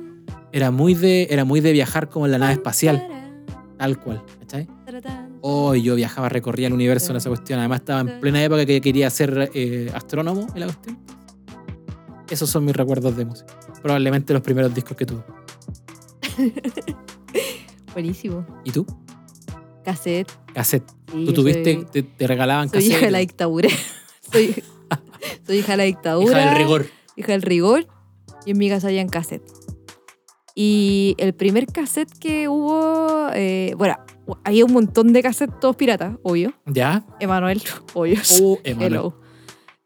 Speaker 1: era muy de, era muy de viajar como en la nave espacial, tal cual. ¿cachai? Oh, y yo viajaba, recorría el universo en esa cuestión. Además, estaba en plena época que quería ser eh, astrónomo en la cuestión. Esos son mis recuerdos de música. Probablemente los primeros discos que tuve.
Speaker 2: Buenísimo.
Speaker 1: ¿Y tú?
Speaker 2: Cassette.
Speaker 1: Cassette.
Speaker 2: Sí,
Speaker 1: ¿Tú
Speaker 2: yo
Speaker 1: tuviste,
Speaker 2: soy-
Speaker 1: te, te regalaban
Speaker 2: Soy hija de la
Speaker 1: cassette?
Speaker 2: dictadura. soy, soy hija de la dictadura.
Speaker 1: Hija del rigor.
Speaker 2: Hija del rigor. Y en mi casa había en cassette. Y el primer cassette que hubo. eh, bueno, había un montón de cassettes, todos piratas, obvio.
Speaker 1: ¿Ya?
Speaker 2: Emanuel, obvio.
Speaker 1: Oh, Emanuel.
Speaker 2: Uh, Hello.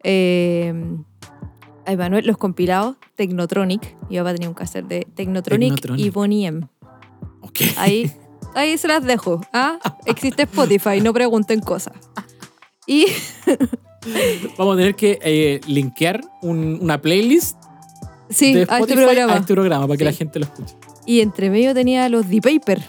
Speaker 2: Eh, a Emanuel, los compilados Technotronic. Mi papá tenía un cassette de Technotronic,
Speaker 1: Technotronic.
Speaker 2: y Bonnie M.
Speaker 1: Ok.
Speaker 2: Ahí, ahí se las dejo. ¿ah? Existe Spotify, no pregunten cosas. Y
Speaker 1: Vamos a tener que eh, linkear un- una playlist
Speaker 2: sí,
Speaker 1: de
Speaker 2: a este
Speaker 1: Spotify
Speaker 2: programa.
Speaker 1: a este programa para que
Speaker 2: Sí.
Speaker 1: la gente lo escuche.
Speaker 2: Y entre medio tenía los Deep Paper,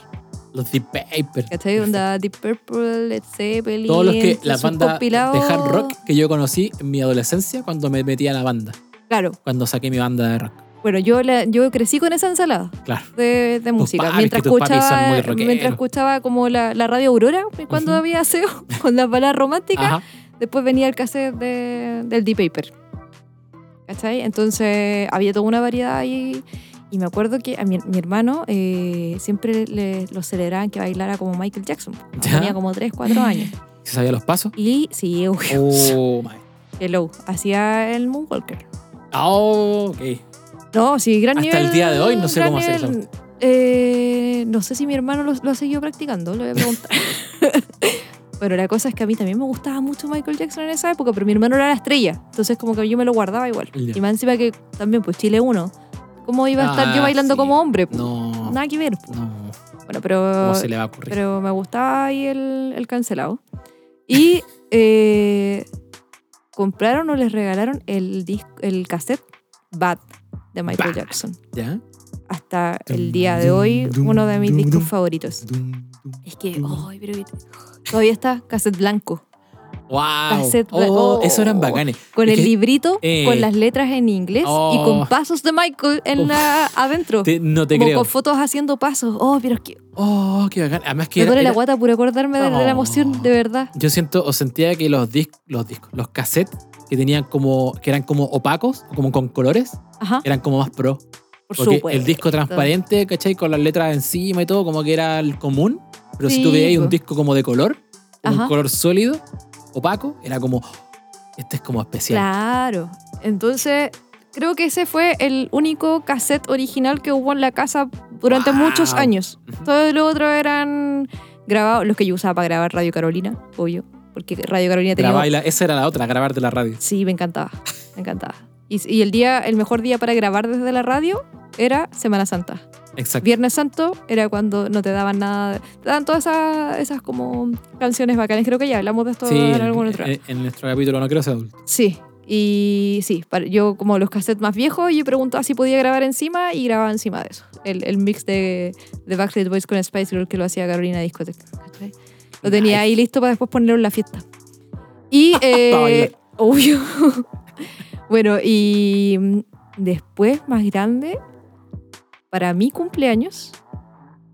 Speaker 1: Los Deep Paper.
Speaker 2: ¿cachai? Onda Deep Purple, Led Zeppelin.
Speaker 1: Todos los que
Speaker 2: sus
Speaker 1: la banda de
Speaker 2: compilados.
Speaker 1: hard rock que yo conocí en mi adolescencia cuando me metí a la banda.
Speaker 2: Claro,
Speaker 1: cuando saqué mi banda de rock.
Speaker 2: bueno, yo, la- yo crecí con esa ensalada
Speaker 1: Claro.
Speaker 2: de, de música.
Speaker 1: papis,
Speaker 2: mientras,
Speaker 1: que tus papis son
Speaker 2: escuchaba,
Speaker 1: muy rockeros.
Speaker 2: mientras escuchaba como la, la radio Aurora, pues, cuando
Speaker 1: Ujú.
Speaker 2: había SEO, con las balas románticas,
Speaker 1: Ajá.
Speaker 2: después venía el cassette de- del D-Paper. ¿Cachai? Entonces había toda una variedad ahí. Y me acuerdo que a mi, mi hermano eh, siempre le, lo celebraban que bailara como Michael Jackson. cuando
Speaker 1: Ya.
Speaker 2: Tenía como 3, 4 años.
Speaker 1: ¿Se sabía los pasos?
Speaker 2: Y sí, obvio,
Speaker 1: Oh, my.
Speaker 2: hello, hacía el Moonwalker.
Speaker 1: Oh, ok.
Speaker 2: No, sí, gran
Speaker 1: Hasta
Speaker 2: nivel.
Speaker 1: el día de hoy no sé
Speaker 2: gran
Speaker 1: cómo hacer esa
Speaker 2: nivel. Eh, no sé si mi hermano lo, lo ha seguido practicando, le voy a preguntar. Pero la cosa es que a mí también me gustaba mucho Michael Jackson en esa época, pero mi hermano era la estrella. Entonces como que yo me lo guardaba igual.
Speaker 1: Ya.
Speaker 2: Y más encima que también, pues Chile 1. ¿Cómo iba a estar
Speaker 1: Ah,
Speaker 2: yo bailando
Speaker 1: sí.
Speaker 2: como hombre? pues?
Speaker 1: No.
Speaker 2: Nada que ver. pues.
Speaker 1: No.
Speaker 2: Bueno, pero...
Speaker 1: ¿Cómo se le va a ocurrir?
Speaker 2: Pero me gustaba ahí el, el cancelado. Y eh, compraron o les regalaron el, disco, el cassette Bad de Michael
Speaker 1: Bad.
Speaker 2: Jackson.
Speaker 1: ¿Ya?
Speaker 2: Hasta el
Speaker 1: Dum,
Speaker 2: día de
Speaker 1: dum,
Speaker 2: hoy,
Speaker 1: dum,
Speaker 2: uno de mis
Speaker 1: dum,
Speaker 2: discos
Speaker 1: dum.
Speaker 2: favoritos.
Speaker 1: Dum, dum.
Speaker 2: Es que,
Speaker 1: dum.
Speaker 2: ay, pero todavía está cassette blanco.
Speaker 1: ¡Wow!
Speaker 2: Cassette de-
Speaker 1: oh,
Speaker 2: oh.
Speaker 1: Eso eran bacanes.
Speaker 2: Con
Speaker 1: Es
Speaker 2: el
Speaker 1: que-
Speaker 2: librito,
Speaker 1: eh.
Speaker 2: con las letras en inglés y
Speaker 1: Oh.
Speaker 2: con pasos de Michael en
Speaker 1: Uf.
Speaker 2: la, adentro.
Speaker 1: Te- no te
Speaker 2: como
Speaker 1: creo.
Speaker 2: con fotos haciendo pasos. Oh, pero es que
Speaker 1: Oh, qué bacán. Además que
Speaker 2: me
Speaker 1: era-
Speaker 2: duele la
Speaker 1: era-
Speaker 2: guata por acordarme de, de la emoción,
Speaker 1: Oh.
Speaker 2: de verdad.
Speaker 1: yo siento o sentía que los discos, los discos, los cassettes que tenían como, que eran como opacos, como con colores,
Speaker 2: Ajá,
Speaker 1: eran como más pro.
Speaker 2: por
Speaker 1: Porque
Speaker 2: supuesto.
Speaker 1: el disco transparente, ¿cachai? Con las letras encima y todo, como que era el común. Pero si tú
Speaker 2: Sí,
Speaker 1: veías
Speaker 2: po.
Speaker 1: un disco como de color, como
Speaker 2: Ajá.
Speaker 1: un color sólido, opaco, era como, este es como especial.
Speaker 2: Claro. Entonces, creo que ese fue el único cassette original que hubo en la casa durante
Speaker 1: Wow.
Speaker 2: muchos años.
Speaker 1: Ujú.
Speaker 2: Todo lo otro eran grabados, los que yo usaba para grabar Radio Carolina, obvio, porque Radio Carolina tenía...
Speaker 1: Grabá y la- esa era la otra, grabar de la radio.
Speaker 2: Sí, me encantaba, me encantaba. Y, y el día, el mejor día para grabar desde la radio era Semana Santa.
Speaker 1: Exacto.
Speaker 2: Viernes Santo era cuando no te daban nada, te daban todas esas, esas como canciones bacanas. Creo que ya hablamos de esto
Speaker 1: Sí, eh,
Speaker 2: en
Speaker 1: en,
Speaker 2: algún otro.
Speaker 1: en- en nuestro capítulo No quiero ser adulto.
Speaker 2: Sí, y sí, para- yo como los cassettes más viejos, yo preguntaba si podía grabar encima y grababa encima de eso. El, el mix de, de Backstreet Boys con Spice Girl que lo hacía Carolina Discoteca. ¿cachai? Lo tenía ahí listo para después ponerlo en la fiesta. Y, eh,
Speaker 1: Pa' bailar.
Speaker 2: obvio. bueno, y mm, después, más grande, para mi cumpleaños,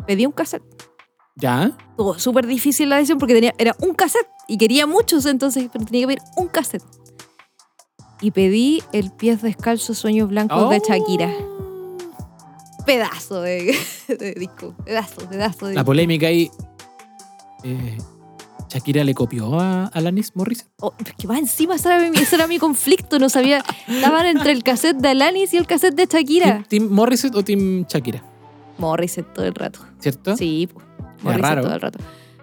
Speaker 2: pedí un cassette.
Speaker 1: ¿Ya?
Speaker 2: Estuvo súper difícil la decisión porque tenía, era un cassette y quería muchos, entonces pero tenía que pedir un cassette. Y pedí el Pies Descalzos Sueños Blancos
Speaker 1: Oh.
Speaker 2: de Shakira. Pedazo de, de disco, pedazo, pedazo de
Speaker 1: La
Speaker 2: disco.
Speaker 1: polémica ahí. eh, Shakira le copió a Alanis Morris.
Speaker 2: Oh, pero es que más encima ese era, mi, ese era mi conflicto, no sabía. Estaban entre el cassette de Alanis y el cassette de
Speaker 1: ¿Team,
Speaker 2: Shakira.
Speaker 1: Team Morrissey o Team Shakira?
Speaker 2: Morrissey todo el rato.
Speaker 1: ¿Cierto?
Speaker 2: Sí, pues, Morrissey
Speaker 1: raro.
Speaker 2: todo el rato.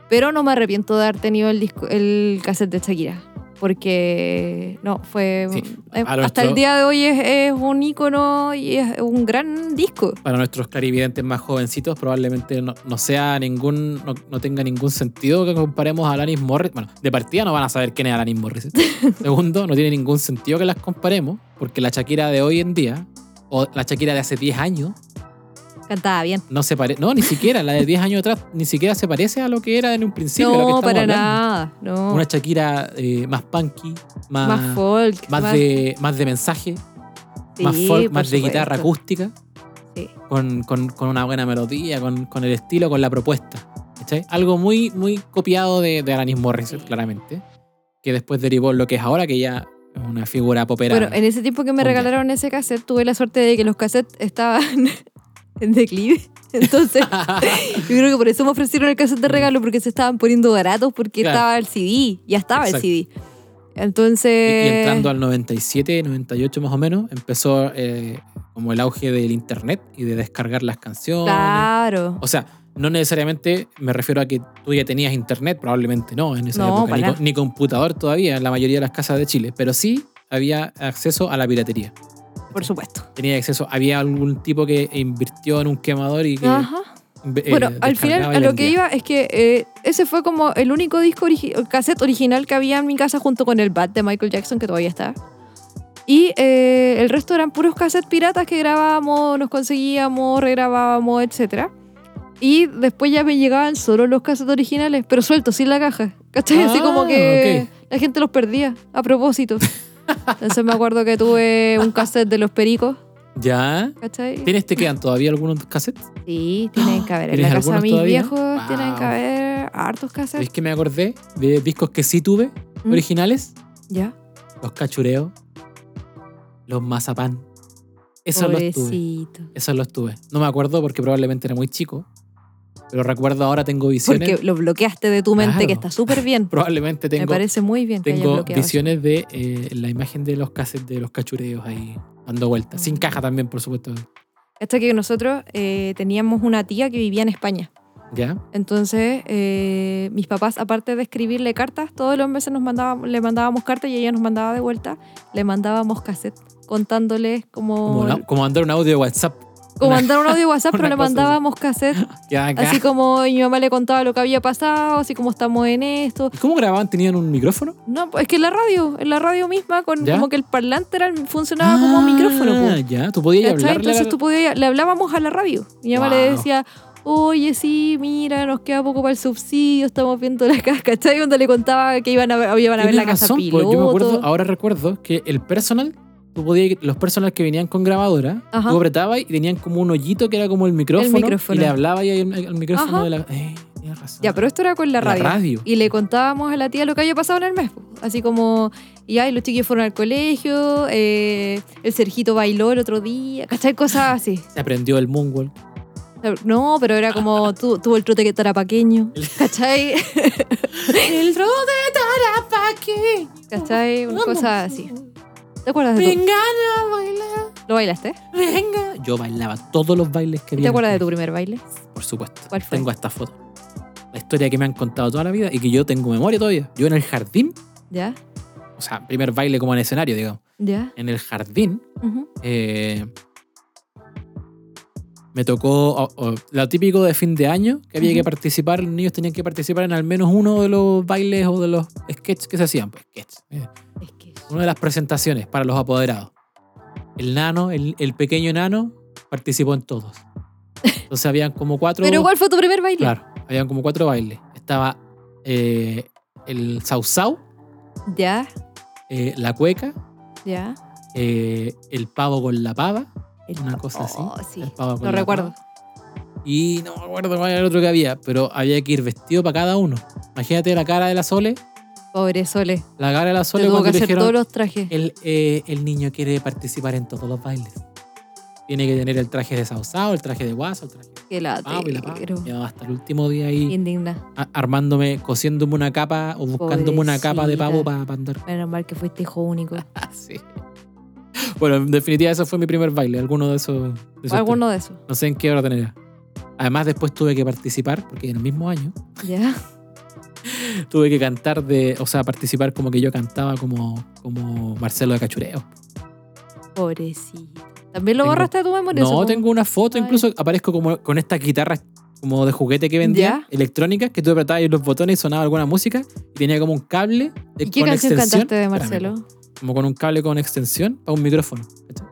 Speaker 2: Pero no me arrepiento de haber tenido el, disco, el cassette de Shakira. Porque no, fue.
Speaker 1: Sí,
Speaker 2: eh,
Speaker 1: a lo
Speaker 2: hasta
Speaker 1: nuestro-
Speaker 2: el día de hoy es, es un ícono y es un gran disco.
Speaker 1: Para nuestros clarividentes más jovencitos, probablemente no, no sea ningún. No, no tenga ningún sentido que comparemos a Alanis Morris. Bueno, de partida no van a saber quién es Alanis Morris. Segundo, no tiene ningún sentido que las comparemos, porque la Shakira de hoy en día, o la Shakira de hace 10 años,
Speaker 2: Cantaba bien.
Speaker 1: no se parece. No, ni siquiera, la de 10 años atrás, ni siquiera se parece a lo que era en un principio. la que
Speaker 2: no,
Speaker 1: estamos
Speaker 2: para
Speaker 1: hablando.
Speaker 2: nada. No.
Speaker 1: Una Shakira eh, más punky, más,
Speaker 2: más folk.
Speaker 1: más de, más de mensaje,
Speaker 2: sí,
Speaker 1: más folk,
Speaker 2: por
Speaker 1: más de guitarra
Speaker 2: supuesto.
Speaker 1: acústica,
Speaker 2: Sí.
Speaker 1: con, con- con una buena melodía, con, con el estilo, con la propuesta. ¿cachai? Algo muy, muy copiado de, de Alanis Morissette,
Speaker 2: Sí.
Speaker 1: claramente, que después derivó en lo que es ahora, que ya es una figura popera.
Speaker 2: Bueno, en ese tiempo que me
Speaker 1: Mundial.
Speaker 2: regalaron ese cassette, tuve la suerte de que los cassettes estaban en declive. Entonces, Yo creo que por eso me ofrecieron el cassette de regalo, porque se estaban poniendo baratos, porque
Speaker 1: Mm. Claro.
Speaker 2: estaba el CD, ya estaba
Speaker 1: Exacto.
Speaker 2: el CD.
Speaker 1: y,
Speaker 2: Entonces.
Speaker 1: y entrando al 97, 98 más o menos, empezó eh, como el auge del internet y de descargar las canciones.
Speaker 2: Claro.
Speaker 1: O sea, no necesariamente me refiero a que tú ya tenías internet, probablemente no en esa
Speaker 2: No,
Speaker 1: época,
Speaker 2: para
Speaker 1: ni,
Speaker 2: nada.
Speaker 1: co- ni computador todavía en la mayoría de las casas de Chile, pero sí había acceso a la piratería.
Speaker 2: Por supuesto.
Speaker 1: Tenía acceso, había algún tipo que invirtió en un quemador y que.
Speaker 2: Ajá.
Speaker 1: eh,
Speaker 2: Bueno, al final,
Speaker 1: descargaba y
Speaker 2: a lo
Speaker 1: vendía.
Speaker 2: que iba es que eh, ese fue como el único disco origi- el cassette original que había en mi casa junto con el Bat de Michael Jackson, que todavía está. Y eh, el resto eran puros cassettes piratas que grabábamos, nos conseguíamos, regrabábamos, etc. Y después ya me llegaban solo los cassettes originales, pero sueltos, sin la caja. ¿Cachai? Así como
Speaker 1: Ah,
Speaker 2: que la gente los perdía a propósito. Entonces me acuerdo que tuve un cassette de los pericos,
Speaker 1: ¿Ya?
Speaker 2: ¿cachai?
Speaker 1: ¿Tienes, te quedan todavía algunos cassettes?
Speaker 2: Sí, tienen que haber. En la
Speaker 1: ¿Tienes
Speaker 2: casa de
Speaker 1: algunos
Speaker 2: mis
Speaker 1: todavía?
Speaker 2: viejos tienen que
Speaker 1: Wow.
Speaker 2: haber hartos cassettes.
Speaker 1: Es que me acordé de discos que sí tuve,
Speaker 2: Mm.
Speaker 1: originales.
Speaker 2: Ya.
Speaker 1: Los cachureos, los mazapán. Esos los tuve.
Speaker 2: Pobrecito.
Speaker 1: Esos los tuve. No me acuerdo porque probablemente era muy chico. Pero recuerdo ahora tengo visiones.
Speaker 2: Porque lo bloqueaste de tu mente,
Speaker 1: Claro.
Speaker 2: que está súper bien.
Speaker 1: probablemente
Speaker 2: me
Speaker 1: tengo,
Speaker 2: parece muy bien que hayas
Speaker 1: tengo
Speaker 2: bloqueado. eso.
Speaker 1: visiones de eh, la imagen de los cassettes de los cachureos ahí dando vueltas. Sin caja también, por supuesto.
Speaker 2: Hasta que nosotros eh, teníamos una tía que vivía en España.
Speaker 1: ¿Ya?
Speaker 2: Entonces, eh, mis papás, aparte de escribirle cartas, todos los meses nos mandábamos, le mandábamos cartas y ella nos mandaba de vuelta, le mandábamos cassette contándole
Speaker 1: Como,
Speaker 2: como,
Speaker 1: una- como mandar un audio de WhatsApp.
Speaker 2: como
Speaker 1: una-
Speaker 2: mandar un audio de WhatsApp, pero
Speaker 1: una
Speaker 2: le
Speaker 1: cosa así.
Speaker 2: mandábamos cassette,
Speaker 1: Ya, acá.
Speaker 2: así como y mi mamá le contaba lo que había pasado, así como estamos en esto.
Speaker 1: ¿Y ¿Cómo grababan? ¿Tenían un micrófono?
Speaker 2: No, pues es que en la radio, en la radio misma, con,
Speaker 1: ¿Ya?
Speaker 2: como que el parlante era- funcionaba como
Speaker 1: Ah,
Speaker 2: micrófono. po.
Speaker 1: Ya, tú podías
Speaker 2: ¿Cachai?
Speaker 1: hablar.
Speaker 2: Entonces tú podías, le hablábamos a la radio. Mi mamá le
Speaker 1: Wow.
Speaker 2: decía, oye, sí, mira, nos queda poco para el subsidio, estamos viendo la casa, ¿cachai? Cuando le contaba que iban a, iban a ver la casa piloto.
Speaker 1: yo me acuerdo, ahora recuerdo que el personal, tú podías, los personal que venían con grabadora,
Speaker 2: Ajá.
Speaker 1: tú apretabas y tenían como un hoyito que era como el micrófono.
Speaker 2: micrófono.
Speaker 1: Y le hablabas y al, al micrófono
Speaker 2: Ajá.
Speaker 1: de la. Eh, tienes razón.
Speaker 2: ya, pero esto era con la radio.
Speaker 1: La radio.
Speaker 2: Y le contábamos a la tía lo que había pasado en el mes. po. Así como, y ay, los chiquillos fueron al colegio, eh, el Sergito bailó el otro día, ¿cachai? Cosas así.
Speaker 1: Se aprendió el moonwalk.
Speaker 2: No, pero era como, tu- tuvo el trote que tarapaqueño, ¿cachai?
Speaker 1: el rodo de Tarapaqui.
Speaker 2: ¿Cachai? Una cosa así. ¿Te acuerdas de tu,
Speaker 1: Venga a bailar,
Speaker 2: ¿Lo bailaste?
Speaker 1: venga. Yo bailaba todos los bailes que había.
Speaker 2: ¿Te acuerdas de tu primer baile?
Speaker 1: Por supuesto.
Speaker 2: ¿Cuál fue?
Speaker 1: Tengo esta foto. La historia que me han contado toda la vida y que yo tengo memoria todavía. Yo en el jardín,
Speaker 2: ¿Ya?
Speaker 1: o sea, primer baile como en escenario, digamos.
Speaker 2: ¿Ya?
Speaker 1: En el jardín
Speaker 2: ujú.
Speaker 1: eh, me tocó o- o, lo típico de fin de año, que había que
Speaker 2: Ujú.
Speaker 1: participar, los niños tenían que participar en al menos uno de los bailes o de los sketches que se hacían. Pues, sketch, eh,
Speaker 2: Es que
Speaker 1: una de las presentaciones para los apoderados. El nano, el, el pequeño nano, participó en todos. Entonces habían como cuatro...
Speaker 2: Pero ¿cuál fue tu primer baile?
Speaker 1: Claro, habían como cuatro bailes. Estaba eh, el sausau,
Speaker 2: Ya,
Speaker 1: eh, la cueca,
Speaker 2: ya.
Speaker 1: eh, el pavo con la pava,
Speaker 2: El
Speaker 1: una
Speaker 2: pa-
Speaker 1: cosa así.
Speaker 2: Oh, sí.
Speaker 1: el pavo con
Speaker 2: Lo
Speaker 1: la
Speaker 2: recuerdo.
Speaker 1: pava. Y no me acuerdo cuál era el otro que había, pero había que ir vestido para cada uno. Imagínate la cara de la Sole,
Speaker 2: Pobre Sole.
Speaker 1: la cara de la Sole
Speaker 2: Te tuvo que
Speaker 1: cuando le
Speaker 2: hacer
Speaker 1: dijeron,
Speaker 2: todos los trajes.
Speaker 1: el, eh, el niño quiere participar en todos los bailes. Tiene que tener el traje de sausao, el traje de guaso, el traje de
Speaker 2: Que la
Speaker 1: pavo y la pava.
Speaker 2: pero
Speaker 1: Llevaba hasta el último día ahí.
Speaker 2: Indigna.
Speaker 1: a- armándome, cosiéndome una capa o buscándome una capa de pavo
Speaker 2: Pobrecita.
Speaker 1: para andar.
Speaker 2: Menos mal que fuiste hijo único.
Speaker 1: Ah, así. Bueno, en definitiva, eso fue mi primer baile, alguno de esos. de esos
Speaker 2: Alguno de esos.
Speaker 1: tres. No sé en qué hora tenía. Además, después tuve que participar, porque en el mismo año
Speaker 2: Ya.
Speaker 1: tuve que cantar de. O sea, participar como que yo cantaba como, como Marcelo de Cachureo.
Speaker 2: Pobrecito. También lo
Speaker 1: Tengo-
Speaker 2: borraste de tu memoria.
Speaker 1: No,
Speaker 2: supongo?
Speaker 1: tengo una foto,
Speaker 2: Ay.
Speaker 1: incluso aparezco como con estas guitarras como de juguete que vendía, electrónicas, que tú apretabas ahí los botones y sonaba alguna música, y tenía como un cable de,
Speaker 2: ¿Y qué
Speaker 1: con
Speaker 2: canción
Speaker 1: extensión.
Speaker 2: cantaste de
Speaker 1: Espérame,
Speaker 2: Marcelo?
Speaker 1: como con un cable con extensión para un micrófono. ¿cachai?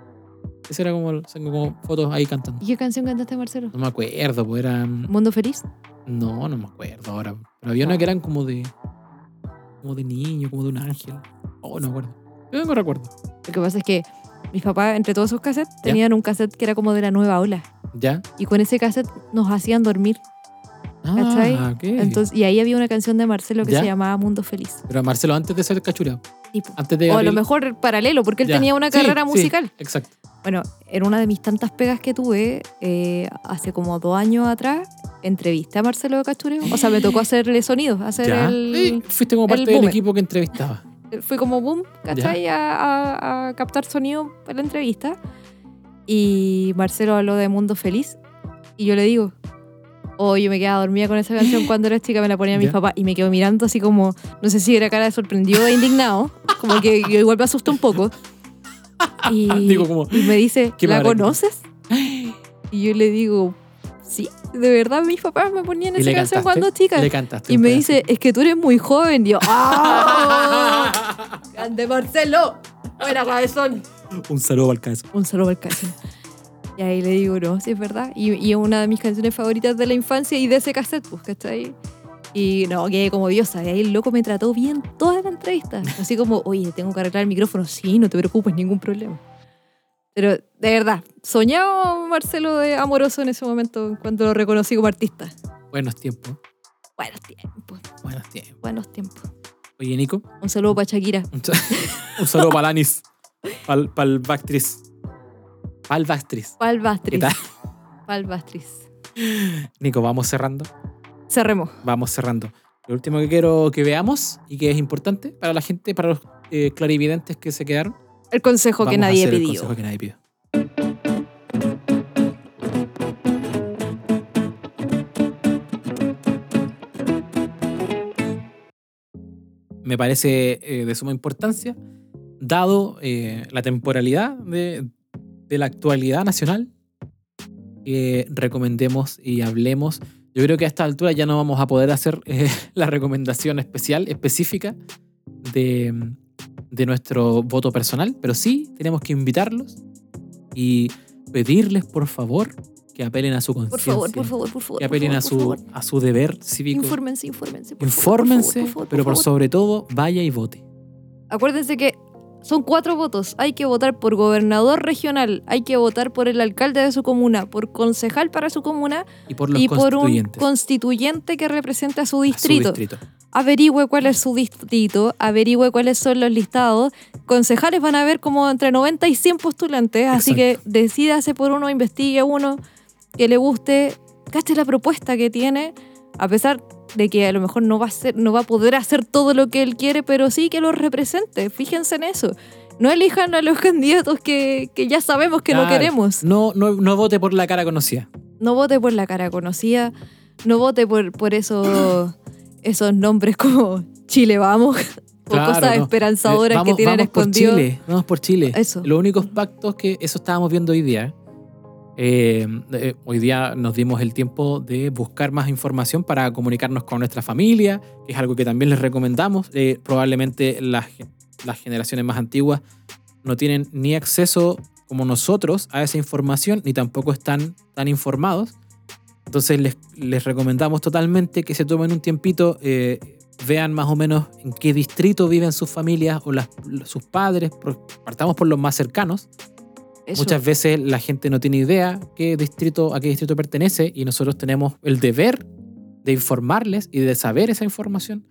Speaker 1: Ese era como, tengo como fotos ahí cantando.
Speaker 2: ¿Y qué canción cantaste de Marcelo?
Speaker 1: No me acuerdo, pues eran.
Speaker 2: ¿Mundo feliz?
Speaker 1: No, no me acuerdo ahora. Pero había una que eran como de. como de niño, como de un ángel. Oh, no me acuerdo. Yo tengo recuerdo.
Speaker 2: Lo que pasa es que mis papás, entre todos sus cassettes,
Speaker 1: Ya.
Speaker 2: tenían un cassette que era como de la nueva ola.
Speaker 1: ¿Ya?
Speaker 2: Y con ese cassette nos hacían dormir.
Speaker 1: Ah,
Speaker 2: ¿Cachai?
Speaker 1: ok.
Speaker 2: Entonces, y ahí había una canción de Marcelo que
Speaker 1: ¿Ya?
Speaker 2: se llamaba Mundo Feliz.
Speaker 1: Pero Marcelo, antes de ser cachura,
Speaker 2: Tipo.
Speaker 1: antes de.
Speaker 2: O a lo
Speaker 1: Gabriel-
Speaker 2: mejor paralelo, porque él
Speaker 1: Ya.
Speaker 2: tenía una
Speaker 1: Sí,
Speaker 2: carrera
Speaker 1: sí,
Speaker 2: musical.
Speaker 1: Exacto.
Speaker 2: Bueno, en una de mis tantas pegas que tuve eh, hace como dos años atrás, entrevisté a Marcelo de Castureo. O sea, me tocó hacerle sonidos, hacer
Speaker 1: ¿Ya? Sí,
Speaker 2: el...
Speaker 1: fuiste como parte
Speaker 2: el
Speaker 1: del
Speaker 2: boomer.
Speaker 1: equipo que entrevistaba.
Speaker 2: Fui como boom, ¿cachai? A, a- a captar sonido para la entrevista. Y Marcelo habló de Mundo Feliz. Y yo le digo, oh, yo me quedaba dormida con esa canción cuando era chica, me la ponía mis
Speaker 1: Ya.
Speaker 2: papás. Y me quedo mirando así como, no sé si era cara de sorprendido o de indignado. como que yo igual me asustó un poco. Y,
Speaker 1: Digo como,
Speaker 2: y me dice,
Speaker 1: ¿qué me
Speaker 2: ¿la
Speaker 1: habrá
Speaker 2: conoces? Y yo le digo, sí, de verdad mis papás me ponían
Speaker 1: Y
Speaker 2: esa
Speaker 1: le
Speaker 2: canción
Speaker 1: cantaste.
Speaker 2: cuando chica.
Speaker 1: Le cantaste.
Speaker 2: Y
Speaker 1: un
Speaker 2: me
Speaker 1: pedazo.
Speaker 2: dice, es que tú eres muy joven. Y yo, ¡ah! ¡Grande Marcelo! ¡Buena cabezón!
Speaker 1: un saludo al caso.
Speaker 2: Un saludo al cassette. Y ahí le digo, no, sí es verdad. Y y es una de mis canciones favoritas de la infancia y de ese cassette, pues, ¿cachai? Y no, quedé como diosa. Y ahí el loco me trató bien toda la entrevista. Así como, oye, tengo que arreglar el micrófono. Sí, no te preocupes, ningún problema. Pero de verdad, soñaba Marcelo de amoroso en ese momento cuando lo reconocí como artista.
Speaker 1: Buenos tiempos.
Speaker 2: Buenos tiempos,
Speaker 1: Buenos tiempos.
Speaker 2: buenos tiempos.
Speaker 1: Oye, Nico,
Speaker 2: Un saludo para Shakira.
Speaker 1: un, sa- un saludo para Lanis. Para el Bactris. Para el Bactris. ¿Qué
Speaker 2: Palbastris.
Speaker 1: tal?
Speaker 2: Palbastris.
Speaker 1: Nico, vamos cerrando.
Speaker 2: Cerremos.
Speaker 1: Vamos cerrando. Lo último que quiero que veamos y que es importante para la gente, para los eh, clarividentes que se quedaron.
Speaker 2: El consejo que
Speaker 1: vamos a
Speaker 2: nadie
Speaker 1: hacer el
Speaker 2: pidió.
Speaker 1: consejo que nadie pidió. Me parece eh, de suma importancia, dado eh, la temporalidad de, de la actualidad nacional, que recomendemos y hablemos. Yo creo que a esta altura ya no vamos a poder hacer eh, la recomendación especial, específica, de, mm, de nuestro voto personal, pero sí tenemos que invitarlos y pedirles, por favor, que apelen a su conciencia.
Speaker 2: Por favor, por favor, por favor.
Speaker 1: Que
Speaker 2: por
Speaker 1: apelen a
Speaker 2: favor, por
Speaker 1: su,
Speaker 2: favor.
Speaker 1: a su deber cívico.
Speaker 2: Infórmense, infórmense. por favor, por favor,
Speaker 1: Infórmense,
Speaker 2: favor,
Speaker 1: pero por
Speaker 2: favor.
Speaker 1: sobre todo, vaya y vote.
Speaker 2: Acuérdense que son cuatro votos. Hay que votar por gobernador regional, hay que votar por el alcalde de su comuna, por concejal para su comuna
Speaker 1: Y por los
Speaker 2: y por un
Speaker 1: constituyentes.
Speaker 2: constituyente que represente a su
Speaker 1: a su
Speaker 2: distrito.
Speaker 1: distrito.
Speaker 2: Averigüe cuál es su distrito, averigüe cuáles son los listados. Concejales van a haber como entre 90 y 100 postulantes, así que
Speaker 1: Exacto.
Speaker 2: decídase por uno, investigue uno que le guste, cache la propuesta que tiene, a pesar de que a lo mejor no va a ser, no va a poder hacer todo lo que él quiere, pero sí que lo represente. Fíjense en eso. No elijan a los candidatos que, que ya sabemos que no
Speaker 1: Claro.
Speaker 2: queremos.
Speaker 1: No, no, no vote por la cara conocida.
Speaker 2: No vote por la cara conocida, no vote por, por esos, esos nombres como Chile Vamos o
Speaker 1: Claro,
Speaker 2: cosas
Speaker 1: no.
Speaker 2: esperanzadoras
Speaker 1: Eh, vamos-
Speaker 2: que tienen
Speaker 1: vamos
Speaker 2: escondido.
Speaker 1: Por Chile, vamos por Chile.
Speaker 2: Eso.
Speaker 1: Los únicos pactos que eso estábamos viendo hoy día. eh, eh, hoy día nos dimos el tiempo de buscar más información para comunicarnos con nuestra familia, que es algo que también les recomendamos. Eh, probablemente las, ge- las generaciones más antiguas no tienen ni acceso como nosotros a esa información, ni tampoco están tan informados. Entonces les, les recomendamos totalmente que se tomen un tiempito, eh, vean más o menos en qué distrito viven sus familias o las- sus padres, por- partamos por los más cercanos.
Speaker 2: Eso.
Speaker 1: Muchas veces la gente no tiene idea qué distrito, a qué distrito pertenece y nosotros tenemos el deber de informarles y de saber esa información.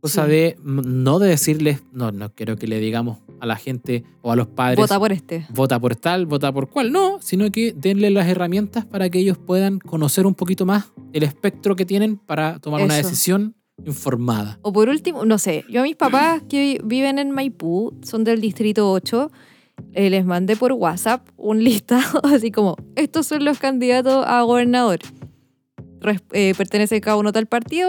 Speaker 1: Cosa
Speaker 2: Sí.
Speaker 1: de mm, no de decirles, no, no quiero que le digamos a la gente o a los padres
Speaker 2: Vota por este.
Speaker 1: vota por tal, vota por cual. No, sino que denle las herramientas para que ellos puedan conocer un poquito más el espectro que tienen para tomar una
Speaker 2: Eso.
Speaker 1: decisión informada.
Speaker 2: O por último, no sé, yo a mis papás que vi- viven en Maipú, son del distrito 8, eh, les mandé por WhatsApp un listado así como, estos son los candidatos a gobernador. Res- eh, pertenece cada uno a tal partido,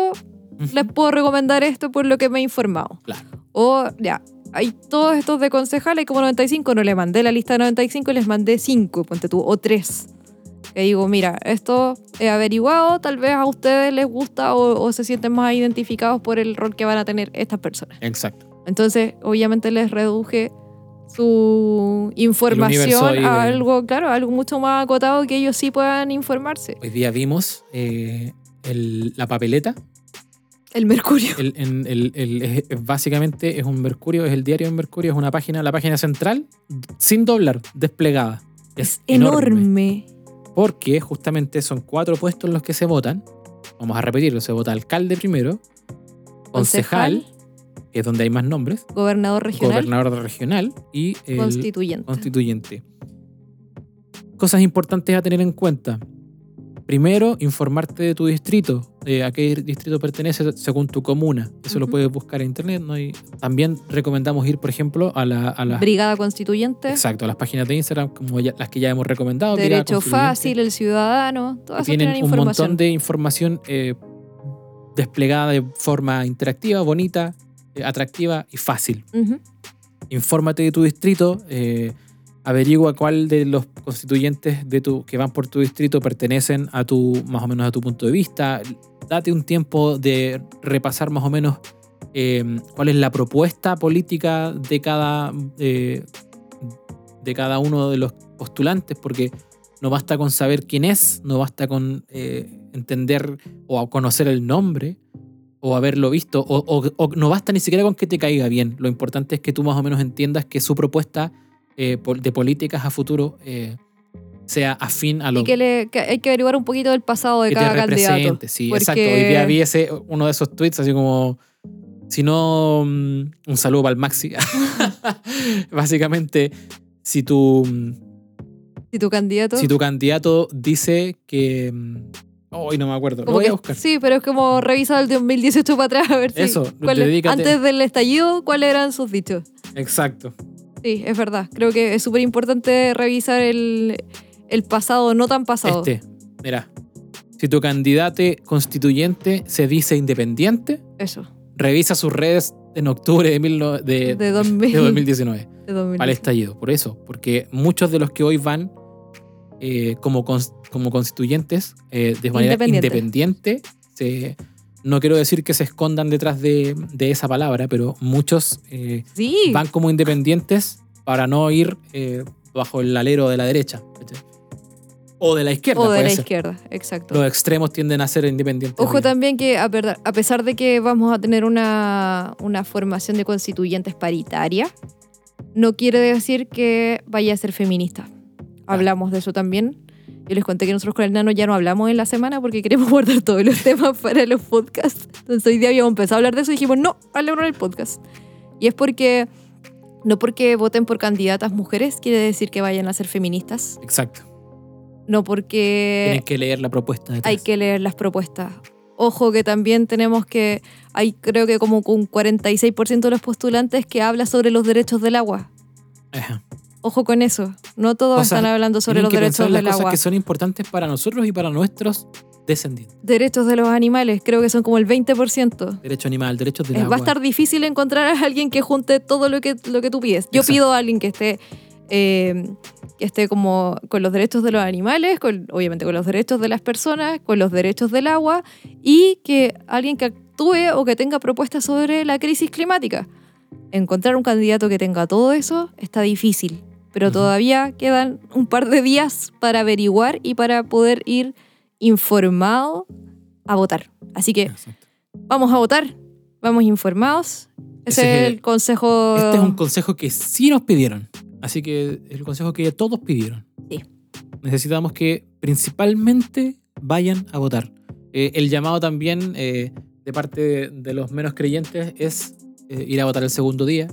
Speaker 2: les puedo recomendar esto por lo que me he informado.
Speaker 1: Claro.
Speaker 2: O ya, hay todos estos de concejal, hay como 95, no le mandé la lista de 95 y les mandé 5, ponte tú, o 3. Que digo, mira, esto he averiguado, tal vez a ustedes les gusta o, o se sienten más identificados por el rol que van a tener estas personas.
Speaker 1: Exacto.
Speaker 2: Entonces, obviamente les reduje su
Speaker 1: universo
Speaker 2: información
Speaker 1: ahí
Speaker 2: a
Speaker 1: de-
Speaker 2: algo, claro, algo mucho más acotado que ellos sí puedan informarse.
Speaker 1: Hoy día vimos eh, el- la papeleta.
Speaker 2: El mercurio.
Speaker 1: El- en- el- el- es- es- básicamente es un Mercurio, es el diario en Mercurio, es una página, la página central, sin doblar, desplegada. Es, enorme.
Speaker 2: enorme.
Speaker 1: porque justamente son cuatro puestos los que se votan. Vamos a repetirlo, se vota alcalde primero, concejal, que es donde hay más nombres,
Speaker 2: Gobernador regional.
Speaker 1: gobernador regional y el
Speaker 2: Constituyente.
Speaker 1: constituyente. Cosas importantes a tener en cuenta. Primero, informarte de tu distrito, de a qué distrito pertenece según tu comuna. Eso lo
Speaker 2: Ujú.
Speaker 1: puedes buscar en internet. no hay- También recomendamos ir, por ejemplo, a, la- a las...
Speaker 2: Brigada Constituyente.
Speaker 1: Exacto, a las páginas de Instagram, como ya- las que ya hemos recomendado. Brigada
Speaker 2: Derecho
Speaker 1: Constituyente
Speaker 2: Fácil, El Ciudadano.
Speaker 1: que
Speaker 2: Todas esas
Speaker 1: tienen
Speaker 2: tienen
Speaker 1: un montón
Speaker 2: información.
Speaker 1: de información eh, desplegada de forma interactiva, bonita, eh, atractiva y fácil.
Speaker 2: Ujú.
Speaker 1: Infórmate de tu distrito, eh, averigua cuál de los constituyentes de tu, que van por tu distrito pertenecen a tu, más o menos a tu punto de vista. Date un tiempo de repasar más o menos eh, cuál es la propuesta política de cada, eh, de cada uno de los postulantes, porque no basta con saber quién es, no basta con eh, entender o conocer el nombre, o haberlo visto, o, o- o no basta ni siquiera con que te caiga bien. Lo importante es que tú más o menos entiendas que su propuesta eh, pol- de políticas a futuro eh, sea afín a lo
Speaker 2: Y que, le, que hay que averiguar un poquito del pasado de
Speaker 1: que
Speaker 2: cada
Speaker 1: te
Speaker 2: candidato.
Speaker 1: represente. Sí,
Speaker 2: porque-
Speaker 1: exacto. Hoy día vi ese, uno de esos tweets así como, si no, mm, un saludo para el Maxi. Básicamente, si tu, mm,
Speaker 2: Si tu candidato.
Speaker 1: si tu candidato dice que... mm, Hoy no me acuerdo. Lo
Speaker 2: como
Speaker 1: voy
Speaker 2: que-
Speaker 1: a buscar.
Speaker 2: sí, pero es como revisado el 2018 para atrás a ver si.
Speaker 1: Eso,
Speaker 2: cuáles-
Speaker 1: dedícate.
Speaker 2: antes del estallido, ¿cuáles eran sus dichos?
Speaker 1: Exacto.
Speaker 2: Sí, es verdad. Creo que es súper importante revisar el, el pasado, no tan pasado.
Speaker 1: Este, mira. Si tu candidato constituyente se dice independiente,
Speaker 2: Eso.
Speaker 1: revisa sus redes en octubre de, mil no- de,
Speaker 2: De 2000.
Speaker 1: de 2019.
Speaker 2: de 2018.
Speaker 1: Al estallido, por eso. Porque muchos de los que hoy van eh, como, cons- como constituyentes eh, de manera independiente,
Speaker 2: Independiente.
Speaker 1: se- no quiero decir que se escondan detrás de, de esa palabra, pero muchos eh,
Speaker 2: Sí.
Speaker 1: van como independientes para no ir eh, bajo el alero de la derecha. ¿cachai? O de la izquierda.
Speaker 2: o de
Speaker 1: puede
Speaker 2: la
Speaker 1: ser.
Speaker 2: izquierda, exacto.
Speaker 1: Los extremos tienden a ser independientes.
Speaker 2: Ojo
Speaker 1: hoy.
Speaker 2: también que a, perda- a pesar de que vamos a tener una, una formación de constituyentes paritaria, no quiere decir que vaya a ser feminista. Hablamos de eso también. Yo les conté que nosotros con el nano ya no hablamos en la semana porque queremos guardar todos los temas para los podcasts. Entonces hoy día habíamos empezado a hablar de eso y dijimos, no, hablemos en el podcast. Y es porque, no porque voten por candidatas mujeres, quiere decir que vayan a ser feministas.
Speaker 1: Exacto.
Speaker 2: No porque
Speaker 1: Tienen que leer la propuesta. detrás.
Speaker 2: hay que leer las propuestas. Ojo que también tenemos que, hay creo que como un 46% de los postulantes que habla sobre los derechos del agua.
Speaker 1: Ajá.
Speaker 2: Ojo con eso. No todos
Speaker 1: Cosas-
Speaker 2: están hablando sobre
Speaker 1: Tienen
Speaker 2: los
Speaker 1: que pensar
Speaker 2: derechos
Speaker 1: las
Speaker 2: del
Speaker 1: cosas
Speaker 2: agua.
Speaker 1: que son importantes para nosotros y para nuestros descendientes.
Speaker 2: Derechos de los animales, creo que son como el 20%.
Speaker 1: Derecho animal, derechos del
Speaker 2: Eh,
Speaker 1: agua.
Speaker 2: Va a estar difícil encontrar a alguien que junte todo lo que, lo que tú pides. Yo
Speaker 1: Exacto.
Speaker 2: pido a alguien que esté, eh, que esté como con los derechos de los animales, con- obviamente con los derechos de las personas, con los derechos del agua y que alguien que actúe o que tenga propuestas sobre la crisis climática. Encontrar un candidato que tenga todo eso está difícil, pero
Speaker 1: Ujú.
Speaker 2: todavía quedan un par de días para averiguar y para poder ir informado a votar. Así que
Speaker 1: Exacto.
Speaker 2: vamos a votar, vamos informados.
Speaker 1: Ese
Speaker 2: Ese,
Speaker 1: es
Speaker 2: es
Speaker 1: el-
Speaker 2: el consejo.
Speaker 1: Este es un consejo que sí nos pidieron. Así que el consejo que todos pidieron.
Speaker 2: Sí.
Speaker 1: Necesitamos que principalmente vayan a votar. Eh, el llamado también eh, de parte de, de los menos creyentes es eh, ir a votar el segundo día.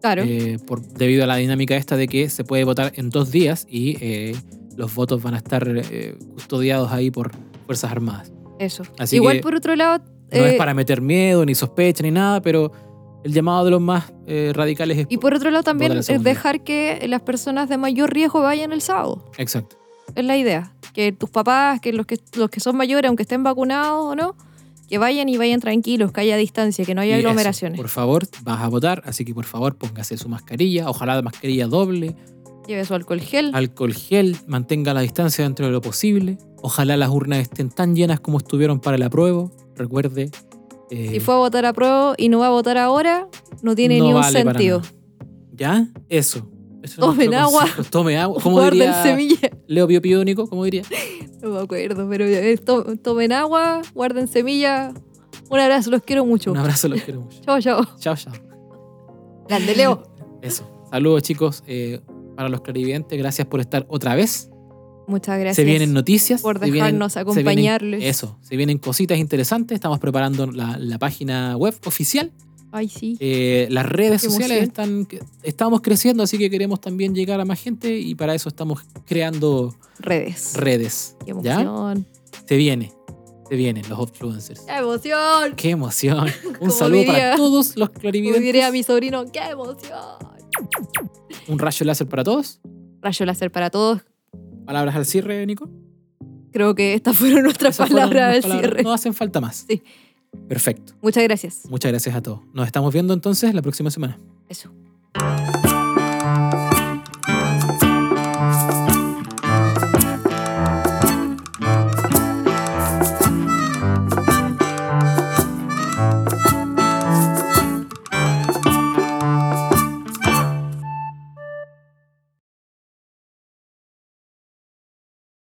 Speaker 2: claro,
Speaker 1: eh, por, debido a la dinámica esta de que se puede votar en dos días y eh, los votos van a estar eh, custodiados ahí por Fuerzas Armadas.
Speaker 2: eso.
Speaker 1: así
Speaker 2: Igual
Speaker 1: que
Speaker 2: por otro lado,
Speaker 1: no es
Speaker 2: eh,
Speaker 1: para meter miedo, ni sospecha, ni nada, pero el llamado de los más eh, radicales es...
Speaker 2: y por otro lado también
Speaker 1: votar el
Speaker 2: es
Speaker 1: segundo.
Speaker 2: dejar que las personas de mayor riesgo vayan el sábado.
Speaker 1: Exacto.
Speaker 2: Es la idea. Que tus papás, que los que, los que son mayores, aunque estén vacunados o no, que vayan y vayan tranquilos, que haya distancia, que no
Speaker 1: Y
Speaker 2: haya
Speaker 1: eso,
Speaker 2: aglomeraciones.
Speaker 1: por favor, vas a votar, así que por favor póngase su mascarilla, ojalá mascarilla doble,
Speaker 2: Lleve su alcohol gel.
Speaker 1: alcohol gel, mantenga la distancia dentro de lo posible, ojalá las urnas estén tan llenas como estuvieron para el apruebo, recuerde... eh,
Speaker 2: Si fue a votar a prueba y no va a votar ahora, no tiene
Speaker 1: no
Speaker 2: ni un
Speaker 1: vale para
Speaker 2: sentido.
Speaker 1: nada. ¿Ya? Eso. Eso
Speaker 2: Tomen
Speaker 1: es nuestro
Speaker 2: agua.
Speaker 1: consejo. Tomen agua. Como
Speaker 2: Guarden
Speaker 1: diría
Speaker 2: semillas.
Speaker 1: Leo Pío Piónico, ¿cómo diría?
Speaker 2: No me acuerdo, pero eh, to- tomen agua, guarden semillas. Un abrazo, los quiero mucho.
Speaker 1: Un abrazo, los quiero mucho.
Speaker 2: Chao, chao.
Speaker 1: Chao, chao.
Speaker 2: Grande Leo.
Speaker 1: Eso. Saludos, chicos. eh, para los clarividentes, gracias por estar otra vez.
Speaker 2: Muchas gracias.
Speaker 1: Se vienen noticias.
Speaker 2: por
Speaker 1: se vienen-
Speaker 2: dejarnos
Speaker 1: se vienen-
Speaker 2: acompañarles.
Speaker 1: eso. Se vienen cositas interesantes. Estamos preparando la, la página web oficial.
Speaker 2: Ay, sí.
Speaker 1: Eh, las redes
Speaker 2: Qué
Speaker 1: sociales están, estamos creciendo, así que queremos también llegar a más gente y para eso estamos creando
Speaker 2: Redes.
Speaker 1: redes.
Speaker 2: Qué
Speaker 1: ¿Ya?
Speaker 2: emoción.
Speaker 1: Se viene, se vienen los influencers.
Speaker 2: ¡Qué emoción!
Speaker 1: ¡Qué emoción! Un
Speaker 2: Como
Speaker 1: saludo para
Speaker 2: diría-
Speaker 1: todos los
Speaker 2: Como diría
Speaker 1: clarividentes.
Speaker 2: a mi sobrino, ¡qué emoción!
Speaker 1: Un rayo láser para todos.
Speaker 2: Rayo láser para todos.
Speaker 1: Palabras al cierre, Nico.
Speaker 2: Creo que estas fueron nuestras
Speaker 1: Esas fueron
Speaker 2: palabras al
Speaker 1: las palabras.
Speaker 2: cierre.
Speaker 1: No hacen falta más.
Speaker 2: Sí.
Speaker 1: Perfecto.
Speaker 2: Muchas gracias.
Speaker 1: Muchas gracias a todos. Nos estamos viendo entonces la próxima semana.
Speaker 2: Eso.